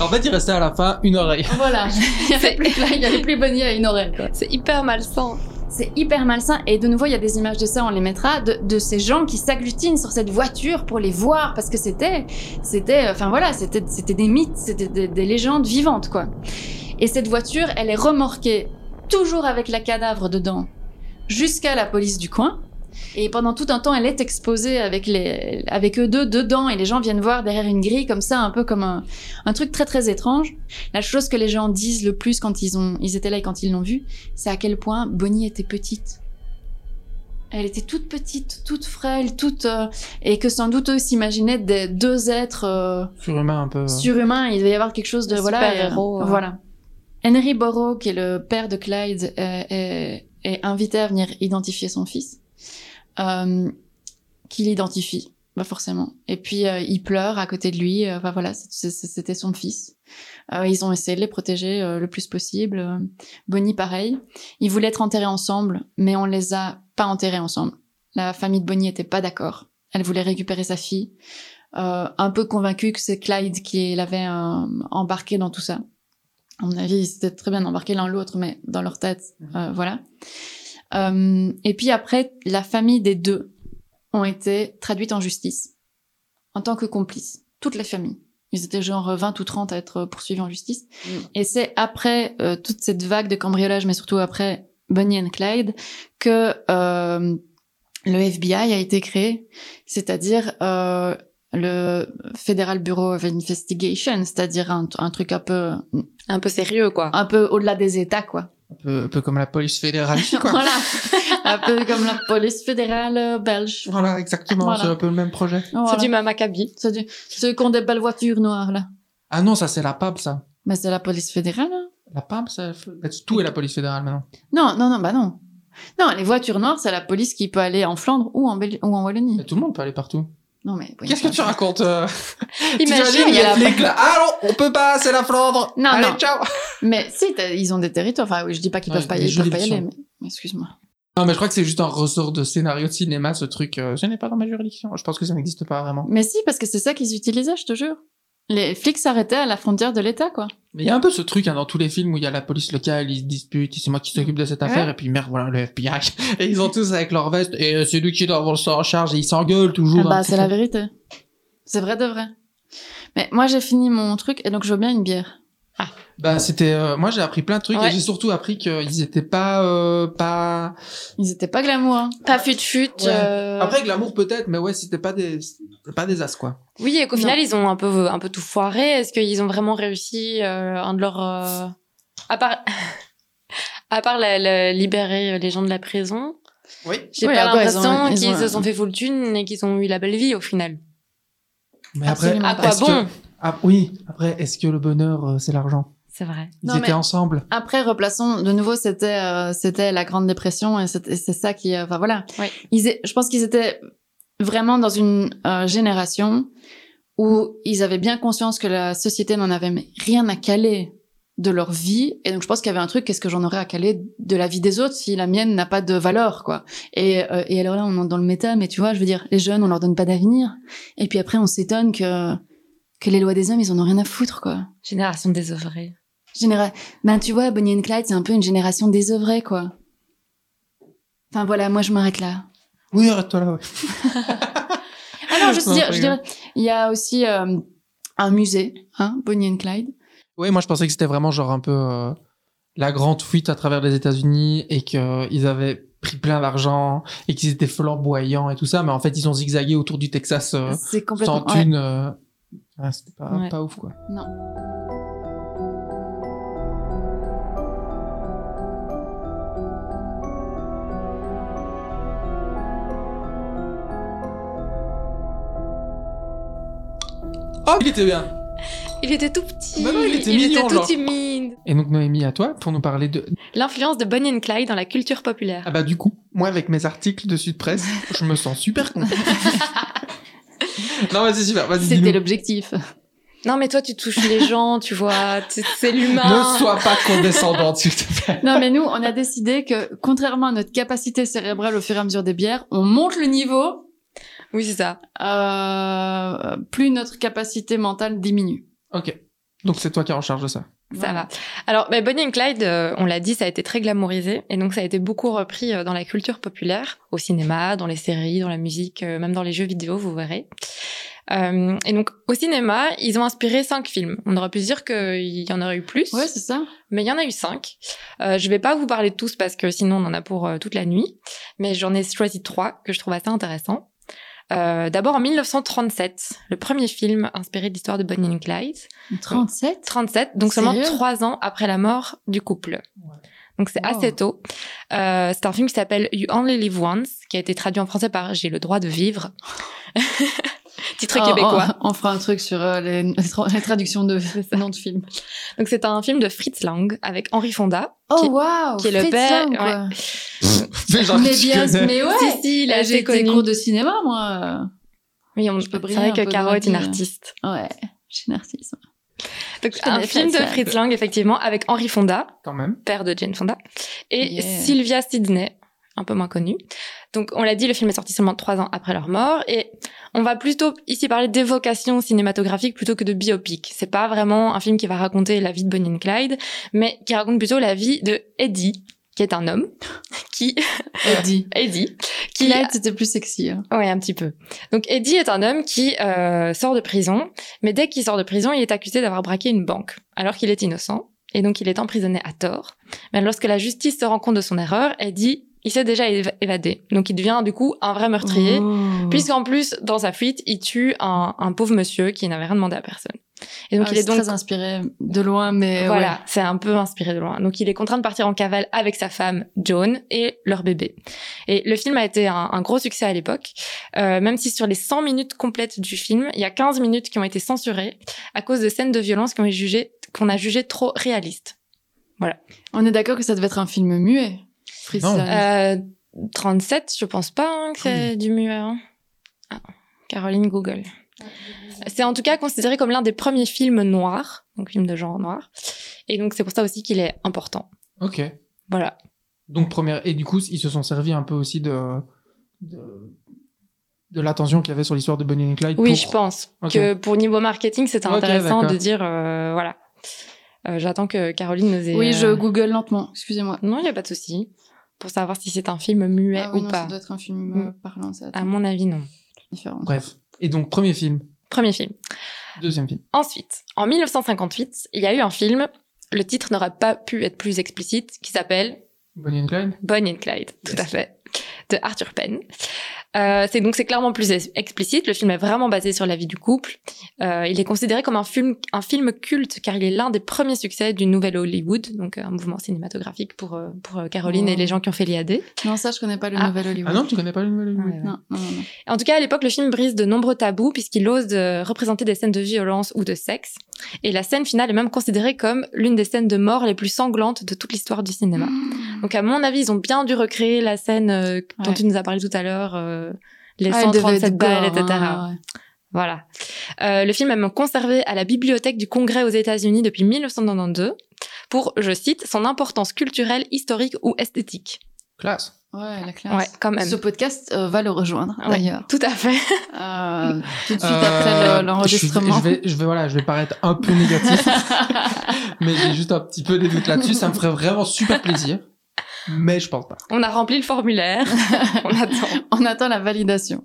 Speaker 2: En fait, il restait à la fin une oreille.
Speaker 3: Voilà, il y avait
Speaker 4: C'est-
Speaker 3: plus Clyde, il y avait plus Bonnie à une oreille. quoi.
Speaker 4: C'est hyper malsain.
Speaker 3: C'est hyper malsain et de nouveau il y a des images de ça, on les mettra, de, de ces gens qui s'agglutinent sur cette voiture pour les voir parce que c'était, c'était, euh, enfin voilà, c'était, c'était des mythes, c'était des, des légendes vivantes quoi. Et cette voiture, elle est remorquée toujours avec la cadavre dedans jusqu'à la police du coin. Et pendant tout un temps, elle est exposée avec, les, avec eux deux dedans et les gens viennent voir derrière une grille comme ça, un peu comme un, un truc très très étrange. La chose que les gens disent le plus quand ils, ont, ils étaient là et quand ils l'ont vue, c'est à quel point Bonnie était petite. Elle était toute petite, toute frêle, toute... euh, et que sans doute eux s'imaginaient des deux êtres... euh,
Speaker 2: Surhumain un peu.
Speaker 3: surhumain, il devait y avoir quelque chose de
Speaker 4: Un
Speaker 3: voilà,
Speaker 4: super-héros,
Speaker 3: euh,
Speaker 4: hein.
Speaker 3: voilà. Henry Borrow, qui est le père de Clyde, euh, est, est invité à venir identifier son fils, euh, qu'il identifie, bah forcément. Et puis euh, il pleure à côté de lui. euh, Enfin voilà, c'est- c'est- c'était son fils. Euh, ils ont essayé de les protéger euh, le plus possible. euh, Bonnie, pareil. Ils voulaient être enterrés ensemble, mais on les a pas enterrés ensemble. La famille de Bonnie était pas d'accord. Elle voulait récupérer sa fille, euh, un peu convaincue que c'est Clyde qui l'avait euh, embarqué dans tout ça. À mon avis, ils s'étaient très bien embarqués l'un l'autre, mais dans leur tête, euh, voilà. Euh, et puis après, la famille des deux ont été traduites en justice en tant que complices, toute la famille. Ils étaient genre 20 ou 30 à être poursuivis en justice. Et c'est après euh, toute cette vague de cambriolage, mais surtout après Bonnie and Clyde, que euh, le FBI a été créé, c'est-à-dire euh, le Federal Bureau of Investigation, c'est-à-dire un, un truc un peu
Speaker 4: Un peu sérieux, quoi.
Speaker 3: un peu au-delà des États, quoi.
Speaker 2: Un peu, un peu comme la police fédérale. Quoi.
Speaker 3: Voilà, un peu comme la police fédérale euh, belge.
Speaker 2: voilà, exactement.
Speaker 3: Voilà.
Speaker 2: C'est un peu le même projet.
Speaker 3: Voilà.
Speaker 4: C'est du Mamakabi.
Speaker 3: C'est du- Ceux qui ont des belles voitures noires là.
Speaker 2: Ah non, ça, c'est la PAB, ça.
Speaker 3: Mais c'est la police fédérale. hein
Speaker 2: La PAB, ça. Tout est la police fédérale maintenant.
Speaker 3: Non, non, non, bah non. Non, les voitures noires, c'est la police qui peut aller en Flandre ou en, Bel- ou en Wallonie.
Speaker 2: Mais tout le monde peut aller partout.
Speaker 3: Non mais. oui,
Speaker 2: Qu'est-ce que tu racontes euh,
Speaker 4: Imagine,
Speaker 2: t'imagines,
Speaker 3: il y a
Speaker 2: les
Speaker 3: la-
Speaker 2: flics, là. Ah non, on peut pas, c'est la Flandre.
Speaker 3: Non,
Speaker 2: Allez,
Speaker 3: non.
Speaker 2: ciao.
Speaker 3: Mais si, t'as- ils ont des territoires. Enfin, oui, je dis pas qu'ils
Speaker 2: Ouais,
Speaker 3: peuvent pas,
Speaker 2: des
Speaker 3: ils peuvent pas y aller.
Speaker 2: juridictions.
Speaker 3: Mais... mais Excuse-moi.
Speaker 2: Non, mais je crois que c'est juste un ressort de scénario de cinéma, ce truc. euh, je n'ai pas dans ma juridiction. Je pense que ça n'existe pas vraiment.
Speaker 3: Mais si, parce que c'est ça qu'ils utilisaient, je te jure. Les flics s'arrêtaient à la frontière de l'État, quoi.
Speaker 2: Mais il y a un peu ce truc hein, dans tous les films où il y a la police locale, ils se disputent, c'est moi qui s'occupe de cette affaire, et puis merde, voilà le FBI. Et ils ont tous avec leur veste, et euh, c'est lui qui doit avoir ça en charge, et ils s'engueulent toujours.
Speaker 3: Ah bah,
Speaker 2: hein,
Speaker 3: c'est la vérité. C'est vrai de vrai. Mais moi, j'ai fini mon truc et donc je veux bien une bière.
Speaker 2: Bah, c'était. euh, moi j'ai appris plein de trucs,
Speaker 4: Ouais.
Speaker 2: et j'ai surtout appris qu'ils étaient pas. euh, pas...
Speaker 3: Ils étaient pas glamour. hein.
Speaker 4: Pas fut-fut.
Speaker 2: Ouais.
Speaker 4: euh,
Speaker 2: Après, que l'amour peut-être, mais ouais, c'était pas des. c'était Pas des as, quoi.
Speaker 4: Oui, et qu'au
Speaker 3: Non.
Speaker 4: final, ils ont un peu, un peu tout foiré. Est-ce qu'ils ont vraiment réussi euh, un de leurs... euh, À part... À part la- la- libérer les gens de la prison,
Speaker 2: Oui.
Speaker 4: j'ai
Speaker 3: Oui,
Speaker 4: pas
Speaker 3: après, ils ont-
Speaker 4: l'impression
Speaker 3: ils
Speaker 4: qu'ils
Speaker 3: ont-
Speaker 4: se sont fait fortune et qu'ils ont eu la belle vie au final.
Speaker 2: Mais après,
Speaker 3: Absolument
Speaker 4: À
Speaker 3: pas.
Speaker 4: quoi
Speaker 2: est-ce
Speaker 4: bon
Speaker 2: ah, oui, après, est-ce que le bonheur, euh, c'est l'argent
Speaker 4: C'est vrai.
Speaker 2: Ils
Speaker 3: Non,
Speaker 2: étaient
Speaker 3: mais-
Speaker 2: ensemble.
Speaker 3: Après, replaçons, de nouveau, c'était euh, c'était la Grande Dépression et c'est et c'est ça qui... euh, Enfin, voilà.
Speaker 4: Ouais.
Speaker 3: Ils, é- je pense qu'ils étaient vraiment dans une euh, génération où ils avaient bien conscience que la société n'en avait mais rien à caler de leur vie. Et donc, je pense qu'il y avait un truc, qu'est-ce que j'en aurais à caler de la vie des autres si la mienne n'a pas de valeur, quoi. Et, euh, et alors là, on entre dans le méta, mais tu vois, je veux dire, les jeunes, on leur donne pas d'avenir. Et puis après, on s'étonne que, que les lois des hommes, ils en ont rien à foutre, quoi.
Speaker 4: Génération désœuvrée.
Speaker 3: Généra... Ben, tu vois, Bonnie and Clyde, c'est un peu une génération désœuvrée, quoi. Enfin, voilà, moi, je m'arrête là.
Speaker 2: Oui, arrête-toi là. ouais.
Speaker 3: Ah non, juste
Speaker 2: Non,
Speaker 3: dire,
Speaker 2: je
Speaker 3: je dirais, il y a aussi euh, un musée, hein, Bonnie and Clyde.
Speaker 2: Oui, moi je pensais que c'était vraiment genre un peu euh, la grande fuite à travers les États-Unis et qu'ils avaient pris plein d'argent et qu'ils étaient flamboyants et tout ça, mais en fait ils ont zigzagué autour du Texas euh,
Speaker 3: c'est
Speaker 2: sans
Speaker 3: complètement... ouais.
Speaker 2: thune. euh, ouais, c'était pas,
Speaker 4: Ouais.
Speaker 2: pas ouf quoi. Oh, il était bien!
Speaker 4: Il était tout petit.
Speaker 2: Bah non, il était mignon,
Speaker 4: tout
Speaker 2: genre.
Speaker 4: timide.
Speaker 2: Et donc Noémie, à toi pour nous parler de...
Speaker 4: L'influence de Bonnie and Clyde dans la culture populaire.
Speaker 2: Ah bah du coup, moi avec mes articles de Sud Presse, je me sens super con. non mais c'est super, vas-y
Speaker 3: C'était
Speaker 2: dis-nous.
Speaker 3: l'objectif.
Speaker 4: Non, mais toi, tu touches les gens, tu vois, t- c'est l'humain.
Speaker 2: Ne sois pas condescendante s'il te plaît.
Speaker 3: Non, mais nous, on a décidé que, contrairement à notre capacité cérébrale au fur et à mesure des bières, on monte le niveau,
Speaker 4: Oui, c'est ça.
Speaker 3: euh, plus notre capacité mentale diminue.
Speaker 2: Ok, donc c'est toi qui es en charge de ça.
Speaker 4: Ça
Speaker 3: Voilà.
Speaker 4: va. Alors, mais Bonnie and Clyde, euh, on l'a dit, ça a été très glamourisé. Et donc, ça a été beaucoup repris euh, dans la culture populaire, au cinéma, dans les séries, dans la musique, euh, même dans les jeux vidéo, vous verrez. Euh, et donc, au cinéma, ils ont inspiré cinq films. On aurait pu se dire qu'il y en aurait eu plus.
Speaker 3: Ouais, c'est ça.
Speaker 4: mais il y en a eu cinq. Euh, je vais pas vous parler de tous parce que sinon on en a pour euh, toute la nuit, mais j'en ai choisi trois que je trouve assez intéressants. Euh, D'abord en 1937, le premier film inspiré de l'histoire de Bonnie and Clyde.
Speaker 3: 37
Speaker 4: 37, donc seulement
Speaker 3: Sérieux
Speaker 4: trois ans après la mort du couple.
Speaker 2: Ouais.
Speaker 4: Donc c'est
Speaker 3: Wow.
Speaker 4: assez tôt. Euh, c'est un film qui s'appelle You Only Live Once, qui a été traduit en français par J'ai le droit de vivre. Titre
Speaker 3: Oh,
Speaker 4: québécois.
Speaker 3: On, on fera un truc sur euh, les, les tra- les traductions de noms de films.
Speaker 4: Donc c'est un film de Fritz Lang avec Henri Fonda. qui-
Speaker 3: Oh, waouh
Speaker 4: qui est le
Speaker 3: Fritz
Speaker 4: père-
Speaker 3: Lang, quoi.
Speaker 2: Fais genre
Speaker 3: Mais
Speaker 2: que tu
Speaker 3: bien,
Speaker 2: connais.
Speaker 3: mais ouais.
Speaker 4: Si, si, il est
Speaker 3: Là,
Speaker 4: assez
Speaker 3: j'ai été
Speaker 4: connu.
Speaker 3: cours de cinéma, moi.
Speaker 4: euh, Oui, on
Speaker 3: Je peux
Speaker 4: c'est
Speaker 3: briller
Speaker 4: vrai
Speaker 3: un
Speaker 4: que
Speaker 3: peu
Speaker 4: Caro
Speaker 3: dans la
Speaker 4: est une
Speaker 3: vie, hein.
Speaker 4: artiste. Ah,
Speaker 3: Ouais, je suis narcisse.
Speaker 4: Donc,
Speaker 3: Je
Speaker 4: un
Speaker 3: connais
Speaker 4: film de
Speaker 3: Fritz Lang.
Speaker 4: Fritz Lang, effectivement, avec Henri Fonda,
Speaker 2: Quand même.
Speaker 4: père de Jane Fonda, et
Speaker 3: Yeah.
Speaker 4: Sylvia Sidney, un peu moins connue. Donc, on l'a dit, le film est sorti seulement trois ans après leur mort, et on va plutôt ici parler d'évocation cinématographique plutôt que de biopic. C'est pas vraiment un film qui va raconter la vie de Bonnie and Clyde, mais qui raconte plutôt la vie de Eddie, qui est un homme, qui,
Speaker 3: Eddie.
Speaker 4: Eddie, qui
Speaker 3: Clyde, c'était plus sexy. hein.
Speaker 4: Ouais, un petit peu. Donc Eddie est un homme qui euh, sort de prison, mais dès qu'il sort de prison, il est accusé d'avoir braqué une banque, alors qu'il est innocent, et donc il est emprisonné à tort. Mais lorsque la justice se rend compte de son erreur, Eddie, il s'est déjà éva- évadé, donc il devient du coup un vrai meurtrier,
Speaker 3: Oh. Ah,
Speaker 4: puisqu'en plus, dans sa fuite, il tue un, un pauvre monsieur qui n'avait rien demandé à personne. Et donc
Speaker 3: Ah,
Speaker 4: il est
Speaker 3: c'est
Speaker 4: donc...
Speaker 3: très inspiré de loin, mais
Speaker 4: Voilà,
Speaker 3: ouais.
Speaker 4: c'est un peu inspiré de loin. Donc il est contraint de partir en cavale avec sa femme Joan et leur bébé. Et le film a été un, un gros succès à l'époque, euh, même si sur les 100 minutes complètes du film, il y a 15 minutes qui ont été censurées à cause de scènes de violence qu'on jugées qu'on a jugées trop réalistes.
Speaker 3: On est d'accord que ça devait être un film muet. Fritz
Speaker 2: Non.
Speaker 3: Lang.
Speaker 4: Euh, 37, je pense pas hein, que c'est du muet. hein. Ah, Caroline Google. C'est en tout cas considéré comme l'un des premiers films noirs, donc film de genre noir. Et donc c'est pour ça aussi qu'il est important.
Speaker 2: Ok.
Speaker 4: Voilà.
Speaker 2: Donc première et du coup ils se sont servis un peu aussi de de, de l'attention qu'il y avait sur l'histoire de Bonnie and Clyde.
Speaker 4: Oui,
Speaker 2: pour-
Speaker 4: je pense
Speaker 2: Ok.
Speaker 4: que pour niveau marketing, c'était
Speaker 2: Ok,
Speaker 4: intéressant de
Speaker 2: d'accord.
Speaker 4: dire euh, voilà. Euh, J'attends que Caroline nous ait.
Speaker 3: oui, je
Speaker 4: euh,
Speaker 3: google lentement, excusez-moi.
Speaker 4: Non, il n'y a pas de souci pour savoir si c'est un film muet
Speaker 3: Ah oui,
Speaker 4: ou
Speaker 3: non,
Speaker 4: pas. Mm. Ah.
Speaker 3: Ça doit être un film euh, parlant, ça
Speaker 4: À mon avis, non.
Speaker 3: différent.
Speaker 2: Bref. Et donc premier film,
Speaker 4: Premier film.
Speaker 2: deuxième film.
Speaker 4: Ensuite, en 1958, il y a eu un film. Le titre n'aurait pas pu être plus explicite, qui s'appelle
Speaker 2: Bonnie and Clyde.
Speaker 4: Bonnie and Clyde. Tout à fait. de Arthur Penn. Euh, c'est donc c'est clairement plus es- explicite. Le film est vraiment basé sur la vie du couple. Euh, il est considéré comme un film, un film culte car il est l'un des premiers succès du nouvel Hollywood, donc euh, un mouvement cinématographique pour euh, pour euh, Caroline
Speaker 3: Oh.
Speaker 4: et les gens qui ont fait l'IAD.
Speaker 3: Non, ça, je connais pas le
Speaker 4: Ah.
Speaker 3: nouvel Hollywood.
Speaker 2: Ah non, tu connais pas le nouvel Hollywood
Speaker 4: Ouais, ouais.
Speaker 3: non, non, non, non.
Speaker 4: En tout cas, à l'époque, le film brise de nombreux tabous puisqu'il ose euh, représenter des scènes de violence ou de sexe. Et la scène finale est même considérée comme l'une des scènes de mort les plus sanglantes de toute l'histoire du cinéma. Donc, à mon avis, ils ont bien dû recréer la scène euh, dont
Speaker 3: Hmm. Ouais.
Speaker 4: tu nous as parlé tout à l'heure, euh, les
Speaker 3: Ah, elle devait
Speaker 4: 137
Speaker 3: être
Speaker 4: balles,
Speaker 3: gore,
Speaker 4: etc.
Speaker 3: hein, ouais.
Speaker 4: Voilà. Euh, le film est même conservé à la bibliothèque du Congrès aux États-Unis depuis 1992 pour, je cite, son importance culturelle, historique ou esthétique.
Speaker 2: Classe.
Speaker 3: Ouais, la classe.
Speaker 4: Ouais, quand même.
Speaker 3: Ce podcast euh, va le rejoindre,
Speaker 4: Ouais.
Speaker 3: d'ailleurs.
Speaker 4: Tout à fait.
Speaker 3: Euh, tout de suite
Speaker 2: Euh,
Speaker 3: après le- l'enregistrement.
Speaker 2: Je vais, je vais, je vais- voilà, je vais paraître un peu négatif, mais j'ai juste un petit peu des doutes là-dessus. Ça me ferait vraiment super plaisir, mais je pense pas.
Speaker 4: On a rempli le formulaire. On attend.
Speaker 3: On attend la validation.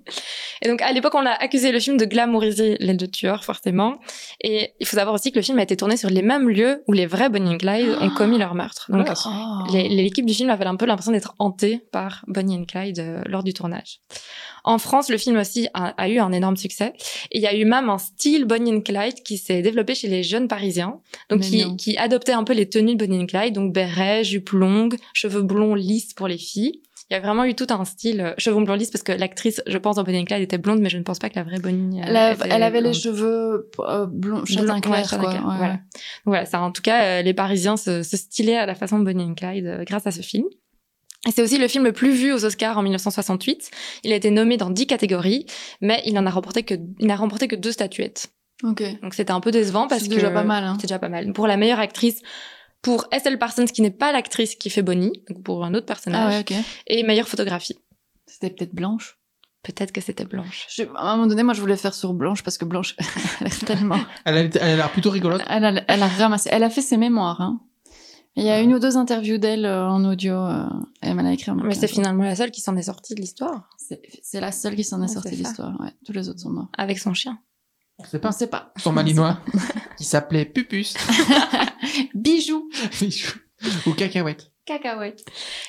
Speaker 4: Et donc, à l'époque, on a accusé le film de glamouriser les deux tueurs, forcément. Et il faut savoir aussi que le film a été tourné sur les mêmes lieux où les vrais Bonnie et Clyde ont commis leur meurtre. Donc,
Speaker 2: Classe.
Speaker 4: Oh. les- les- l'équipe du film avait un peu l'impression d'être hantée par Bonnie et Clyde euh, lors du tournage. En France, le film aussi a, a eu un énorme succès. Et il y a eu même un style Bonnie and Clyde qui s'est développé chez les jeunes parisiens. Donc,
Speaker 3: Mais non.
Speaker 4: qui, qui adoptait un peu les tenues de Bonnie and Clyde. Donc, béret, jupe longue, cheveux blonds lisses pour les filles. Il y a vraiment eu tout un style euh, cheveux blonds lisses parce que l'actrice, je pense, dans Bonnie and Clyde était blonde, mais je ne pense pas que la vraie Bonnie. euh,
Speaker 3: Elle, a-
Speaker 4: était
Speaker 3: elle avait les
Speaker 4: blonde.
Speaker 3: cheveux euh, blonds,
Speaker 4: Blanc,
Speaker 3: châtain
Speaker 4: ouais,
Speaker 3: clair,
Speaker 4: châtain
Speaker 3: quoi.
Speaker 4: clair,
Speaker 3: ouais,
Speaker 4: voilà.
Speaker 3: ouais.
Speaker 4: Voilà, ça, en tout cas, euh, les Parisiens se, se stylaient à la façon de Bonnie and Clyde euh, grâce à ce film. Et c'est aussi le film le plus vu aux Oscars en 1968. Il a été nommé dans 10 catégories, mais il n'en a remporté que, il n'a remporté que deux statuettes.
Speaker 3: Ok.
Speaker 4: Donc c'était un peu décevant parce
Speaker 3: C'est
Speaker 4: que.
Speaker 3: déjà pas mal, hein.
Speaker 4: C'est déjà pas mal. Pour la meilleure actrice, pour Estelle Parsons, qui n'est pas l'actrice qui fait Bonnie, donc pour un autre
Speaker 3: Ah
Speaker 4: personnage,
Speaker 3: ouais, ok.
Speaker 4: et meilleure photographie.
Speaker 3: C'était peut-être blanche.
Speaker 4: Peut-être que c'était blanche.
Speaker 3: Je- à un moment donné, moi, je voulais faire sur blanche parce que blanche, elle est tellement.
Speaker 2: Elle a, elle a l'air plutôt rigolote.
Speaker 3: Elle a, elle a ramassé. Elle a fait ses mémoires. Hein. Il y a une ou deux interviews d'elle euh, en audio. euh, elle m'en a écrit. un
Speaker 4: Mais
Speaker 3: bouquin.
Speaker 4: c'est finalement la seule qui s'en est sortie de l'histoire,
Speaker 3: C'est c'est la seule qui s'en est
Speaker 4: Ouais,
Speaker 3: sortie
Speaker 4: c'est
Speaker 3: de
Speaker 4: ça.
Speaker 3: l'histoire. Ouais. Tous les autres sont morts.
Speaker 4: avec son chien.
Speaker 2: Je sais
Speaker 3: On
Speaker 2: pas.
Speaker 3: sait pas.
Speaker 2: Son malinois, qui s'appelait Pupus,
Speaker 3: Bijoux.
Speaker 2: ou Cacahuète.
Speaker 4: Cacahuète.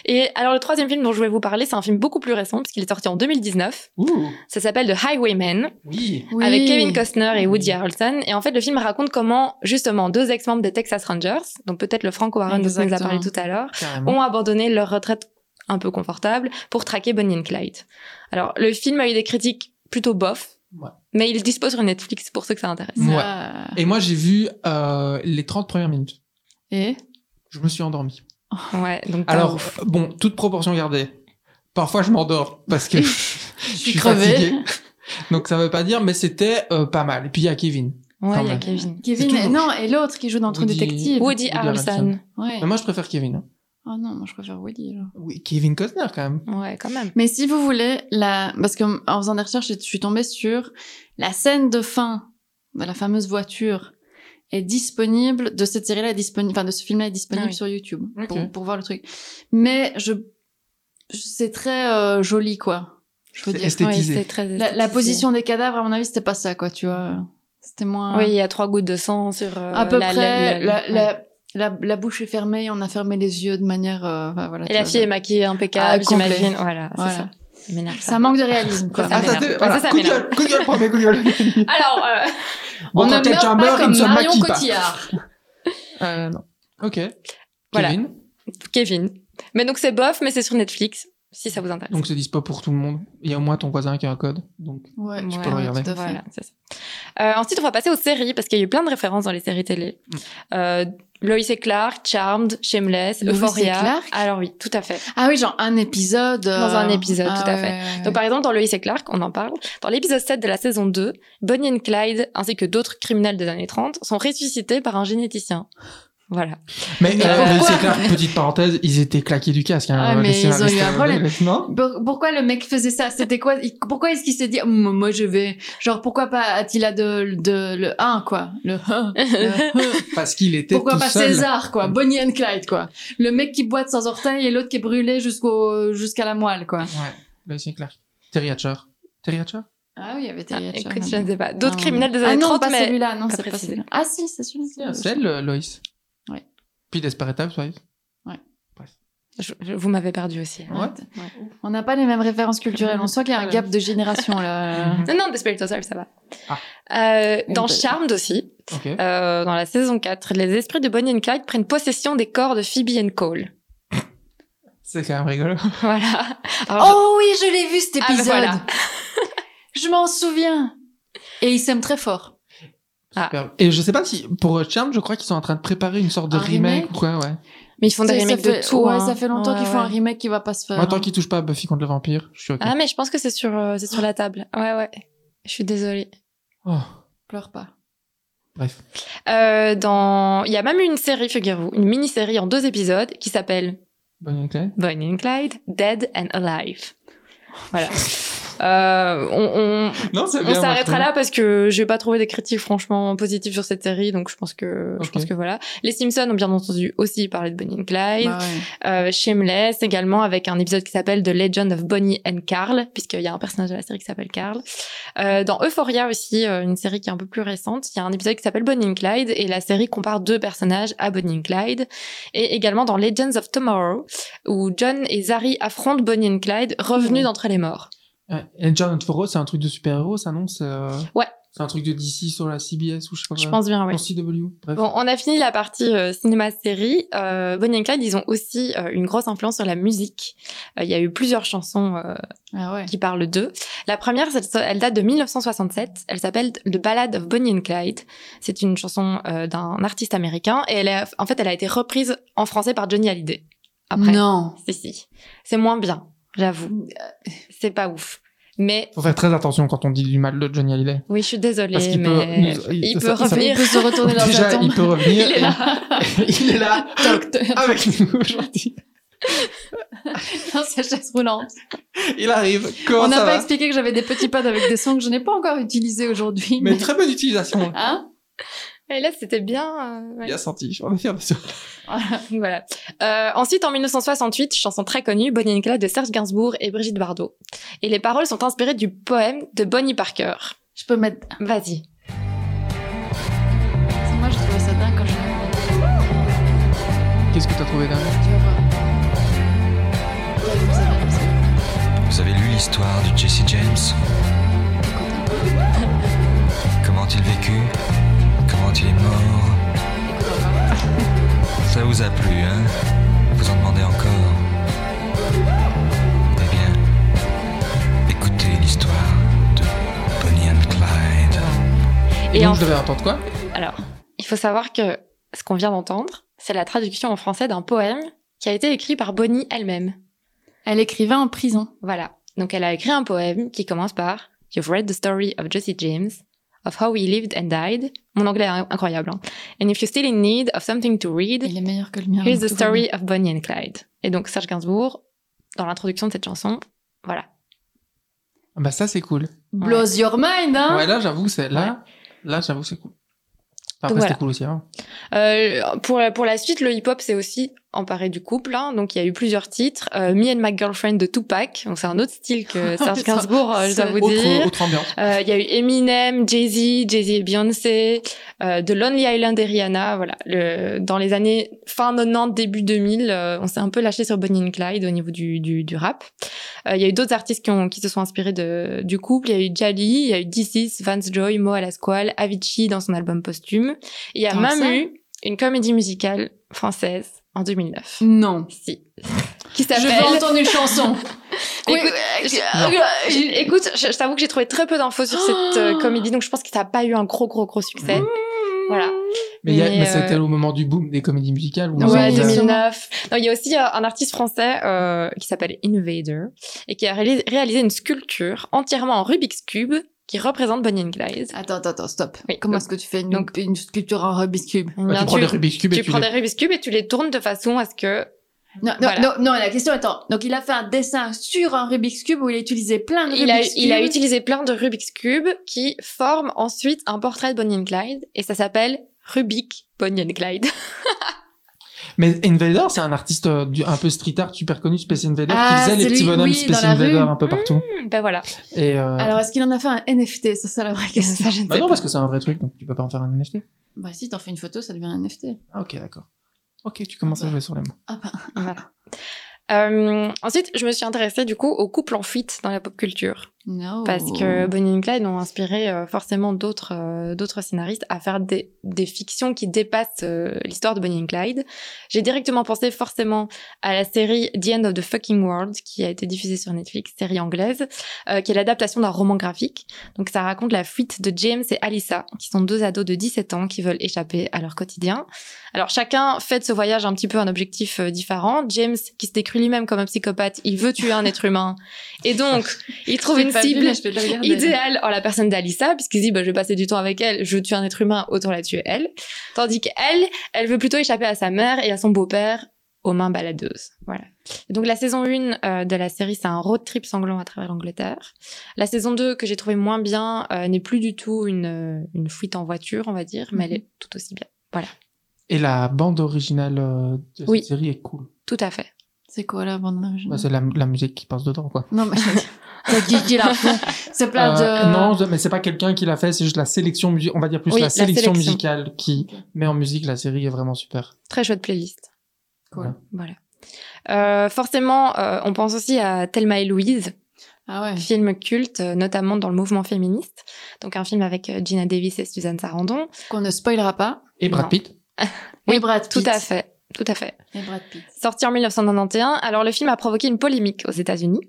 Speaker 4: Et alors le troisième film dont je voulais vous parler, c'est un film beaucoup plus récent puisqu'il est sorti en 2019.
Speaker 2: Ouh,
Speaker 4: Ça s'appelle The Highwaymen
Speaker 2: oui.
Speaker 3: Oui.
Speaker 4: avec Kevin Costner et Woody Harrelson. Et en fait, le film raconte comment justement deux ex-membres des Texas Rangers, donc peut-être le Franco Warren dont on nous a
Speaker 3: Exactement.
Speaker 4: parlé tout à l'heure,
Speaker 2: Carrément.
Speaker 4: ont abandonné leur retraite un peu confortable pour traquer Bonnie and Clyde. Alors le film a eu des critiques plutôt bof,
Speaker 2: Ouais.
Speaker 4: mais il est dispo sur Netflix pour ceux que ça intéresse.
Speaker 2: Ouais.
Speaker 3: Ah.
Speaker 2: Et moi, j'ai vu euh, les 30 premières minutes.
Speaker 3: euh, Et
Speaker 2: Je me suis endormi.
Speaker 4: Ouais, donc
Speaker 2: Alors, euh, bon, toute proportion gardée. Parfois, je m'endors parce que je suis
Speaker 3: crevée.
Speaker 2: fatigué. Donc, ça veut pas dire, mais c'était euh, pas mal. Et puis, il y a Kevin.
Speaker 4: ouais,
Speaker 2: quand
Speaker 4: il y a
Speaker 2: même.
Speaker 4: Kevin.
Speaker 3: Kevin.
Speaker 2: toujours-
Speaker 3: Non, et l'autre qui joue dans True
Speaker 2: Woody-
Speaker 3: Detective.
Speaker 4: Woody
Speaker 2: Woody
Speaker 4: Harrelson.
Speaker 2: Harrelson.
Speaker 3: Ouais.
Speaker 2: Mais moi, je préfère Kevin. hein.
Speaker 3: Oh non, moi je préfère Woody. alors.
Speaker 2: Oui, Kevin Costner, quand même.
Speaker 4: Ouais, quand même.
Speaker 3: Mais si vous voulez, la... parce que en faisant des recherches, je suis tombée sur la scène de fin de la fameuse voiture est disponible de cette série-là est disponible, enfin de ce film-là est disponible
Speaker 4: Ah oui.
Speaker 3: sur YouTube
Speaker 2: Ok.
Speaker 3: pour, pour voir le truc. Mais je, c'est très euh, joli quoi. Je veux
Speaker 2: C'est
Speaker 3: dire.
Speaker 2: esthétique. Esthétisé.
Speaker 4: Ouais, c'est très
Speaker 3: La, la
Speaker 4: esthétisé.
Speaker 3: position des cadavres, à mon avis, c'était pas ça quoi, tu vois. C'était moins.
Speaker 4: Oui, il y a trois gouttes de sang sur. euh,
Speaker 3: Hein. à peu
Speaker 4: la-
Speaker 3: près.
Speaker 4: la-
Speaker 3: La,
Speaker 4: la-
Speaker 3: la, la- la bouche est fermée, on a fermé les yeux de manière. euh, enfin, voilà,
Speaker 4: Et
Speaker 3: tu
Speaker 4: la
Speaker 3: vois,
Speaker 4: fille est maquillée
Speaker 3: Ah,
Speaker 4: impeccable,
Speaker 3: complet.
Speaker 4: j'imagine. Voilà, c'est
Speaker 3: Voilà.
Speaker 4: ça. Ça m'énerve, ça.
Speaker 3: Ça manque de réalisme quoi.
Speaker 4: Ça Ah, m'énerve.
Speaker 2: c'est-
Speaker 4: Ça, ça
Speaker 2: coup de
Speaker 4: m'énerve.
Speaker 2: gueule, coup de gueule, premier coup de gueule.
Speaker 4: Alors, euh,
Speaker 2: Bon,
Speaker 3: on ne
Speaker 2: quand
Speaker 3: meurt
Speaker 2: quelqu'un
Speaker 3: pas
Speaker 2: meurt, il
Speaker 3: comme
Speaker 2: ne se
Speaker 3: Marion
Speaker 2: maquille pas.
Speaker 3: Cotillard.
Speaker 2: Euh, non. Ok.
Speaker 4: Voilà.
Speaker 2: Kevin.
Speaker 4: Kevin. Mais donc c'est bof, mais c'est sur Netflix, si ça vous intéresse.
Speaker 2: Donc, c'est dispo pour tout le monde. Il y a au moins ton voisin qui a un code. Donc,
Speaker 3: Ouais,
Speaker 4: Ouais,
Speaker 2: tu peux le regarder.
Speaker 3: tout à fait.
Speaker 4: Voilà, c'est ça. Euh, ensuite, on va passer aux séries, parce qu'il y a eu plein de références dans les séries télé.
Speaker 3: Mm.
Speaker 4: Euh, Lois et Clark, Charmed, Shameless,
Speaker 3: Lois et
Speaker 4: Euphoria.
Speaker 3: Clark
Speaker 4: Alors oui, tout à fait.
Speaker 3: Ah oui, genre un épisode. euh, ah
Speaker 4: Dans un épisode, tout à fait. Donc
Speaker 3: Donc,
Speaker 4: par exemple, dans Lois et Clark, on en parle, dans l'épisode 7 de la saison 2, Bonnie and Clyde, ainsi que d'autres criminels des années 30, sont ressuscités par un généticien. Voilà.
Speaker 2: Mais
Speaker 3: Mais
Speaker 2: euh,
Speaker 3: pourquoi
Speaker 2: c'est clair, petite parenthèse, ils étaient claqués du casque. Hein,
Speaker 3: Ah, mais
Speaker 2: les
Speaker 3: ils ont eu un
Speaker 2: scénaristes,
Speaker 3: problème.
Speaker 2: euh, Non
Speaker 3: pourquoi le mec faisait ça C'était quoi il- Pourquoi est-ce qu'il s'est dit Hum, moi je vais genre pourquoi pas Attila de, de le 1 quoi le, le-
Speaker 2: Parce qu'il était
Speaker 3: pourquoi
Speaker 2: tout
Speaker 3: pas
Speaker 2: seul.
Speaker 3: César quoi Bonnie and Clyde quoi le mec qui boite sans orteil et l'autre qui est brûlé jusqu'au jusqu'à la moelle quoi
Speaker 2: Ouais, Lois et Clark. Terry Hatcher. Terry Hatcher
Speaker 3: ah oui il y avait
Speaker 4: Ah,
Speaker 3: Terry Hatcher,
Speaker 4: écoute, je
Speaker 3: là-dedans.
Speaker 4: ne sais pas. D'autres
Speaker 3: Ah,
Speaker 4: criminels des
Speaker 3: ah
Speaker 4: années
Speaker 3: non
Speaker 4: 30,
Speaker 3: pas
Speaker 4: mais
Speaker 3: celui-là non
Speaker 4: pas
Speaker 3: c'est pas
Speaker 4: précisé.
Speaker 3: celui-là ah si c'est celui-là
Speaker 2: euh, C'est elle, Lois.
Speaker 3: Ouais.
Speaker 2: Puis Desperate Housewives.
Speaker 3: Ouais.
Speaker 2: Bref.
Speaker 4: Je- je- vous m'avez perdu aussi.
Speaker 2: Ouais.
Speaker 3: On n'a pas les mêmes références culturelles. On sent qu'il y a un gap de génération là.
Speaker 4: Non, non, Desperate Housewives, ça va.
Speaker 2: Ah.
Speaker 4: Euh,
Speaker 3: Une
Speaker 4: dans
Speaker 3: belle-
Speaker 4: Charmed aussi,
Speaker 2: Ok.
Speaker 4: euh, dans la saison 4, les esprits de Bonnie and Clyde prennent possession des corps de Phoebe et Cole.
Speaker 2: C'est quand même rigolo.
Speaker 4: Voilà. Alors,
Speaker 3: Oh oui, je l'ai vu cet
Speaker 4: Ah, bah
Speaker 3: épisode.
Speaker 4: voilà.
Speaker 3: je m'en souviens. Et ils s'aiment très fort.
Speaker 4: Ah.
Speaker 2: Super. Et je sais pas si pour euh, Charmed, je crois qu'ils sont en train de préparer une sorte de
Speaker 3: Un
Speaker 2: remake,
Speaker 3: remake
Speaker 2: ou quoi, ouais.
Speaker 4: Mais ils font des
Speaker 3: Ça- ça
Speaker 4: remakes
Speaker 3: fait-
Speaker 4: de tout.
Speaker 3: Ouais,
Speaker 4: hein.
Speaker 3: ça fait longtemps
Speaker 4: Ouais,
Speaker 3: qu'ils font
Speaker 4: ouais.
Speaker 3: un remake qui va pas se faire. hein.
Speaker 2: Moi, tant qu'ils touchent pas à Buffy contre le vampire, je suis ok.
Speaker 4: Euh, Ah, mais je pense que c'est sur, euh, c'est sur la table. Ouais, ouais. Je suis désolée.
Speaker 2: Oh,
Speaker 3: Pleure pas.
Speaker 2: bref.
Speaker 4: Euh, dans... Il y a même une série, figurez-vous, une mini-série en deux épisodes qui s'appelle
Speaker 2: Bonne année.
Speaker 4: Bonnie and Clyde, Dead and Alive. Voilà. Euh, on on-
Speaker 2: Non, c'est
Speaker 4: on
Speaker 2: bien. moi, je
Speaker 4: s'arrêtera
Speaker 2: trouve.
Speaker 4: là parce que j'ai pas trouvé des critiques franchement positives sur cette série, donc je pense que je
Speaker 2: Ok.
Speaker 4: pense que voilà. Les Simpsons ont bien entendu aussi parlé de Bonnie and Clyde.
Speaker 3: Bah ouais.
Speaker 4: Euh, Shameless également avec un épisode qui s'appelle The Legend of Bonnie and Carl puisqu'il y a un personnage de la série qui s'appelle Carl. Euh, dans Euphoria aussi, euh, une série qui est un peu plus récente, il y a un épisode qui s'appelle Bonnie and Clyde et la série compare deux personnages à Bonnie and Clyde. Et également dans Legends of Tomorrow où John et Zari affrontent Bonnie and Clyde revenus d'entre les morts.
Speaker 2: Ouais. Et John Toro, c'est un truc de super-héros, ça, non c'est, euh,
Speaker 4: Ouais.
Speaker 2: C'est un truc de DC sur la CBS ou je sais pas
Speaker 4: Je
Speaker 2: quoi.
Speaker 4: pense bien, oui.
Speaker 2: Dans CW. Bref.
Speaker 4: Bon, on a fini la partie euh, cinéma-série. Euh, Bonnie and Clyde, ils ont aussi euh, une grosse influence sur la musique. Euh, Il y a eu plusieurs chansons euh,
Speaker 3: Ah ouais.
Speaker 4: qui parlent d'eux. La première, c'est- elle date de 1967. Elle s'appelle The Ballad of Bonnie and Clyde. C'est une chanson euh, d'un artiste américain et elle a, en fait, elle a été reprise en français par Johnny Hallyday. Après,
Speaker 3: Non.
Speaker 4: si si, c'est moins bien, j'avoue. C'est pas ouf. Mais
Speaker 2: Faut faire très attention quand on dit du mal de Johnny Hallyday.
Speaker 4: oui, je suis désolée,
Speaker 2: Parce qu'il peut
Speaker 4: mais
Speaker 2: nous- il-
Speaker 4: il, peut
Speaker 2: ça- ça-
Speaker 3: Et
Speaker 4: revenir.
Speaker 3: ils peuvent se retourner dans sa
Speaker 2: Déjà,
Speaker 3: tombe.
Speaker 2: il peut revenir.
Speaker 4: Il est là.
Speaker 2: il est là
Speaker 3: Docteur
Speaker 2: avec nous aujourd'hui.
Speaker 3: dans sa chaise roulante.
Speaker 2: Il arrive. Comment
Speaker 3: On n'a
Speaker 2: ça
Speaker 3: pas
Speaker 2: va
Speaker 3: expliqué que j'avais des petits pads avec des sons que je n'ai pas encore utilisés aujourd'hui.
Speaker 2: Mais
Speaker 3: Mais...
Speaker 2: très bonne utilisation.
Speaker 3: Hein
Speaker 4: Et là, c'était bien. euh, ouais.
Speaker 2: Bien senti. On est fiers de ça.
Speaker 4: Donc voilà. Euh, ensuite, en 1968, chanson très connue, Bonnie and Clyde de Serge Gainsbourg et Brigitte Bardot. Et les paroles sont inspirées du poème de Bonnie Parker.
Speaker 3: Je peux mettre.
Speaker 4: Vas-y.
Speaker 3: Moi, je trouvais ça dingue quand je l'ai vu.
Speaker 2: Qu'est-ce que t'as trouvé derrière
Speaker 3: Tu vas voir. Ouais, vous savez, vous savez,
Speaker 5: Vous avez lu l'histoire de Jesse James
Speaker 3: écoutez,
Speaker 5: Comment a-t-il vécu Comment il est mort
Speaker 3: écoutez, on va voir.
Speaker 5: Ça vous a plu, hein Vous en demandez encore Eh bien, écoutez l'histoire de Bonnie and Clyde.
Speaker 4: Et
Speaker 2: donc,
Speaker 4: en-
Speaker 2: je devais entendre quoi
Speaker 4: Alors, il faut savoir que ce qu'on vient d'entendre, c'est la traduction en français d'un poème qui a été écrit par Bonnie elle-même.
Speaker 3: Elle écrivait en prison.
Speaker 4: Voilà. Donc, elle a écrit un poème qui commence par You've read the story of Jesse James, of how he lived and died. Mon anglais est incroyable. hein. And if you're still in need of something to read,
Speaker 3: Il est meilleur que le mien.
Speaker 4: Here's the
Speaker 3: tout va
Speaker 4: story of Bonnie and Clyde. Et donc Serge Gainsbourg, dans l'introduction de cette chanson, voilà.
Speaker 2: Ah Bah ça c'est cool.
Speaker 3: bien. Blows your mind, hein
Speaker 2: ouais là j'avoue c'est là, là j'avoue c'est cool. Enfin, après
Speaker 4: Voilà.
Speaker 2: c'était cool aussi hein. avant.
Speaker 4: Euh, pour, pour la suite, le hip-hop s'est aussi emparé du couple, hein. donc il y a eu plusieurs titres. Euh, Me and My Girlfriend de Tupac, donc c'est un autre style que Serge
Speaker 3: Putain,
Speaker 4: Gainsbourg, euh, je dois
Speaker 3: c'est
Speaker 4: vous
Speaker 2: Autre,
Speaker 4: dire.
Speaker 2: autre ambiance.
Speaker 4: Euh, Il y a eu Eminem, Jay-Z, Jay-Z et Beyoncé, euh, The Lonely Island et Rihanna. Voilà. Le, dans les années fin 90, début 2000, euh, on s'est un peu lâché sur Bonnie and Clyde au niveau du, du, du rap. Euh, Il y a eu d'autres artistes qui, ont, qui se sont inspirés de, du couple. Il y a eu Jali, il y a eu This Is, Vance Joy, Mo à la Squale, Avicii dans son album posthume. Et il y a
Speaker 3: Tant que
Speaker 4: même
Speaker 3: ça.
Speaker 4: eu une comédie musicale française en 2009.
Speaker 3: Non.
Speaker 4: Si.
Speaker 3: Je
Speaker 4: Qui s'appelle...
Speaker 3: veux entendre une chanson.
Speaker 4: Écoute, Je- Écoute, je, je t'avoue que j'ai trouvé très peu d'infos sur cette euh,
Speaker 3: Oh
Speaker 4: comédie, donc je pense que ça n'a pas eu un gros, gros, gros succès. Voilà.
Speaker 2: Mais, il y a-
Speaker 4: mais,
Speaker 2: mais
Speaker 4: euh,
Speaker 2: c'était au moment du boom des comédies musicales. Où
Speaker 3: Ouais,
Speaker 2: on
Speaker 4: Ouais,
Speaker 2: s'est dit,
Speaker 3: 2000.
Speaker 4: 2009. Non, il y a aussi euh, un artiste français euh, qui s'appelle Invader et qui a réalis- réalisé une sculpture entièrement en Rubik's Cube qui représente Bonnie and Clyde.
Speaker 3: Attends, attends, attends, stop.
Speaker 4: Oui,
Speaker 3: Comment
Speaker 4: donc-
Speaker 3: est-ce que tu fais une,
Speaker 4: donc-
Speaker 3: une sculpture en Rubik's Cube
Speaker 2: euh,
Speaker 4: Bien,
Speaker 2: tu prends des Rubik's Cube et
Speaker 4: tu
Speaker 2: tu
Speaker 4: prends
Speaker 2: les-
Speaker 4: des Rubik's Cube et tu les tournes de façon à ce que...
Speaker 3: non, non,
Speaker 4: Voilà.
Speaker 3: non, non, la question, attends. Donc, il a fait un dessin sur un Rubik's Cube où il a utilisé plein de
Speaker 4: Il a,
Speaker 3: Rubik's Cube.
Speaker 4: il a utilisé plein de Rubik's Cube qui forment ensuite un portrait de Bonnie and Clyde et ça s'appelle Rubik Bonnie and Clyde.
Speaker 2: Mais Invader, c'est un artiste euh, du- un peu street art super connu, Space Invader,
Speaker 3: Ah,
Speaker 2: qui faisait les
Speaker 3: c'est
Speaker 2: petits
Speaker 3: lui,
Speaker 2: bonhommes
Speaker 3: oui,
Speaker 2: Space
Speaker 3: dans la
Speaker 2: Invader
Speaker 3: rue.
Speaker 2: un peu partout.
Speaker 3: Hmm,
Speaker 4: ben voilà.
Speaker 2: Et euh,
Speaker 3: Alors, est-ce qu'il en a fait un NFT Ça, c'est la vraie question.
Speaker 4: Euh, Ça, je ne
Speaker 2: bah
Speaker 4: sais
Speaker 2: non,
Speaker 4: pas.
Speaker 2: parce que c'est un vrai truc, donc tu peux pas en faire un NFT.
Speaker 3: Bah, si t'en fais une photo, ça devient un NFT.
Speaker 2: Ah ok, d'accord. Ok, tu commences à jouer sur les mots.
Speaker 3: Ah bah.
Speaker 4: Voilà. Euh, ensuite, je me suis intéressée du coup aux couples en fuite dans la pop culture.
Speaker 3: No.
Speaker 4: Parce
Speaker 3: Oh.
Speaker 4: que Bonnie and Clyde ont inspiré euh, forcément d'autres euh, d'autres scénaristes à faire des, des fictions qui dépassent euh, l'histoire de Bonnie and Clyde. J'ai directement pensé forcément à la série The End of the Fucking World qui a été diffusée sur Netflix, série anglaise, euh, qui est l'adaptation d'un roman graphique. Donc ça raconte la fuite de James et Alyssa, qui sont deux ados de 17 ans qui veulent échapper à leur quotidien. Alors chacun fait de ce voyage un petit peu un objectif euh, différent. James, qui se décrit lui-même comme un psychopathe, il veut tuer un être humain. Et donc, il trouve une cible
Speaker 3: je vais le regarder.
Speaker 4: idéal en la personne d'Alissa, puisqu'il se dit, bah, je vais passer du temps avec elle, je tue un être humain, autant la tuer elle. Tandis qu'elle, elle veut plutôt échapper à sa mère et à son beau-père aux mains baladeuses. Voilà. Et Donc la saison 1 euh, de la série, c'est un road trip sanglant à travers l'Angleterre. La saison 2, que j'ai trouvé moins bien, euh, n'est plus du tout une, euh, une fuite en voiture, on va dire, mais elle est tout aussi bien.
Speaker 2: Et la bande originale euh, de cette
Speaker 4: Oui.
Speaker 2: série est cool.
Speaker 4: Tout à fait.
Speaker 3: C'est quoi la bande originale
Speaker 2: Bah, c'est la, la musique qui passe dedans, quoi.
Speaker 3: Non, mais t'as dit qu'il a fond. C'est plein
Speaker 2: Euh,
Speaker 3: de.
Speaker 2: Non, je- mais c'est pas quelqu'un qui l'a fait, c'est juste la sélection musicale. On va dire plus
Speaker 4: Oui,
Speaker 2: la,
Speaker 4: la
Speaker 2: sélection,
Speaker 4: sélection.
Speaker 2: musicale qui met en musique la série est vraiment super.
Speaker 4: Très chouette playlist.
Speaker 2: Cool.
Speaker 4: Voilà. Euh, forcément, euh, on pense aussi à Thelma et Louise,
Speaker 3: Ah ouais.
Speaker 4: film culte, euh, notamment dans le mouvement féministe. Donc un film avec euh, Gina Davis et Suzanne Sarandon.
Speaker 3: Qu'on ne spoilera pas.
Speaker 2: Et Brad
Speaker 4: Non.
Speaker 2: Pitt.
Speaker 4: Oui,
Speaker 3: et Brad Pitt.
Speaker 4: Tout à fait, tout à fait.
Speaker 3: Et Brad Pitt.
Speaker 4: Sorti en 1991, alors le film a provoqué une polémique aux États-Unis,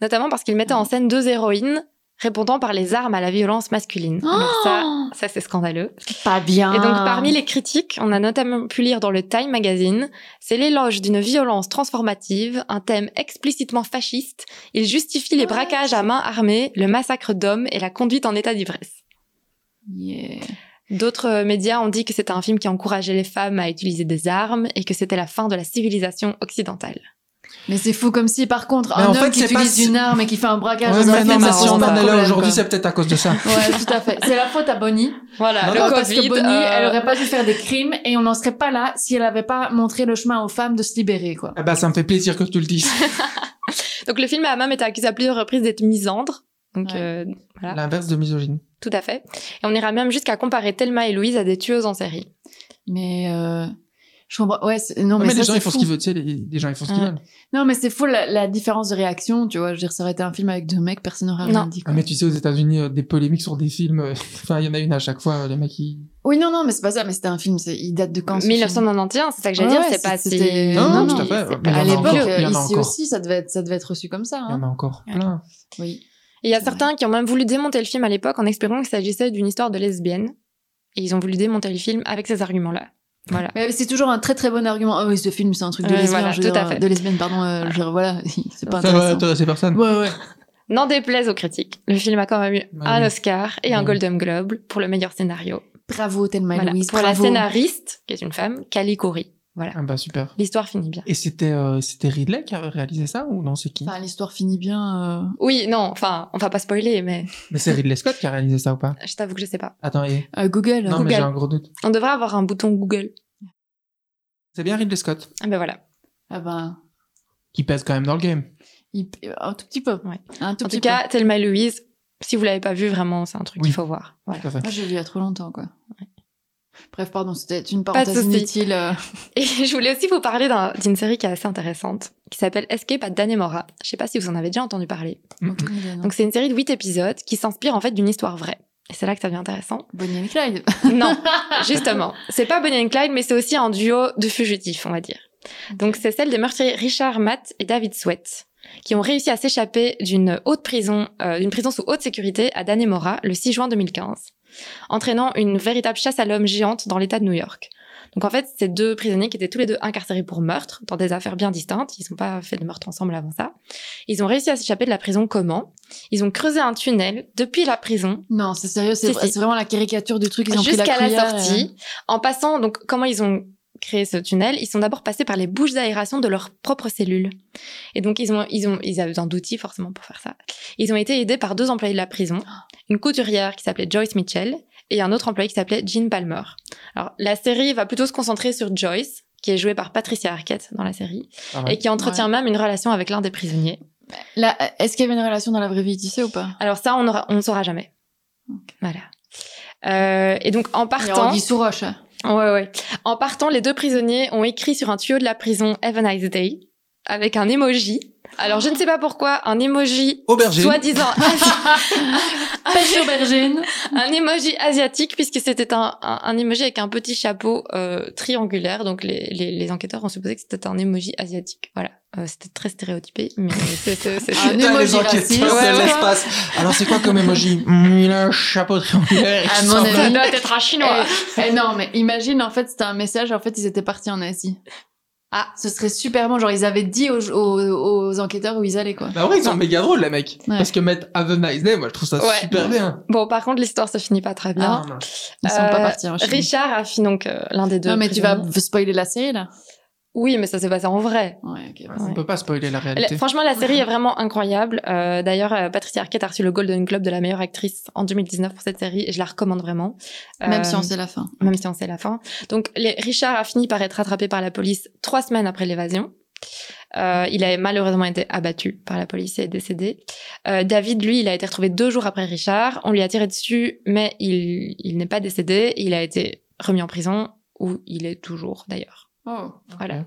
Speaker 4: notamment parce qu'il mettait en scène deux héroïnes répondant par les armes à la violence masculine. Alors ça,
Speaker 3: Oh, Ah.
Speaker 4: ça c'est scandaleux.
Speaker 3: pas bien.
Speaker 4: Et donc parmi les critiques, on a notamment pu lire dans le Time magazine, c'est l'éloge d'une violence transformative, un thème explicitement fasciste. Il justifie les braquages à main armée, le massacre d'hommes et la conduite en état d'ivresse.
Speaker 3: Yeah.
Speaker 4: D'autres euh, médias ont dit que c'était un film qui encourageait les femmes à utiliser des armes et que c'était la fin de la civilisation occidentale.
Speaker 3: Mais c'est fou comme si, par contre,
Speaker 2: Mais
Speaker 3: un
Speaker 2: en
Speaker 3: homme
Speaker 2: fait,
Speaker 3: qui
Speaker 2: c'est pas
Speaker 3: utilise
Speaker 2: si-
Speaker 3: une arme et qui fait un braquage,
Speaker 2: Ouais,
Speaker 3: ça
Speaker 2: mais
Speaker 3: fait
Speaker 2: non, mais
Speaker 3: marrant,
Speaker 2: si on en
Speaker 3: pas
Speaker 2: est
Speaker 3: cool,
Speaker 2: là aujourd'hui,
Speaker 3: quoi.
Speaker 2: c'est peut-être à cause de ça.
Speaker 3: Ouais, tout à fait. C'est la faute à Bonnie.
Speaker 4: Voilà,
Speaker 2: Non,
Speaker 4: le
Speaker 3: Non,
Speaker 4: Covid.
Speaker 3: parce que Bonnie,
Speaker 4: euh,
Speaker 3: elle aurait pas dû faire des crimes et on n'en serait pas là si elle avait pas montré le chemin aux femmes de se libérer, quoi.
Speaker 2: Ah bah, ça me fait plaisir que tu le dises.
Speaker 4: Donc le film a même été accusé à plusieurs reprises d'être misandre. Donc
Speaker 3: Ouais.
Speaker 4: euh, voilà,
Speaker 2: L'inverse de misogyne.
Speaker 4: tout à fait. Et on ira même jusqu'à comparer Thelma et Louise à des tueuses en série.
Speaker 3: Mais, euh, je comprends. Ouais, c'est- non,
Speaker 2: Ah,
Speaker 3: mais,
Speaker 2: mais
Speaker 3: ça,
Speaker 2: les gens,
Speaker 3: c'est
Speaker 2: ils font ce
Speaker 3: fou. Hein.
Speaker 2: qu'ils veulent. Tu sais, les, les gens, ils font ce qu'ils
Speaker 4: Ouais.
Speaker 2: veulent.
Speaker 3: Non, mais c'est fou la, la différence de réaction, tu vois. Je veux dire, ça aurait été un film avec deux mecs, personne n'aurait rien
Speaker 4: Non.
Speaker 3: dit.
Speaker 2: Ah,
Speaker 3: Quoi.
Speaker 2: mais tu sais, aux États-Unis, euh, des polémiques sur des films. euh, Enfin, il y en a une à chaque fois. euh, Les mecs, ils.
Speaker 3: Oui, non, non, mais c'est pas ça. Mais c'était un film, c'est- il date de quand ce film
Speaker 4: 1991, c'est ça que j'allais
Speaker 3: Ouais,
Speaker 4: dire,
Speaker 3: ouais,
Speaker 4: c'est pas
Speaker 3: c'est-
Speaker 4: si...
Speaker 3: c'était-
Speaker 2: Non,
Speaker 3: non,
Speaker 2: tout
Speaker 3: non,
Speaker 2: à fait.
Speaker 4: c'est
Speaker 2: Mais il
Speaker 4: pas-
Speaker 2: y
Speaker 3: À
Speaker 2: en a
Speaker 3: l'époque,
Speaker 2: encore, il y en a
Speaker 3: ici
Speaker 2: encore.
Speaker 3: aussi, ça devait être, ça devait être reçu comme ça.
Speaker 2: Il y en
Speaker 3: Hein.
Speaker 2: a encore plein.
Speaker 3: Oui.
Speaker 4: Et il y a
Speaker 3: C'est
Speaker 4: certains qui ont même voulu démonter le film à l'époque en expliquant qu'il s'agissait d'une histoire de lesbienne. Et ils ont voulu démonter le film avec ces arguments-là. Voilà.
Speaker 3: Mais c'est toujours un très très bon argument. Ah oui, ce film, c'est un truc de
Speaker 4: Ouais,
Speaker 3: lesbienne.
Speaker 4: voilà,
Speaker 3: je veux
Speaker 4: tout à
Speaker 3: dire,
Speaker 4: fait.
Speaker 3: De lesbienne, pardon. euh, je veux dire, voilà, c'est pas
Speaker 2: Ça va
Speaker 3: intéressant.
Speaker 2: intéresser personne.
Speaker 3: Ouais, ouais.
Speaker 4: N'en déplaise aux critiques, le film a quand même eu
Speaker 3: Bah
Speaker 2: Ouais.
Speaker 4: un Oscar et un
Speaker 2: Ouais.
Speaker 4: Golden Globe pour le meilleur scénario.
Speaker 3: Bravo, Thelma et
Speaker 4: Voilà.
Speaker 3: Bah Louise.
Speaker 4: pour la
Speaker 3: bravo.
Speaker 4: scénariste, qui est une femme, Kali Khoury. Voilà.
Speaker 2: Ah bah, super.
Speaker 4: L'histoire finit bien.
Speaker 2: Et c'était euh, c'était Ridley qui avait réalisé ça ou non C'est qui
Speaker 3: Enfin, l'histoire finit bien. euh.
Speaker 4: Oui, non, enfin, on va pas spoiler, mais
Speaker 2: Mais c'est Ridley Scott qui a réalisé ça ou pas
Speaker 4: je t'avoue que je sais pas.
Speaker 2: Attends, et...
Speaker 3: Euh, Google.
Speaker 2: non, mais j'ai un gros doute.
Speaker 4: On devrait avoir un bouton Google.
Speaker 2: C'est bien Ridley Scott
Speaker 4: Ah ben voilà.
Speaker 3: Ah ben,
Speaker 2: qui pèse quand même dans le game.
Speaker 3: il- un tout petit peu.
Speaker 4: Ouais.
Speaker 3: Un tout
Speaker 4: En
Speaker 3: petit
Speaker 4: tout cas, Thelma et Louise, si vous l'avez pas vu, vraiment, c'est un truc
Speaker 2: Oui.
Speaker 4: qu'il faut voir. Voilà.
Speaker 2: Tout à fait.
Speaker 3: peu. Moi, j'ai vu il y a trop longtemps, quoi. Bref, pardon, c'était une
Speaker 4: Pas de
Speaker 3: parenthèse
Speaker 4: souci.
Speaker 3: inutile. euh.
Speaker 4: Et je voulais aussi vous parler d'un- d'une série qui est assez intéressante, qui s'appelle Escape at Danemora. Je sais pas si vous en avez déjà entendu parler.
Speaker 3: Aucune idée, non.
Speaker 4: Donc c'est une série de 8 épisodes qui s'inspire en fait d'une histoire vraie. Et c'est là que ça devient intéressant.
Speaker 3: Bonnie and Clyde.
Speaker 4: Non, justement. C'est pas Bonnie and Clyde, mais c'est aussi un duo de fugitifs, on va dire. Donc, c'est celle des meurtriers Richard Matt et David Sweat, qui ont réussi à s'échapper d'une haute prison, euh, d'une prison sous haute sécurité à Danemora le 6 juin 2015, entraînant une véritable chasse à l'homme géante dans l'État de New York. Donc, en fait, ces deux prisonniers qui étaient tous les deux incarcérés pour meurtre, dans des affaires bien distinctes, ils n'ont pas fait de meurtre ensemble avant ça, ils ont réussi à s'échapper de la prison comment Ils ont creusé un tunnel depuis la prison
Speaker 3: Non, c'est sérieux, c'est
Speaker 4: Si,
Speaker 3: c'est
Speaker 4: si.
Speaker 3: vraiment la caricature du truc. Ils ont pris la
Speaker 4: jusqu'à la,
Speaker 3: cuillère euh. et-
Speaker 4: sortie. En passant, donc, comment ils ont créé ce tunnel Ils sont d'abord passés par les bouches d'aération de leurs propres cellules. Et donc, ils ont, ils ont, ils avaient besoin d'outils, forcément, pour faire ça. Ils ont été aidés par deux employés de la prison, une couturière qui s'appelait Joyce Mitchell et un autre employé qui s'appelait Jean Palmer. Alors, la série va plutôt se concentrer sur Joyce, qui est jouée par Patricia Arquette dans la série,
Speaker 2: Ah ouais.
Speaker 4: et qui entretient même une relation avec l'un des prisonniers.
Speaker 3: Là, euh, est-ce qu'il y avait une relation dans la vraie vie, tu sais ou pas
Speaker 4: Alors ça, on aura, on ne saura jamais.
Speaker 3: Ok.
Speaker 4: Voilà. Euh, et donc, en
Speaker 3: Il y a
Speaker 4: partant...
Speaker 3: Anguille sous roche. hein.
Speaker 4: Ouais, ouais. En partant, les deux prisonniers ont écrit sur un tuyau de la prison Have a nice day. avec un emoji. Alors, je ne sais pas pourquoi, un emoji
Speaker 6: Aubergine.
Speaker 4: soi-disant
Speaker 3: Pêche aubergine.
Speaker 4: un emoji asiatique puisque c'était un, un, un emoji avec un petit chapeau euh, triangulaire. Donc les, les, les enquêteurs ont supposé que c'était un emoji asiatique. Voilà, Euh, c'était très stéréotypé, mais c'est- c'est c'est-
Speaker 2: Ah,
Speaker 3: Un
Speaker 6: Putain, les
Speaker 3: emoji
Speaker 6: enquêteurs
Speaker 3: raciste.
Speaker 6: de
Speaker 4: Ouais, ouais.
Speaker 6: l'espace. Alors, c'est quoi comme emoji Hmm, Il a un chapeau triangulaire.
Speaker 3: À
Speaker 6: il
Speaker 3: mon
Speaker 6: sort-
Speaker 3: avis.
Speaker 4: ça doit être un chinois.
Speaker 3: Eh, eh non, mais imagine, en fait, c'était un message, en fait, ils étaient partis en Asie. Ah, ce serait super bon. Genre, ils avaient dit aux, aux, aux enquêteurs où ils allaient, quoi.
Speaker 2: Bah ouais, ils sont méga drôles, les mecs.
Speaker 3: Ouais.
Speaker 2: Parce que mettre Have a nice day, moi, je trouve ça
Speaker 4: Ouais.
Speaker 2: super bien.
Speaker 4: Bon, par contre, l'histoire se finit pas très bien.
Speaker 3: Ah. Ils sont
Speaker 4: Euh,
Speaker 3: pas partis en Chine.
Speaker 4: Richard a fini donc euh, l'un des deux.
Speaker 3: Non, mais tu vas
Speaker 4: prisonniers.
Speaker 3: spoiler la série, là
Speaker 4: Oui, mais ça s'est passé en vrai.
Speaker 3: Ouais, ok.
Speaker 2: On
Speaker 4: Ouais.
Speaker 2: peut pas spoiler la
Speaker 4: La-
Speaker 2: réalité.
Speaker 4: franchement, la série est vraiment incroyable. Euh, D'ailleurs, euh, Patricia Arquette a reçu le Golden Globe de la meilleure actrice en 2019 pour cette série et je la recommande vraiment.
Speaker 3: Même
Speaker 4: Euh,
Speaker 3: si on sait la fin.
Speaker 4: même si on sait la fin. Donc, les- Richard a fini par être attrapé par la police trois semaines après l'évasion. Euh, il a malheureusement été abattu par la police et est décédé. Euh, David, lui, il a été retrouvé deux jours après Richard. On lui a tiré dessus, mais il, il n'est pas décédé. Il a été remis en prison, où il est toujours d'ailleurs.
Speaker 3: Oh.
Speaker 4: Voilà.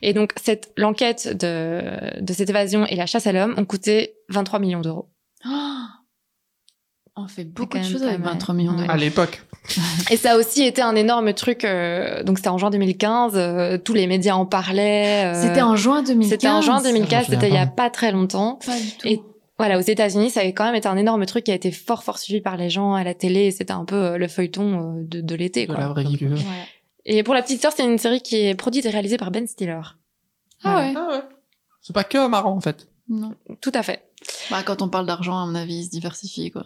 Speaker 4: Et donc, cette l'enquête de, de cette évasion et la chasse à l'homme ont coûté 23 millions d'euros.
Speaker 3: Oh, On fait
Speaker 4: C'est quand
Speaker 3: beaucoup de
Speaker 4: même
Speaker 3: choses
Speaker 4: pas
Speaker 3: avec
Speaker 4: mal.
Speaker 3: 23 millions d'euros.
Speaker 2: À l'époque.
Speaker 4: Et ça a aussi été un énorme truc. euh, donc, c'était en juin 2015. euh, tous les médias en parlaient. euh,
Speaker 3: C'était en juin 2015.
Speaker 4: C'était en juin
Speaker 2: Ah,
Speaker 4: 2015,
Speaker 2: je me
Speaker 4: c'était il y a
Speaker 2: souviens
Speaker 4: pas très longtemps.
Speaker 3: Pas du tout.
Speaker 4: Et voilà, aux États-Unis, ça avait quand même été un énorme truc qui a été fort fort suivi par les gens à la télé. C'était un peu euh, le feuilleton euh, de, de l'été.
Speaker 2: De
Speaker 4: quoi.
Speaker 2: la vraie vie.
Speaker 4: Ouais. Et pour la petite sœur, c'est une série qui est produite et réalisée par Ben Stiller.
Speaker 3: Ah ouais.
Speaker 2: Ah ouais. C'est pas que marrant, en fait.
Speaker 3: Non.
Speaker 4: Tout à fait.
Speaker 3: Bah, quand on parle d'argent, à mon avis, ils se diversifient, quoi.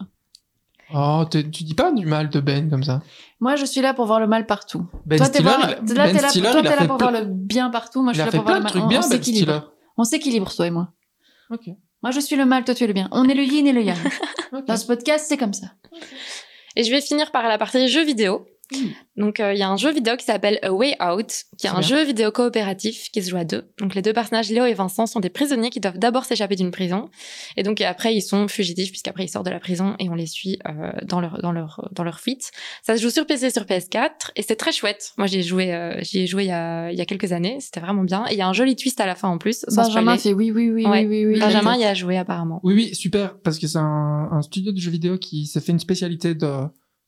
Speaker 2: Oh, t'es- tu dis pas du mal de Ben comme ça.
Speaker 3: Moi, je suis là pour voir le mal partout.
Speaker 2: Ben
Speaker 3: toi, t'es
Speaker 2: Stiller,
Speaker 3: voir-
Speaker 2: il-
Speaker 3: là,
Speaker 2: Ben
Speaker 3: t'es là,
Speaker 2: Stiller,
Speaker 3: toi,
Speaker 2: il a
Speaker 3: t'es là
Speaker 2: fait
Speaker 3: pour
Speaker 2: plein-
Speaker 3: voir le bien partout. Moi, je suis
Speaker 2: il a
Speaker 3: là
Speaker 2: fait
Speaker 3: pour voir
Speaker 2: plein
Speaker 3: le
Speaker 2: de
Speaker 3: mal.
Speaker 2: trucs
Speaker 3: On-
Speaker 2: bien,
Speaker 3: on
Speaker 2: Ben Stiller.
Speaker 3: s'équilibre. On s'équilibre, toi et moi.
Speaker 2: Ok.
Speaker 3: Moi, je suis le mal, toi, tu es le bien. On est le yin et le yang.
Speaker 2: ok.
Speaker 3: Dans ce podcast, c'est comme ça.
Speaker 4: Et je vais finir par la partie jeux vidéo.
Speaker 2: Mm.
Speaker 4: Donc euh, il y a un jeu vidéo qui s'appelle A Way Out, qui est un
Speaker 2: bien.
Speaker 4: jeu vidéo coopératif qui se joue à deux. Donc les deux personnages, Léo et Vincent, sont des prisonniers qui doivent d'abord s'échapper d'une prison, et donc et après ils sont fugitifs puisqu'après ils sortent de la prison et on les suit euh, dans leur dans leur dans leur fuite. Ça se joue sur PC, sur PS4, et c'est très chouette. Moi j'ai joué euh, j'y ai joué il y a, il y a quelques années, c'était vraiment bien. Et il y a un joli twist à la fin en plus. sans
Speaker 3: Benjamin
Speaker 4: spoiler.
Speaker 3: fait oui, oui, oui,
Speaker 4: Ouais.
Speaker 3: oui, oui, oui.
Speaker 4: Benjamin y a joué apparemment.
Speaker 2: Oui, oui, super, parce que c'est un, un studio de jeux vidéo qui s'est fait une spécialité de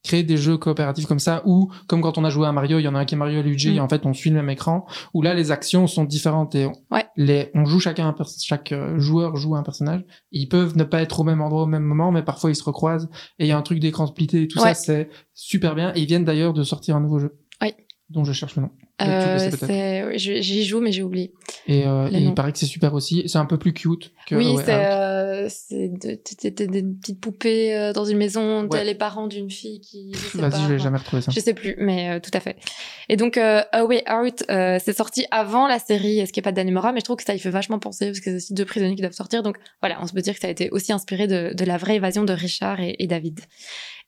Speaker 2: créer des jeux coopératifs comme ça, où, comme quand on a joué à Mario, il y en a un qui est Mario et Luigi,
Speaker 4: Mm.
Speaker 2: et en fait, on suit le même écran, où là, les actions sont différentes et on,
Speaker 4: Ouais.
Speaker 2: les, on joue chacun, un pers- chaque euh, joueur joue un personnage. Et ils peuvent ne pas être au même endroit au même moment, mais parfois ils se recroisent, et il y a un truc d'écran splitté et tout ça,
Speaker 4: Ouais.
Speaker 2: c'est super bien. Et ils viennent d'ailleurs de sortir un nouveau jeu.
Speaker 4: Oui.
Speaker 2: Dont je cherche le nom. Mais tu le
Speaker 4: Euh,
Speaker 2: sais peut-être.
Speaker 4: c'est- oui, je- j'y joue mais j'ai oublié.
Speaker 2: Et, euh,
Speaker 4: le
Speaker 2: et
Speaker 4: nom.
Speaker 2: il paraît que c'est super aussi. C'est un peu plus cute que.
Speaker 4: Oui,
Speaker 2: ouais, ah,
Speaker 4: c'est
Speaker 2: Out.
Speaker 4: euh, c'est de- t'es- t'es des petites poupées euh, dans une maison, t'as
Speaker 2: Ouais.
Speaker 4: les parents d'une fille qui. Je sais pas,
Speaker 2: Vas-y, je vais
Speaker 4: enfin,
Speaker 2: jamais retrouvé ça.
Speaker 4: Je sais plus, mais euh, tout à fait. Et donc, euh, A Way Out, euh, c'est sorti avant la série Escape at Dannemora, mais je trouve que ça y fait vachement penser, parce que c'est aussi deux prisonniers qui doivent sortir. Donc voilà, on se peut dire que ça a été aussi inspiré de, de la vraie évasion de Richard et, et David.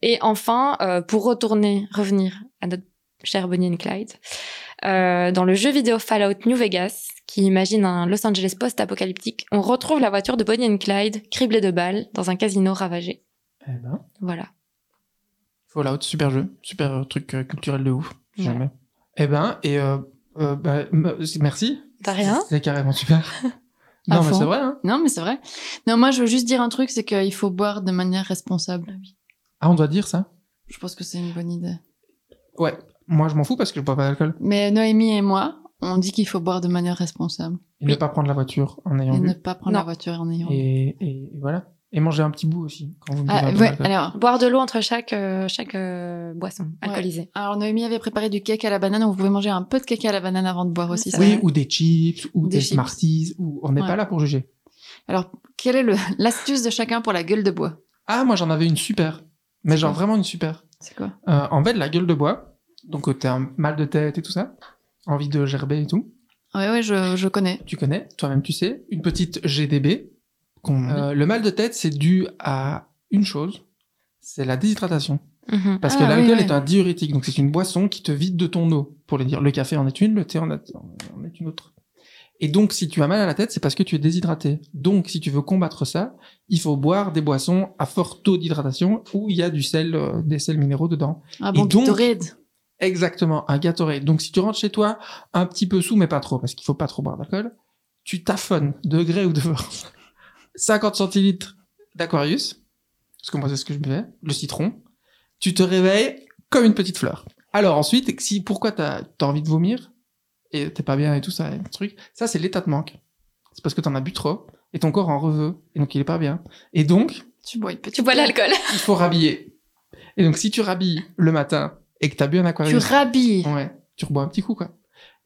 Speaker 4: Et enfin, euh, pour retourner, revenir à notre cher Bonnie and Clyde, euh, dans le jeu vidéo Fallout New Vegas, qui imagine un Los Angeles post-apocalyptique, on retrouve la voiture de Bonnie and Clyde, criblée de balles, dans un casino ravagé.
Speaker 2: Eh ben.
Speaker 4: Voilà.
Speaker 2: Fallout, super jeu, super euh, truc euh, culturel de ouf.
Speaker 4: Ouais.
Speaker 2: Jamais. Eh ben, et euh, euh, bah, m- merci.
Speaker 4: T'as rien
Speaker 2: C'est carrément super.
Speaker 3: À
Speaker 2: non, mais
Speaker 3: fond.
Speaker 2: c'est vrai. Hein.
Speaker 3: Non, mais c'est vrai. Non, moi, je veux juste dire un truc, c'est qu'il faut boire de manière responsable.
Speaker 2: Ah, on doit dire ça
Speaker 3: Je pense que c'est une bonne idée.
Speaker 2: Ouais. Moi, je m'en fous parce que je bois pas d'alcool.
Speaker 3: Mais Noémie et moi, on dit qu'il faut boire de manière responsable
Speaker 2: Et ne pas prendre la voiture en ayant
Speaker 3: et ne
Speaker 2: bu.
Speaker 3: pas prendre
Speaker 4: Non.
Speaker 3: la voiture en ayant.
Speaker 2: Et, et- et voilà. Et manger un petit bout aussi quand vous me
Speaker 3: Ah,
Speaker 2: donnez un peu
Speaker 3: ouais,
Speaker 2: d'alcool.
Speaker 3: alors,
Speaker 4: Boire de l'eau entre chaque, euh, chaque euh, boisson
Speaker 3: Ouais.
Speaker 4: alcoolisée.
Speaker 3: alors Noémie avait préparé du cake à la banane, on pouvait manger un peu de cake à la banane avant de boire aussi.
Speaker 4: ça
Speaker 3: c'est
Speaker 4: va.
Speaker 2: Oui,
Speaker 3: vrai.
Speaker 2: ou des chips, ou
Speaker 3: euh, Des
Speaker 2: des,
Speaker 3: chips.
Speaker 2: Smarties, ou on n'est
Speaker 3: Ouais.
Speaker 2: pas là pour juger.
Speaker 3: Alors, quelle est le- l'astuce de chacun pour la gueule de bois
Speaker 2: Ah, moi, j'en avais une super. Mais
Speaker 3: C'est
Speaker 2: genre
Speaker 3: quoi
Speaker 2: vraiment une super.
Speaker 3: C'est quoi
Speaker 2: Euh, en fait, la gueule de bois, donc euh, t'as un mal de tête et tout ça, envie de gerber et tout.
Speaker 3: Ouais, ouais, je, je connais.
Speaker 2: tu connais, toi-même tu sais, une petite GDB. qu'on- Euh, le mal de tête, c'est dû à une chose, c'est la déshydratation.
Speaker 4: Mhm.
Speaker 2: Parce
Speaker 3: Ah,
Speaker 2: que
Speaker 3: oui,
Speaker 2: l'alcool
Speaker 3: oui.
Speaker 2: est un diurétique, donc c'est une boisson qui te vide de ton eau, pour le dire. Le café en est une, le thé en, a- en est une autre. Et donc, si tu as mal à la tête, c'est parce que tu es déshydraté. Donc, si tu veux combattre ça, il faut boire des boissons à fort taux d'hydratation où il y a du sel, euh, des sels minéraux dedans.
Speaker 3: Ah bon,
Speaker 2: Et donc-
Speaker 3: Gatorade.
Speaker 2: Exactement, un Gatorade. Donc si tu rentres chez toi un petit peu sous, mais pas trop, parce qu'il faut pas trop boire d'alcool, tu taffonnes, de gré ou de force, 50 centilitres d'aquarius, parce que moi c'est ce que je buvais, le citron, tu te réveilles comme une petite fleur. Alors ensuite, si pourquoi t'as as envie de vomir et t'es pas bien et tout ça, et truc, ça c'est l'état de manque. C'est parce que t'en as bu trop et ton corps en reveut et donc il est pas bien. Et donc
Speaker 3: Tu bois une petite.
Speaker 4: Tu bois de l'alcool.
Speaker 2: il faut rhabiller. Et donc si tu rhabilles le matin et que t'as bu un
Speaker 3: Tu
Speaker 2: aquarius,
Speaker 3: rhabilles.
Speaker 2: Ouais, tu rebois un petit coup, quoi.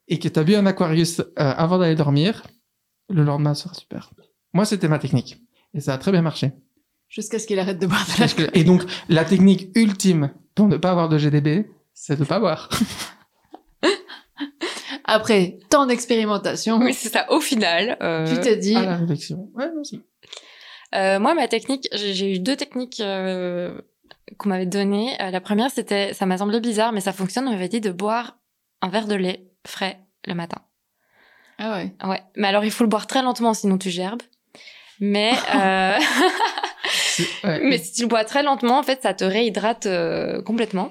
Speaker 2: Et que t'as bu un Aquarius euh, avant d'aller dormir, le lendemain sera super. Moi, c'était ma technique. Et ça a très bien marché.
Speaker 3: Jusqu'à ce qu'il arrête de boire de
Speaker 2: Parce
Speaker 3: l'alcool.
Speaker 2: que- Et donc, la technique ultime pour ne pas avoir de GDB, c'est de pas boire.
Speaker 3: Après tant d'expérimentation,
Speaker 4: Oui, c'est ça. Au final, euh,
Speaker 3: tu t'es dit,
Speaker 2: À la réflexion. Ouais, non, si.
Speaker 4: euh, moi, ma technique, j'ai j'ai eu deux techniques euh, qu'on m'avait données. Euh, la première, c'était, ça m'a semblé bizarre, mais ça fonctionne. On m'avait dit de boire un verre de lait frais le matin.
Speaker 3: ah ouais.
Speaker 4: Ouais. Mais alors, il faut le boire très lentement, sinon tu gerbes. Mais euh,
Speaker 2: C'est- ouais.
Speaker 4: Mais si tu le bois très lentement, en fait, ça te réhydrate euh, complètement.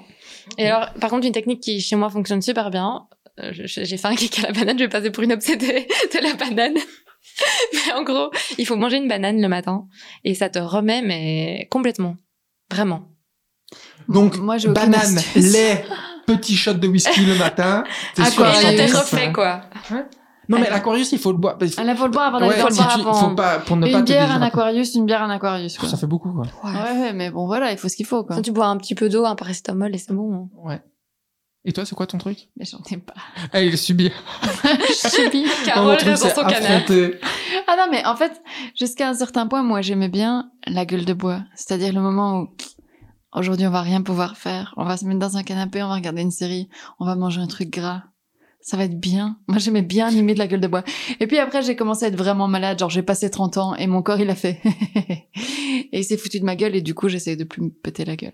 Speaker 4: Et alors, par contre, une technique qui chez moi fonctionne super bien. euh, je- J'ai fait un kick à la banane, je vais passer pour une obsédée de la banane. mais en gros, il faut manger une banane le matin et ça te remet mais complètement, vraiment.
Speaker 2: Donc,
Speaker 3: Moi, j'ai aucune
Speaker 2: banane,
Speaker 3: astuce.
Speaker 2: lait, petit shot de whisky le matin. T'es sûr
Speaker 4: Et
Speaker 3: Aquarius.
Speaker 4: ça
Speaker 2: que
Speaker 4: te
Speaker 2: ça-
Speaker 4: refait quoi.
Speaker 2: Non, mais l'Aquarius, il faut le boire. Il faut-
Speaker 3: Ah, là, faut le boire avant d'aller
Speaker 2: Ouais,
Speaker 4: faut le
Speaker 2: si
Speaker 3: dormir.
Speaker 4: boire
Speaker 2: tu-
Speaker 4: avant.
Speaker 2: faut pas, pour ne pas
Speaker 3: Une
Speaker 2: te
Speaker 3: bière, un
Speaker 2: déshydrater.
Speaker 3: aquarius, une bière, un aquarius. Quoi.
Speaker 2: Ça fait beaucoup, quoi.
Speaker 3: Ouais, ouais, mais bon, voilà, il faut ce qu'il faut, quoi.
Speaker 4: Quand tu bois un petit peu d'eau, un paracétamol et c'est bon. hein.
Speaker 2: Ouais. Et toi, c'est quoi ton truc
Speaker 3: Mais j'en ai pas.
Speaker 2: Ah, il subit.
Speaker 3: Subi.
Speaker 2: Mon
Speaker 4: Carole
Speaker 2: truc,
Speaker 4: reste dans
Speaker 2: c'est
Speaker 4: son canapé.
Speaker 2: affronter.
Speaker 3: Ah non, mais en fait, jusqu'à un certain point, moi, j'aimais bien la gueule de bois. C'est-à-dire le moment où pff, aujourd'hui, on va rien pouvoir faire. On va se mettre dans un canapé, on va regarder une série, on va manger un truc gras. Ça va être bien. Moi, j'aimais bien animer de la gueule de bois. Et puis après, j'ai commencé à être vraiment malade. Genre, j'ai passé 30 ans et mon corps, il a fait. et il s'est foutu de ma gueule et du coup, j'essaye de plus me péter la gueule.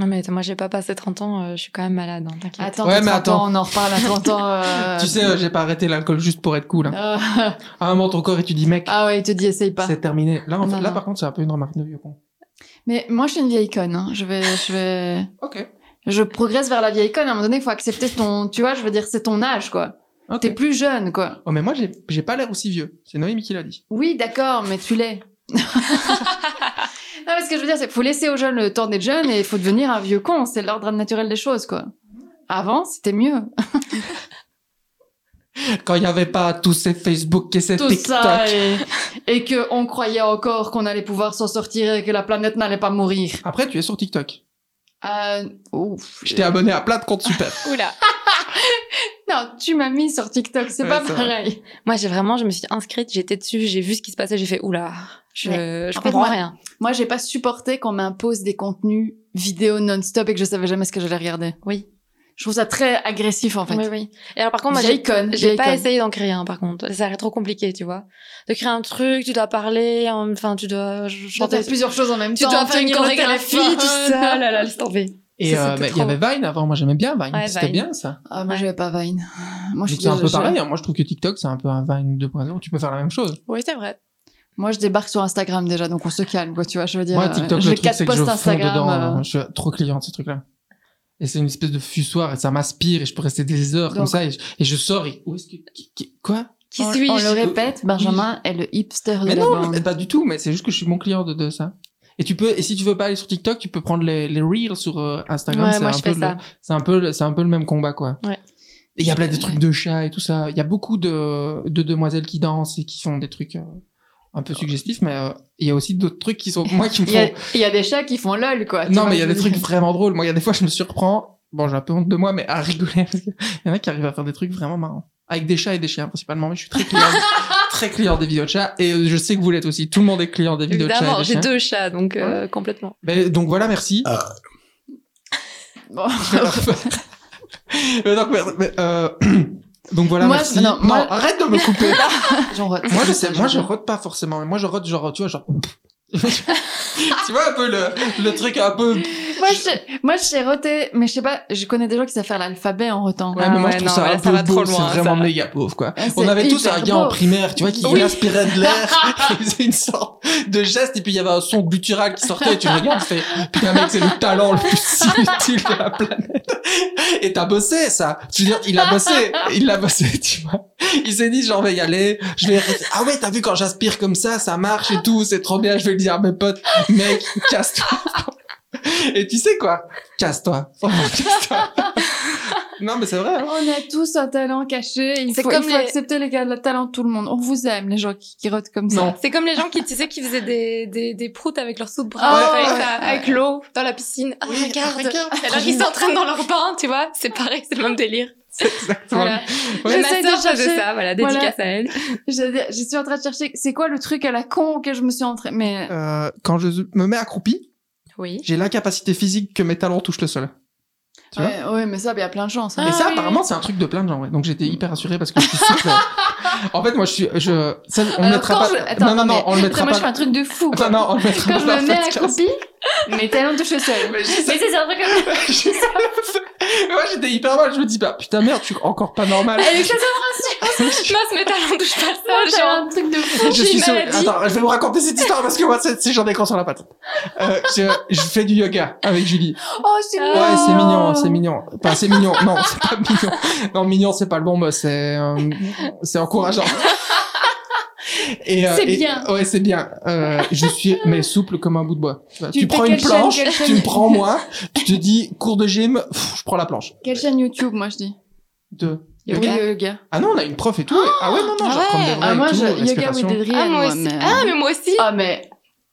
Speaker 4: Non mais moi j'ai pas passé 30 ans, euh, je suis quand même malade, hein, t'inquiète.
Speaker 3: Attends,
Speaker 2: Ouais,
Speaker 3: t'as
Speaker 2: mais
Speaker 3: 30 ans,
Speaker 2: attends.
Speaker 3: on en reparle à 30 ans. euh,
Speaker 2: Tu sais, euh, j'ai pas arrêté l'alcool juste pour être cool. hein.
Speaker 3: euh,
Speaker 2: À un moment, ton corps, et tu dis, mec,
Speaker 3: ah ouais, il te dit, essaye pas.
Speaker 2: c'est terminé. Là, en fait-
Speaker 3: Non,
Speaker 2: là
Speaker 3: non.
Speaker 2: par contre, c'est un peu une remarque de vieux con.
Speaker 3: Mais moi, je suis une vieille conne. hein. Je vais, je vais,
Speaker 2: Ok.
Speaker 3: je progresse vers la vieille conne. À un moment donné, il faut accepter ton, tu vois, je veux dire, c'est ton âge, quoi.
Speaker 2: Ok.
Speaker 3: T'es plus jeune, quoi.
Speaker 2: Oh, mais moi, j'ai j'ai pas l'air aussi vieux. C'est Noémie qui l'a dit.
Speaker 3: Oui, d'accord, mais tu l'es. non, mais ce que je veux dire, c'est qu'il faut laisser aux jeunes le temps d'être jeunes et il faut devenir un vieux con. C'est l'ordre naturel des choses, quoi. Avant, c'était mieux.
Speaker 2: Quand il n'y avait pas tous ces Facebook et ces
Speaker 3: Tout
Speaker 2: TikTok.
Speaker 3: ça et, et que on croyait encore qu'on allait pouvoir s'en sortir et que la planète n'allait pas mourir.
Speaker 2: Après, tu es sur TikTok.
Speaker 3: Euh, ouf.
Speaker 2: Je t'ai abonné à plein de comptes super.
Speaker 4: Ah, Oula.
Speaker 3: Non, tu m'as mis sur TikTok, c'est
Speaker 2: Ouais,
Speaker 3: pas
Speaker 2: c'est vrai.
Speaker 3: pareil.
Speaker 4: Moi j'ai vraiment, je me suis inscrite, j'étais dessus, j'ai vu ce qui se passait, j'ai fait oula, je, je
Speaker 3: En fait,
Speaker 4: comprends
Speaker 3: moi-
Speaker 4: rien.
Speaker 3: Moi, j'ai pas supporté qu'on m'impose des contenus vidéo non-stop et que je savais jamais ce que j'allais regarder.
Speaker 4: Oui.
Speaker 3: Je trouve ça très agressif, en fait.
Speaker 4: Oui, oui. Et alors, par contre, moi,
Speaker 3: Vieille
Speaker 4: j'ai,
Speaker 3: conne,
Speaker 4: j'ai
Speaker 3: vieille
Speaker 4: pas
Speaker 3: conne.
Speaker 4: essayé d'en créer un, par contre. Ça serait trop compliqué, tu vois. De créer un truc, tu dois parler, hein, enfin, tu dois
Speaker 3: Je
Speaker 4: chanter.
Speaker 3: fais plusieurs choses en même
Speaker 4: Tu
Speaker 3: temps.
Speaker 4: dois faire une
Speaker 3: tenir le
Speaker 4: chorégraphie,
Speaker 3: téléphone.
Speaker 4: tout ça. Oh Là, là, laisse tomber.
Speaker 2: Et
Speaker 4: Ça,
Speaker 2: euh,
Speaker 4: c'était
Speaker 2: mais il y
Speaker 4: trop.
Speaker 2: avait Vine avant. Moi, j'aimais bien Vine.
Speaker 4: Ouais,
Speaker 2: C'était
Speaker 4: Vine.
Speaker 2: bien, ça.
Speaker 3: Ah, moi, j'avais pas Vine. Moi, je suis
Speaker 2: Donc, C'est un peu
Speaker 3: désolée.
Speaker 2: pareil. hein. Moi, je trouve que TikTok, c'est un peu un Vine 2.0. Tu peux faire la même chose.
Speaker 4: Oui, c'est vrai.
Speaker 3: Moi, je débarque sur Instagram déjà, donc on se calme, quoi, tu vois. Je veux dire,
Speaker 2: Moi,
Speaker 3: euh,
Speaker 2: TikTok,
Speaker 3: je
Speaker 2: le
Speaker 3: fais
Speaker 2: truc, c'est
Speaker 3: quatre
Speaker 2: que je
Speaker 3: posts
Speaker 2: fonds dedans.
Speaker 3: Instagram. euh,
Speaker 2: hein. Je suis trop client de ce truc-là. Et c'est une espèce de fussoir et ça m'aspire et je peux rester des heures comme
Speaker 3: Donc-
Speaker 2: ça et je, et je sors et où est-ce que qui- qui- quoi
Speaker 4: Qui
Speaker 3: euh, on,
Speaker 4: suis-je
Speaker 3: on le répète, Benjamin est le hipster de
Speaker 2: Mais
Speaker 3: la
Speaker 2: non,
Speaker 3: bande.
Speaker 2: pas du tout. Mais c'est juste que je suis mon client de, de ça. Et tu peux et si tu veux pas aller sur TikTok, tu peux prendre les, les reels sur euh, Instagram.
Speaker 4: Ouais,
Speaker 2: c'est
Speaker 4: moi,
Speaker 2: un
Speaker 4: je
Speaker 2: peu
Speaker 4: fais
Speaker 2: le-
Speaker 4: ça.
Speaker 2: C'est un peu le- c'est un peu le même combat quoi.
Speaker 4: Ouais.
Speaker 2: Et il y a plein de trucs de chats et tout ça. Il y a beaucoup de de demoiselles qui dansent et qui font des trucs euh, un peu suggestifs. Mais euh, il y a aussi d'autres trucs qui sont moi qui me
Speaker 3: Il y, a,
Speaker 2: font
Speaker 3: il y a des chats qui font lol,
Speaker 4: Ah,
Speaker 3: quoi. tu
Speaker 2: Non,
Speaker 3: vois,
Speaker 2: mais il y a
Speaker 3: je veux
Speaker 2: des trucs
Speaker 3: dire.
Speaker 2: vraiment drôles. Moi, il y a des fois, je me surprends. Bon, j'ai un peu honte de moi, mais à rigoler. Parce qu'il y en a qui arrivent à faire des trucs vraiment marrants. Avec des chats et des chiens, principalement. Mais je suis très client, très client des vidéos de chats. Et euh, je sais que vous l'êtes aussi. Tout le monde est client des vidéos de chats et
Speaker 4: Évidemment,
Speaker 2: des
Speaker 4: j'ai
Speaker 2: chiens.
Speaker 4: deux chats, donc euh, complètement.
Speaker 2: Mais, donc voilà, merci.
Speaker 3: Bon.
Speaker 2: Mais donc, merde, mais, euh, donc voilà,
Speaker 3: Moi,
Speaker 2: merci.
Speaker 3: non, moi-
Speaker 2: arrête de me couper.
Speaker 3: J'en re-
Speaker 2: moi, je sais, moi, je rote pas forcément. Mais moi, je rote, genre, tu vois, genre. tu vois un peu le, le truc un peu
Speaker 3: moi, je sais, moi, je sais roter, mais je sais pas, je connais des gens qui savent faire l'alphabet en rotant.
Speaker 2: Ouais, mais moi, je trouve
Speaker 4: non,
Speaker 2: ça
Speaker 4: Ah ouais,
Speaker 2: un
Speaker 4: ça
Speaker 2: peu
Speaker 4: va
Speaker 2: beau,
Speaker 4: trop
Speaker 2: c'est
Speaker 4: loin, ça
Speaker 2: vraiment
Speaker 4: va.
Speaker 2: méga pauvre, quoi.
Speaker 3: Ah,
Speaker 2: On
Speaker 3: c'est
Speaker 2: avait tous
Speaker 3: hyper
Speaker 2: un gars
Speaker 3: beau.
Speaker 2: en primaire, tu vois, qui
Speaker 3: Oui.
Speaker 2: inspirait de l'air, qui faisait une sorte de geste, et puis il y avait un son guttural qui sortait, et tu le regardes, tu fais, putain mec, c'est le talent le plus inutile de la planète. Et t'as bossé, ça. Je veux dire, il a bossé, il l'a bossé, tu vois. Il s'est dit, j'en vais y aller, je vais, ah ouais, t'as vu quand j'inspire comme ça, ça marche et tout, c'est trop bien, je vais le dire à mes potes, mec, casse-toi. Et tu sais quoi? Casse-toi. Franchement, casse-toi. Non, mais c'est vrai, hein.
Speaker 3: On a tous un talent caché. Il
Speaker 4: C'est
Speaker 3: faut,
Speaker 4: comme
Speaker 3: il faut
Speaker 4: les-
Speaker 3: accepter les gars, le talent de tout le monde. On vous aime, les gens qui, qui rotent comme ça.
Speaker 2: Non.
Speaker 4: C'est comme les gens qui, tu sais, qui faisaient des, des, des proutes avec leur soupe
Speaker 3: Ah,
Speaker 4: avec,
Speaker 3: ouais,
Speaker 4: la- avec l'eau dans la piscine. Ah,
Speaker 2: Oui,
Speaker 4: regarde.
Speaker 2: regarde.
Speaker 4: Alors qu'ils s'entraînent dans leur bain, tu vois. C'est pareil, c'est le même délire.
Speaker 2: Exactement.
Speaker 3: Ouais.
Speaker 4: Ma
Speaker 3: J'essaie de
Speaker 4: sœur faisait
Speaker 3: chercher.
Speaker 4: ça,
Speaker 3: Voilà.
Speaker 4: voilà, dédicace à elle.
Speaker 3: Je, je suis en train de chercher, c'est quoi le truc à la con que je me suis entraînée Mais
Speaker 2: Euh, quand je me mets accroupi,
Speaker 4: Oui.
Speaker 2: j'ai l'incapacité physique que mes talons touchent le sol. Tu vois
Speaker 3: ouais, ouais, mais ça, il y a plein de chance. hein.
Speaker 2: Et ça,
Speaker 4: Ah oui,
Speaker 2: apparemment, c'est un truc de plein de gens. ouais. Donc j'étais hyper rassuré parce que je suis sûr que- En fait, moi, je suis. Je... ça, on
Speaker 3: Alors,
Speaker 2: le mettra
Speaker 3: quand
Speaker 2: pas.
Speaker 3: je- attends,
Speaker 2: non, non, non,
Speaker 3: mais-
Speaker 2: on le mettra
Speaker 3: Attends, moi, je fais un
Speaker 2: pas.
Speaker 3: truc de fou. Quoi.
Speaker 2: Attends, non, on le mettra
Speaker 3: Quand je
Speaker 2: pas.
Speaker 3: me mets
Speaker 2: podcast.
Speaker 3: accroupie, mes talons touchent le sol.
Speaker 2: Mais je
Speaker 3: Mais
Speaker 2: sais-
Speaker 3: c'est c'est un truc comme ça.
Speaker 2: je sais pas. Moi, j'étais hyper mal. Je me dis, bah putain, merde, je suis encore pas normal.
Speaker 3: Avec ça,
Speaker 4: Non, ce métal, on touche pas
Speaker 3: ça,
Speaker 4: ça,
Speaker 3: c'est
Speaker 4: genre.
Speaker 3: un truc de fou.
Speaker 2: Je
Speaker 4: J'ai
Speaker 2: suis
Speaker 4: une
Speaker 2: sûr-
Speaker 4: maladie.
Speaker 2: Attends, je vais vous raconter cette histoire parce que moi, c'est c'est j'en ai grand sur la patte. Euh, je, je fais du yoga avec Julie.
Speaker 3: Oh, c'est
Speaker 4: Ouais,
Speaker 2: Ouais, c'est
Speaker 3: mignon.
Speaker 2: mignon, hein, c'est mignon. Enfin, c'est mignon. Non, c'est pas mignon. Non, mignon, c'est pas le bon mot. C'est, euh, c'est encourageant. Et, euh,
Speaker 3: C'est
Speaker 2: et-
Speaker 3: bien.
Speaker 2: Ouais, c'est bien. Euh, je suis mais souple comme un bout de bois. Tu, vois,
Speaker 3: Tu
Speaker 2: tu
Speaker 3: fais
Speaker 2: prends une
Speaker 3: quelle chaîne,
Speaker 2: planche,
Speaker 3: quelle
Speaker 2: tu
Speaker 3: chaîne
Speaker 2: me prends moi, tu te dis cours de gym, pff, je prends la planche.
Speaker 3: Quelle chaîne YouTube, moi, je dis
Speaker 2: Deux.
Speaker 3: Oui, le yoga.
Speaker 2: Ah non, on a une prof et tout. ah ouais, non, non,
Speaker 4: Ah
Speaker 2: je reprends
Speaker 4: ouais.
Speaker 2: des vrais
Speaker 3: Ah,
Speaker 2: et
Speaker 3: moi,
Speaker 2: tout,
Speaker 3: je, yoga with
Speaker 2: respiration.
Speaker 3: Adrienne.
Speaker 4: Ah, moi aussi.
Speaker 3: mais-
Speaker 4: Ah, mais moi aussi.
Speaker 3: Ah, mais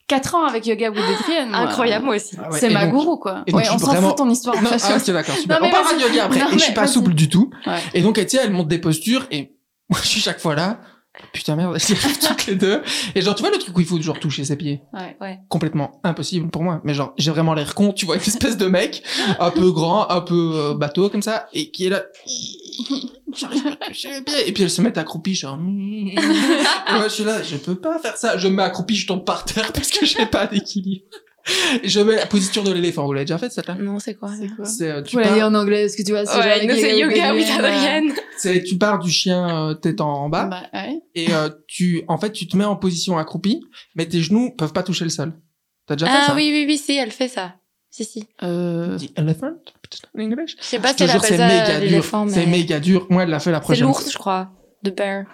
Speaker 3: 4 ans avec yoga with Adrienne. moi.
Speaker 4: Incroyable, moi aussi.
Speaker 2: Ah ouais,
Speaker 3: C'est
Speaker 2: et
Speaker 3: ma
Speaker 2: donc-
Speaker 3: gourou, quoi.
Speaker 2: et donc,
Speaker 3: Ouais,
Speaker 2: je
Speaker 3: on
Speaker 2: suis
Speaker 3: s'en
Speaker 2: vraiment-
Speaker 3: fout de ton histoire. de
Speaker 2: Non,
Speaker 3: toute
Speaker 2: ah,
Speaker 3: façon.
Speaker 2: ok, d'accord, super.
Speaker 3: Non, mais
Speaker 2: on parlera de
Speaker 3: vas-y.
Speaker 2: yoga après.
Speaker 3: Non,
Speaker 2: et je suis
Speaker 3: mais
Speaker 2: pas
Speaker 3: vas-y.
Speaker 2: souple du tout.
Speaker 3: Ouais.
Speaker 2: Et donc, elle, tu sais, elle monte des postures et moi, je suis chaque fois là. Putain, merde, j'y arrive toutes les deux. Et genre, tu vois le truc où il faut toujours toucher ses pieds
Speaker 3: Ouais.
Speaker 2: Complètement impossible pour moi. Mais genre, j'ai vraiment l'air con, tu vois, une espèce de mec, un peu grand, un peu euh, bateau comme ça, et qui est là. J'arrive pas à toucher mes pieds. Et puis, elle se met accroupie, genre. Et moi, je suis là, je peux pas faire ça. Je me mets accroupie, je tombe par terre parce que j'ai pas d'équilibre. Et Je mets la position de l'éléphant. Vous l'avez déjà fait, celle-là
Speaker 4: Non, c'est quoi
Speaker 3: C'est quoi
Speaker 2: C'est euh, tu
Speaker 3: Je voulais
Speaker 2: pars-
Speaker 3: aller en anglais, parce que tu vois, c'est
Speaker 4: Ouais,
Speaker 3: genre
Speaker 4: nous, c'est yoga with Adrienne.
Speaker 2: C'est tu pars du chien euh, tête en, en bas
Speaker 3: Bah, ouais.
Speaker 2: et euh, tu en fait tu te mets en position accroupie mais tes genoux peuvent pas toucher le sol. T'as déjà fait
Speaker 4: Ah
Speaker 2: ça
Speaker 4: oui, oui, oui, si, elle fait ça. Si, si.
Speaker 3: Euh,
Speaker 2: The elephant peut-être en anglais.
Speaker 4: Je sais
Speaker 2: Je
Speaker 4: pas si
Speaker 2: te
Speaker 4: elle
Speaker 2: jure,
Speaker 4: appelle
Speaker 2: c'est
Speaker 4: ça
Speaker 2: méga
Speaker 4: euh,
Speaker 2: dur.
Speaker 4: l'éléphant,
Speaker 2: C'est
Speaker 4: mais.
Speaker 2: méga dur. Moi, elle l'a fait la
Speaker 4: C'est
Speaker 2: prochaine.
Speaker 4: l'ours, je crois. The bear.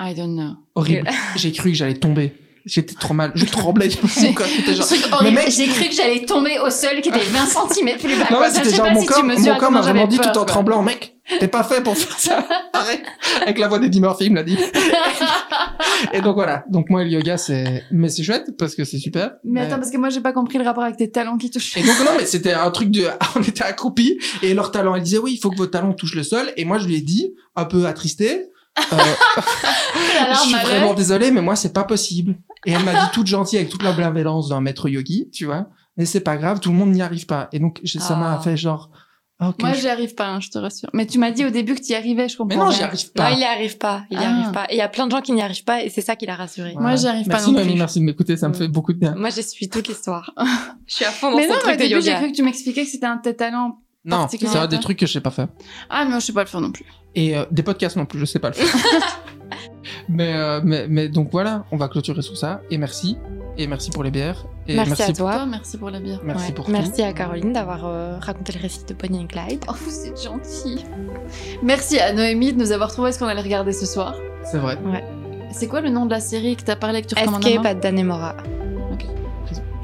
Speaker 3: I don't know.
Speaker 2: Horrible. J'ai cru que j'allais tomber. J'étais trop mal. Je tremblais. Mon corps était genre-
Speaker 3: truc
Speaker 2: horrible. mec-
Speaker 3: J'ai cru que j'allais tomber au sol qui était 20 cm plus bas.
Speaker 2: Non, mais c'était genre mon corps. Mon corps m'a vraiment dit tout en tremblant, mec. T'es pas fait pour faire ça. Arrête. Avec la voix d'Eddie Murphy, il me l'a dit. Et donc voilà. Donc moi, le yoga, c'est, mais c'est chouette parce que c'est super.
Speaker 3: Mais attends, parce que moi, j'ai pas compris le rapport avec tes talons qui touchent.
Speaker 2: Et donc non mais c'était un truc de on était accroupis et leur talent elle disait oui il faut que vos talons touchent le sol et moi je lui ai dit un peu attristé euh, je suis vraiment désolé mais moi c'est pas possible et elle m'a dit toute gentille avec toute la bienveillance d'un maître yogi tu vois mais c'est pas grave tout le monde n'y arrive pas et donc j'ai- ça m'a
Speaker 4: Ah.
Speaker 2: fait genre ah, ok
Speaker 3: Moi,
Speaker 2: je-
Speaker 3: j'y arrive pas, hein, je te rassure. Mais tu m'as dit au début que tu y arrivais, je comprends.
Speaker 2: mais non j'y
Speaker 3: rien.
Speaker 2: arrive
Speaker 4: Non,
Speaker 2: pas
Speaker 4: il n'y arrive pas. Il n'y
Speaker 3: Ah.
Speaker 4: arrive pas. Et il y a plein de gens qui n'y arrivent pas et c'est ça qui l'a rassuré.
Speaker 2: Voilà.
Speaker 3: Moi, j'y arrive pas
Speaker 2: merci
Speaker 3: non
Speaker 2: Noémie,
Speaker 3: plus. Mm.
Speaker 2: merci de m'écouter ça me fait beaucoup de bien
Speaker 4: Moi, je suis toute l'histoire. je suis à fond dans
Speaker 3: Mais
Speaker 4: son
Speaker 3: non, mais au
Speaker 4: truc de
Speaker 3: début, j'ai
Speaker 4: yoga.
Speaker 3: cru que tu m'expliquais que c'était un de tes talents.
Speaker 2: non c'est
Speaker 3: particulier,
Speaker 2: un des
Speaker 3: toi.
Speaker 2: trucs que je sais pas faire
Speaker 3: Ah, mais je sais pas le faire non plus.
Speaker 2: Et euh, des podcasts non plus, je sais pas le faire. mais, euh, mais, mais donc voilà, on va clôturer sur ça. Et merci. Et merci pour les bières. Et
Speaker 4: Merci, à
Speaker 2: pour-
Speaker 4: toi.
Speaker 3: Toi, merci pour la bière.
Speaker 2: Merci
Speaker 4: Ouais.
Speaker 2: pour tout.
Speaker 4: Merci à Caroline d'avoir euh, raconté le récit de Bonnie and Clyde.
Speaker 3: Oh, vous êtes gentil. Merci à Noémie de nous avoir trouvé ce qu'on allait regarder ce soir.
Speaker 2: C'est vrai.
Speaker 3: C'est quoi le nom de la série que t'as parlé et que tu recommandes à
Speaker 4: Escape
Speaker 3: moi
Speaker 4: at Danemora.
Speaker 3: Ok.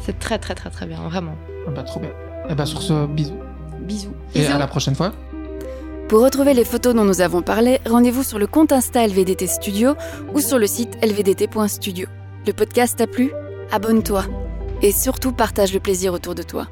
Speaker 4: C'est très, très, très, très bien, vraiment.
Speaker 2: Ah bah, trop bien. Et bah, sur ce, bisous.
Speaker 3: Bisous.
Speaker 2: Et à la prochaine fois.
Speaker 1: Pour retrouver les photos dont nous avons parlé, rendez-vous sur le compte Insta LVDT Studio ou sur le site lvdt.studio. Le podcast t'a plu Abonne-toi et surtout partage le plaisir autour de toi.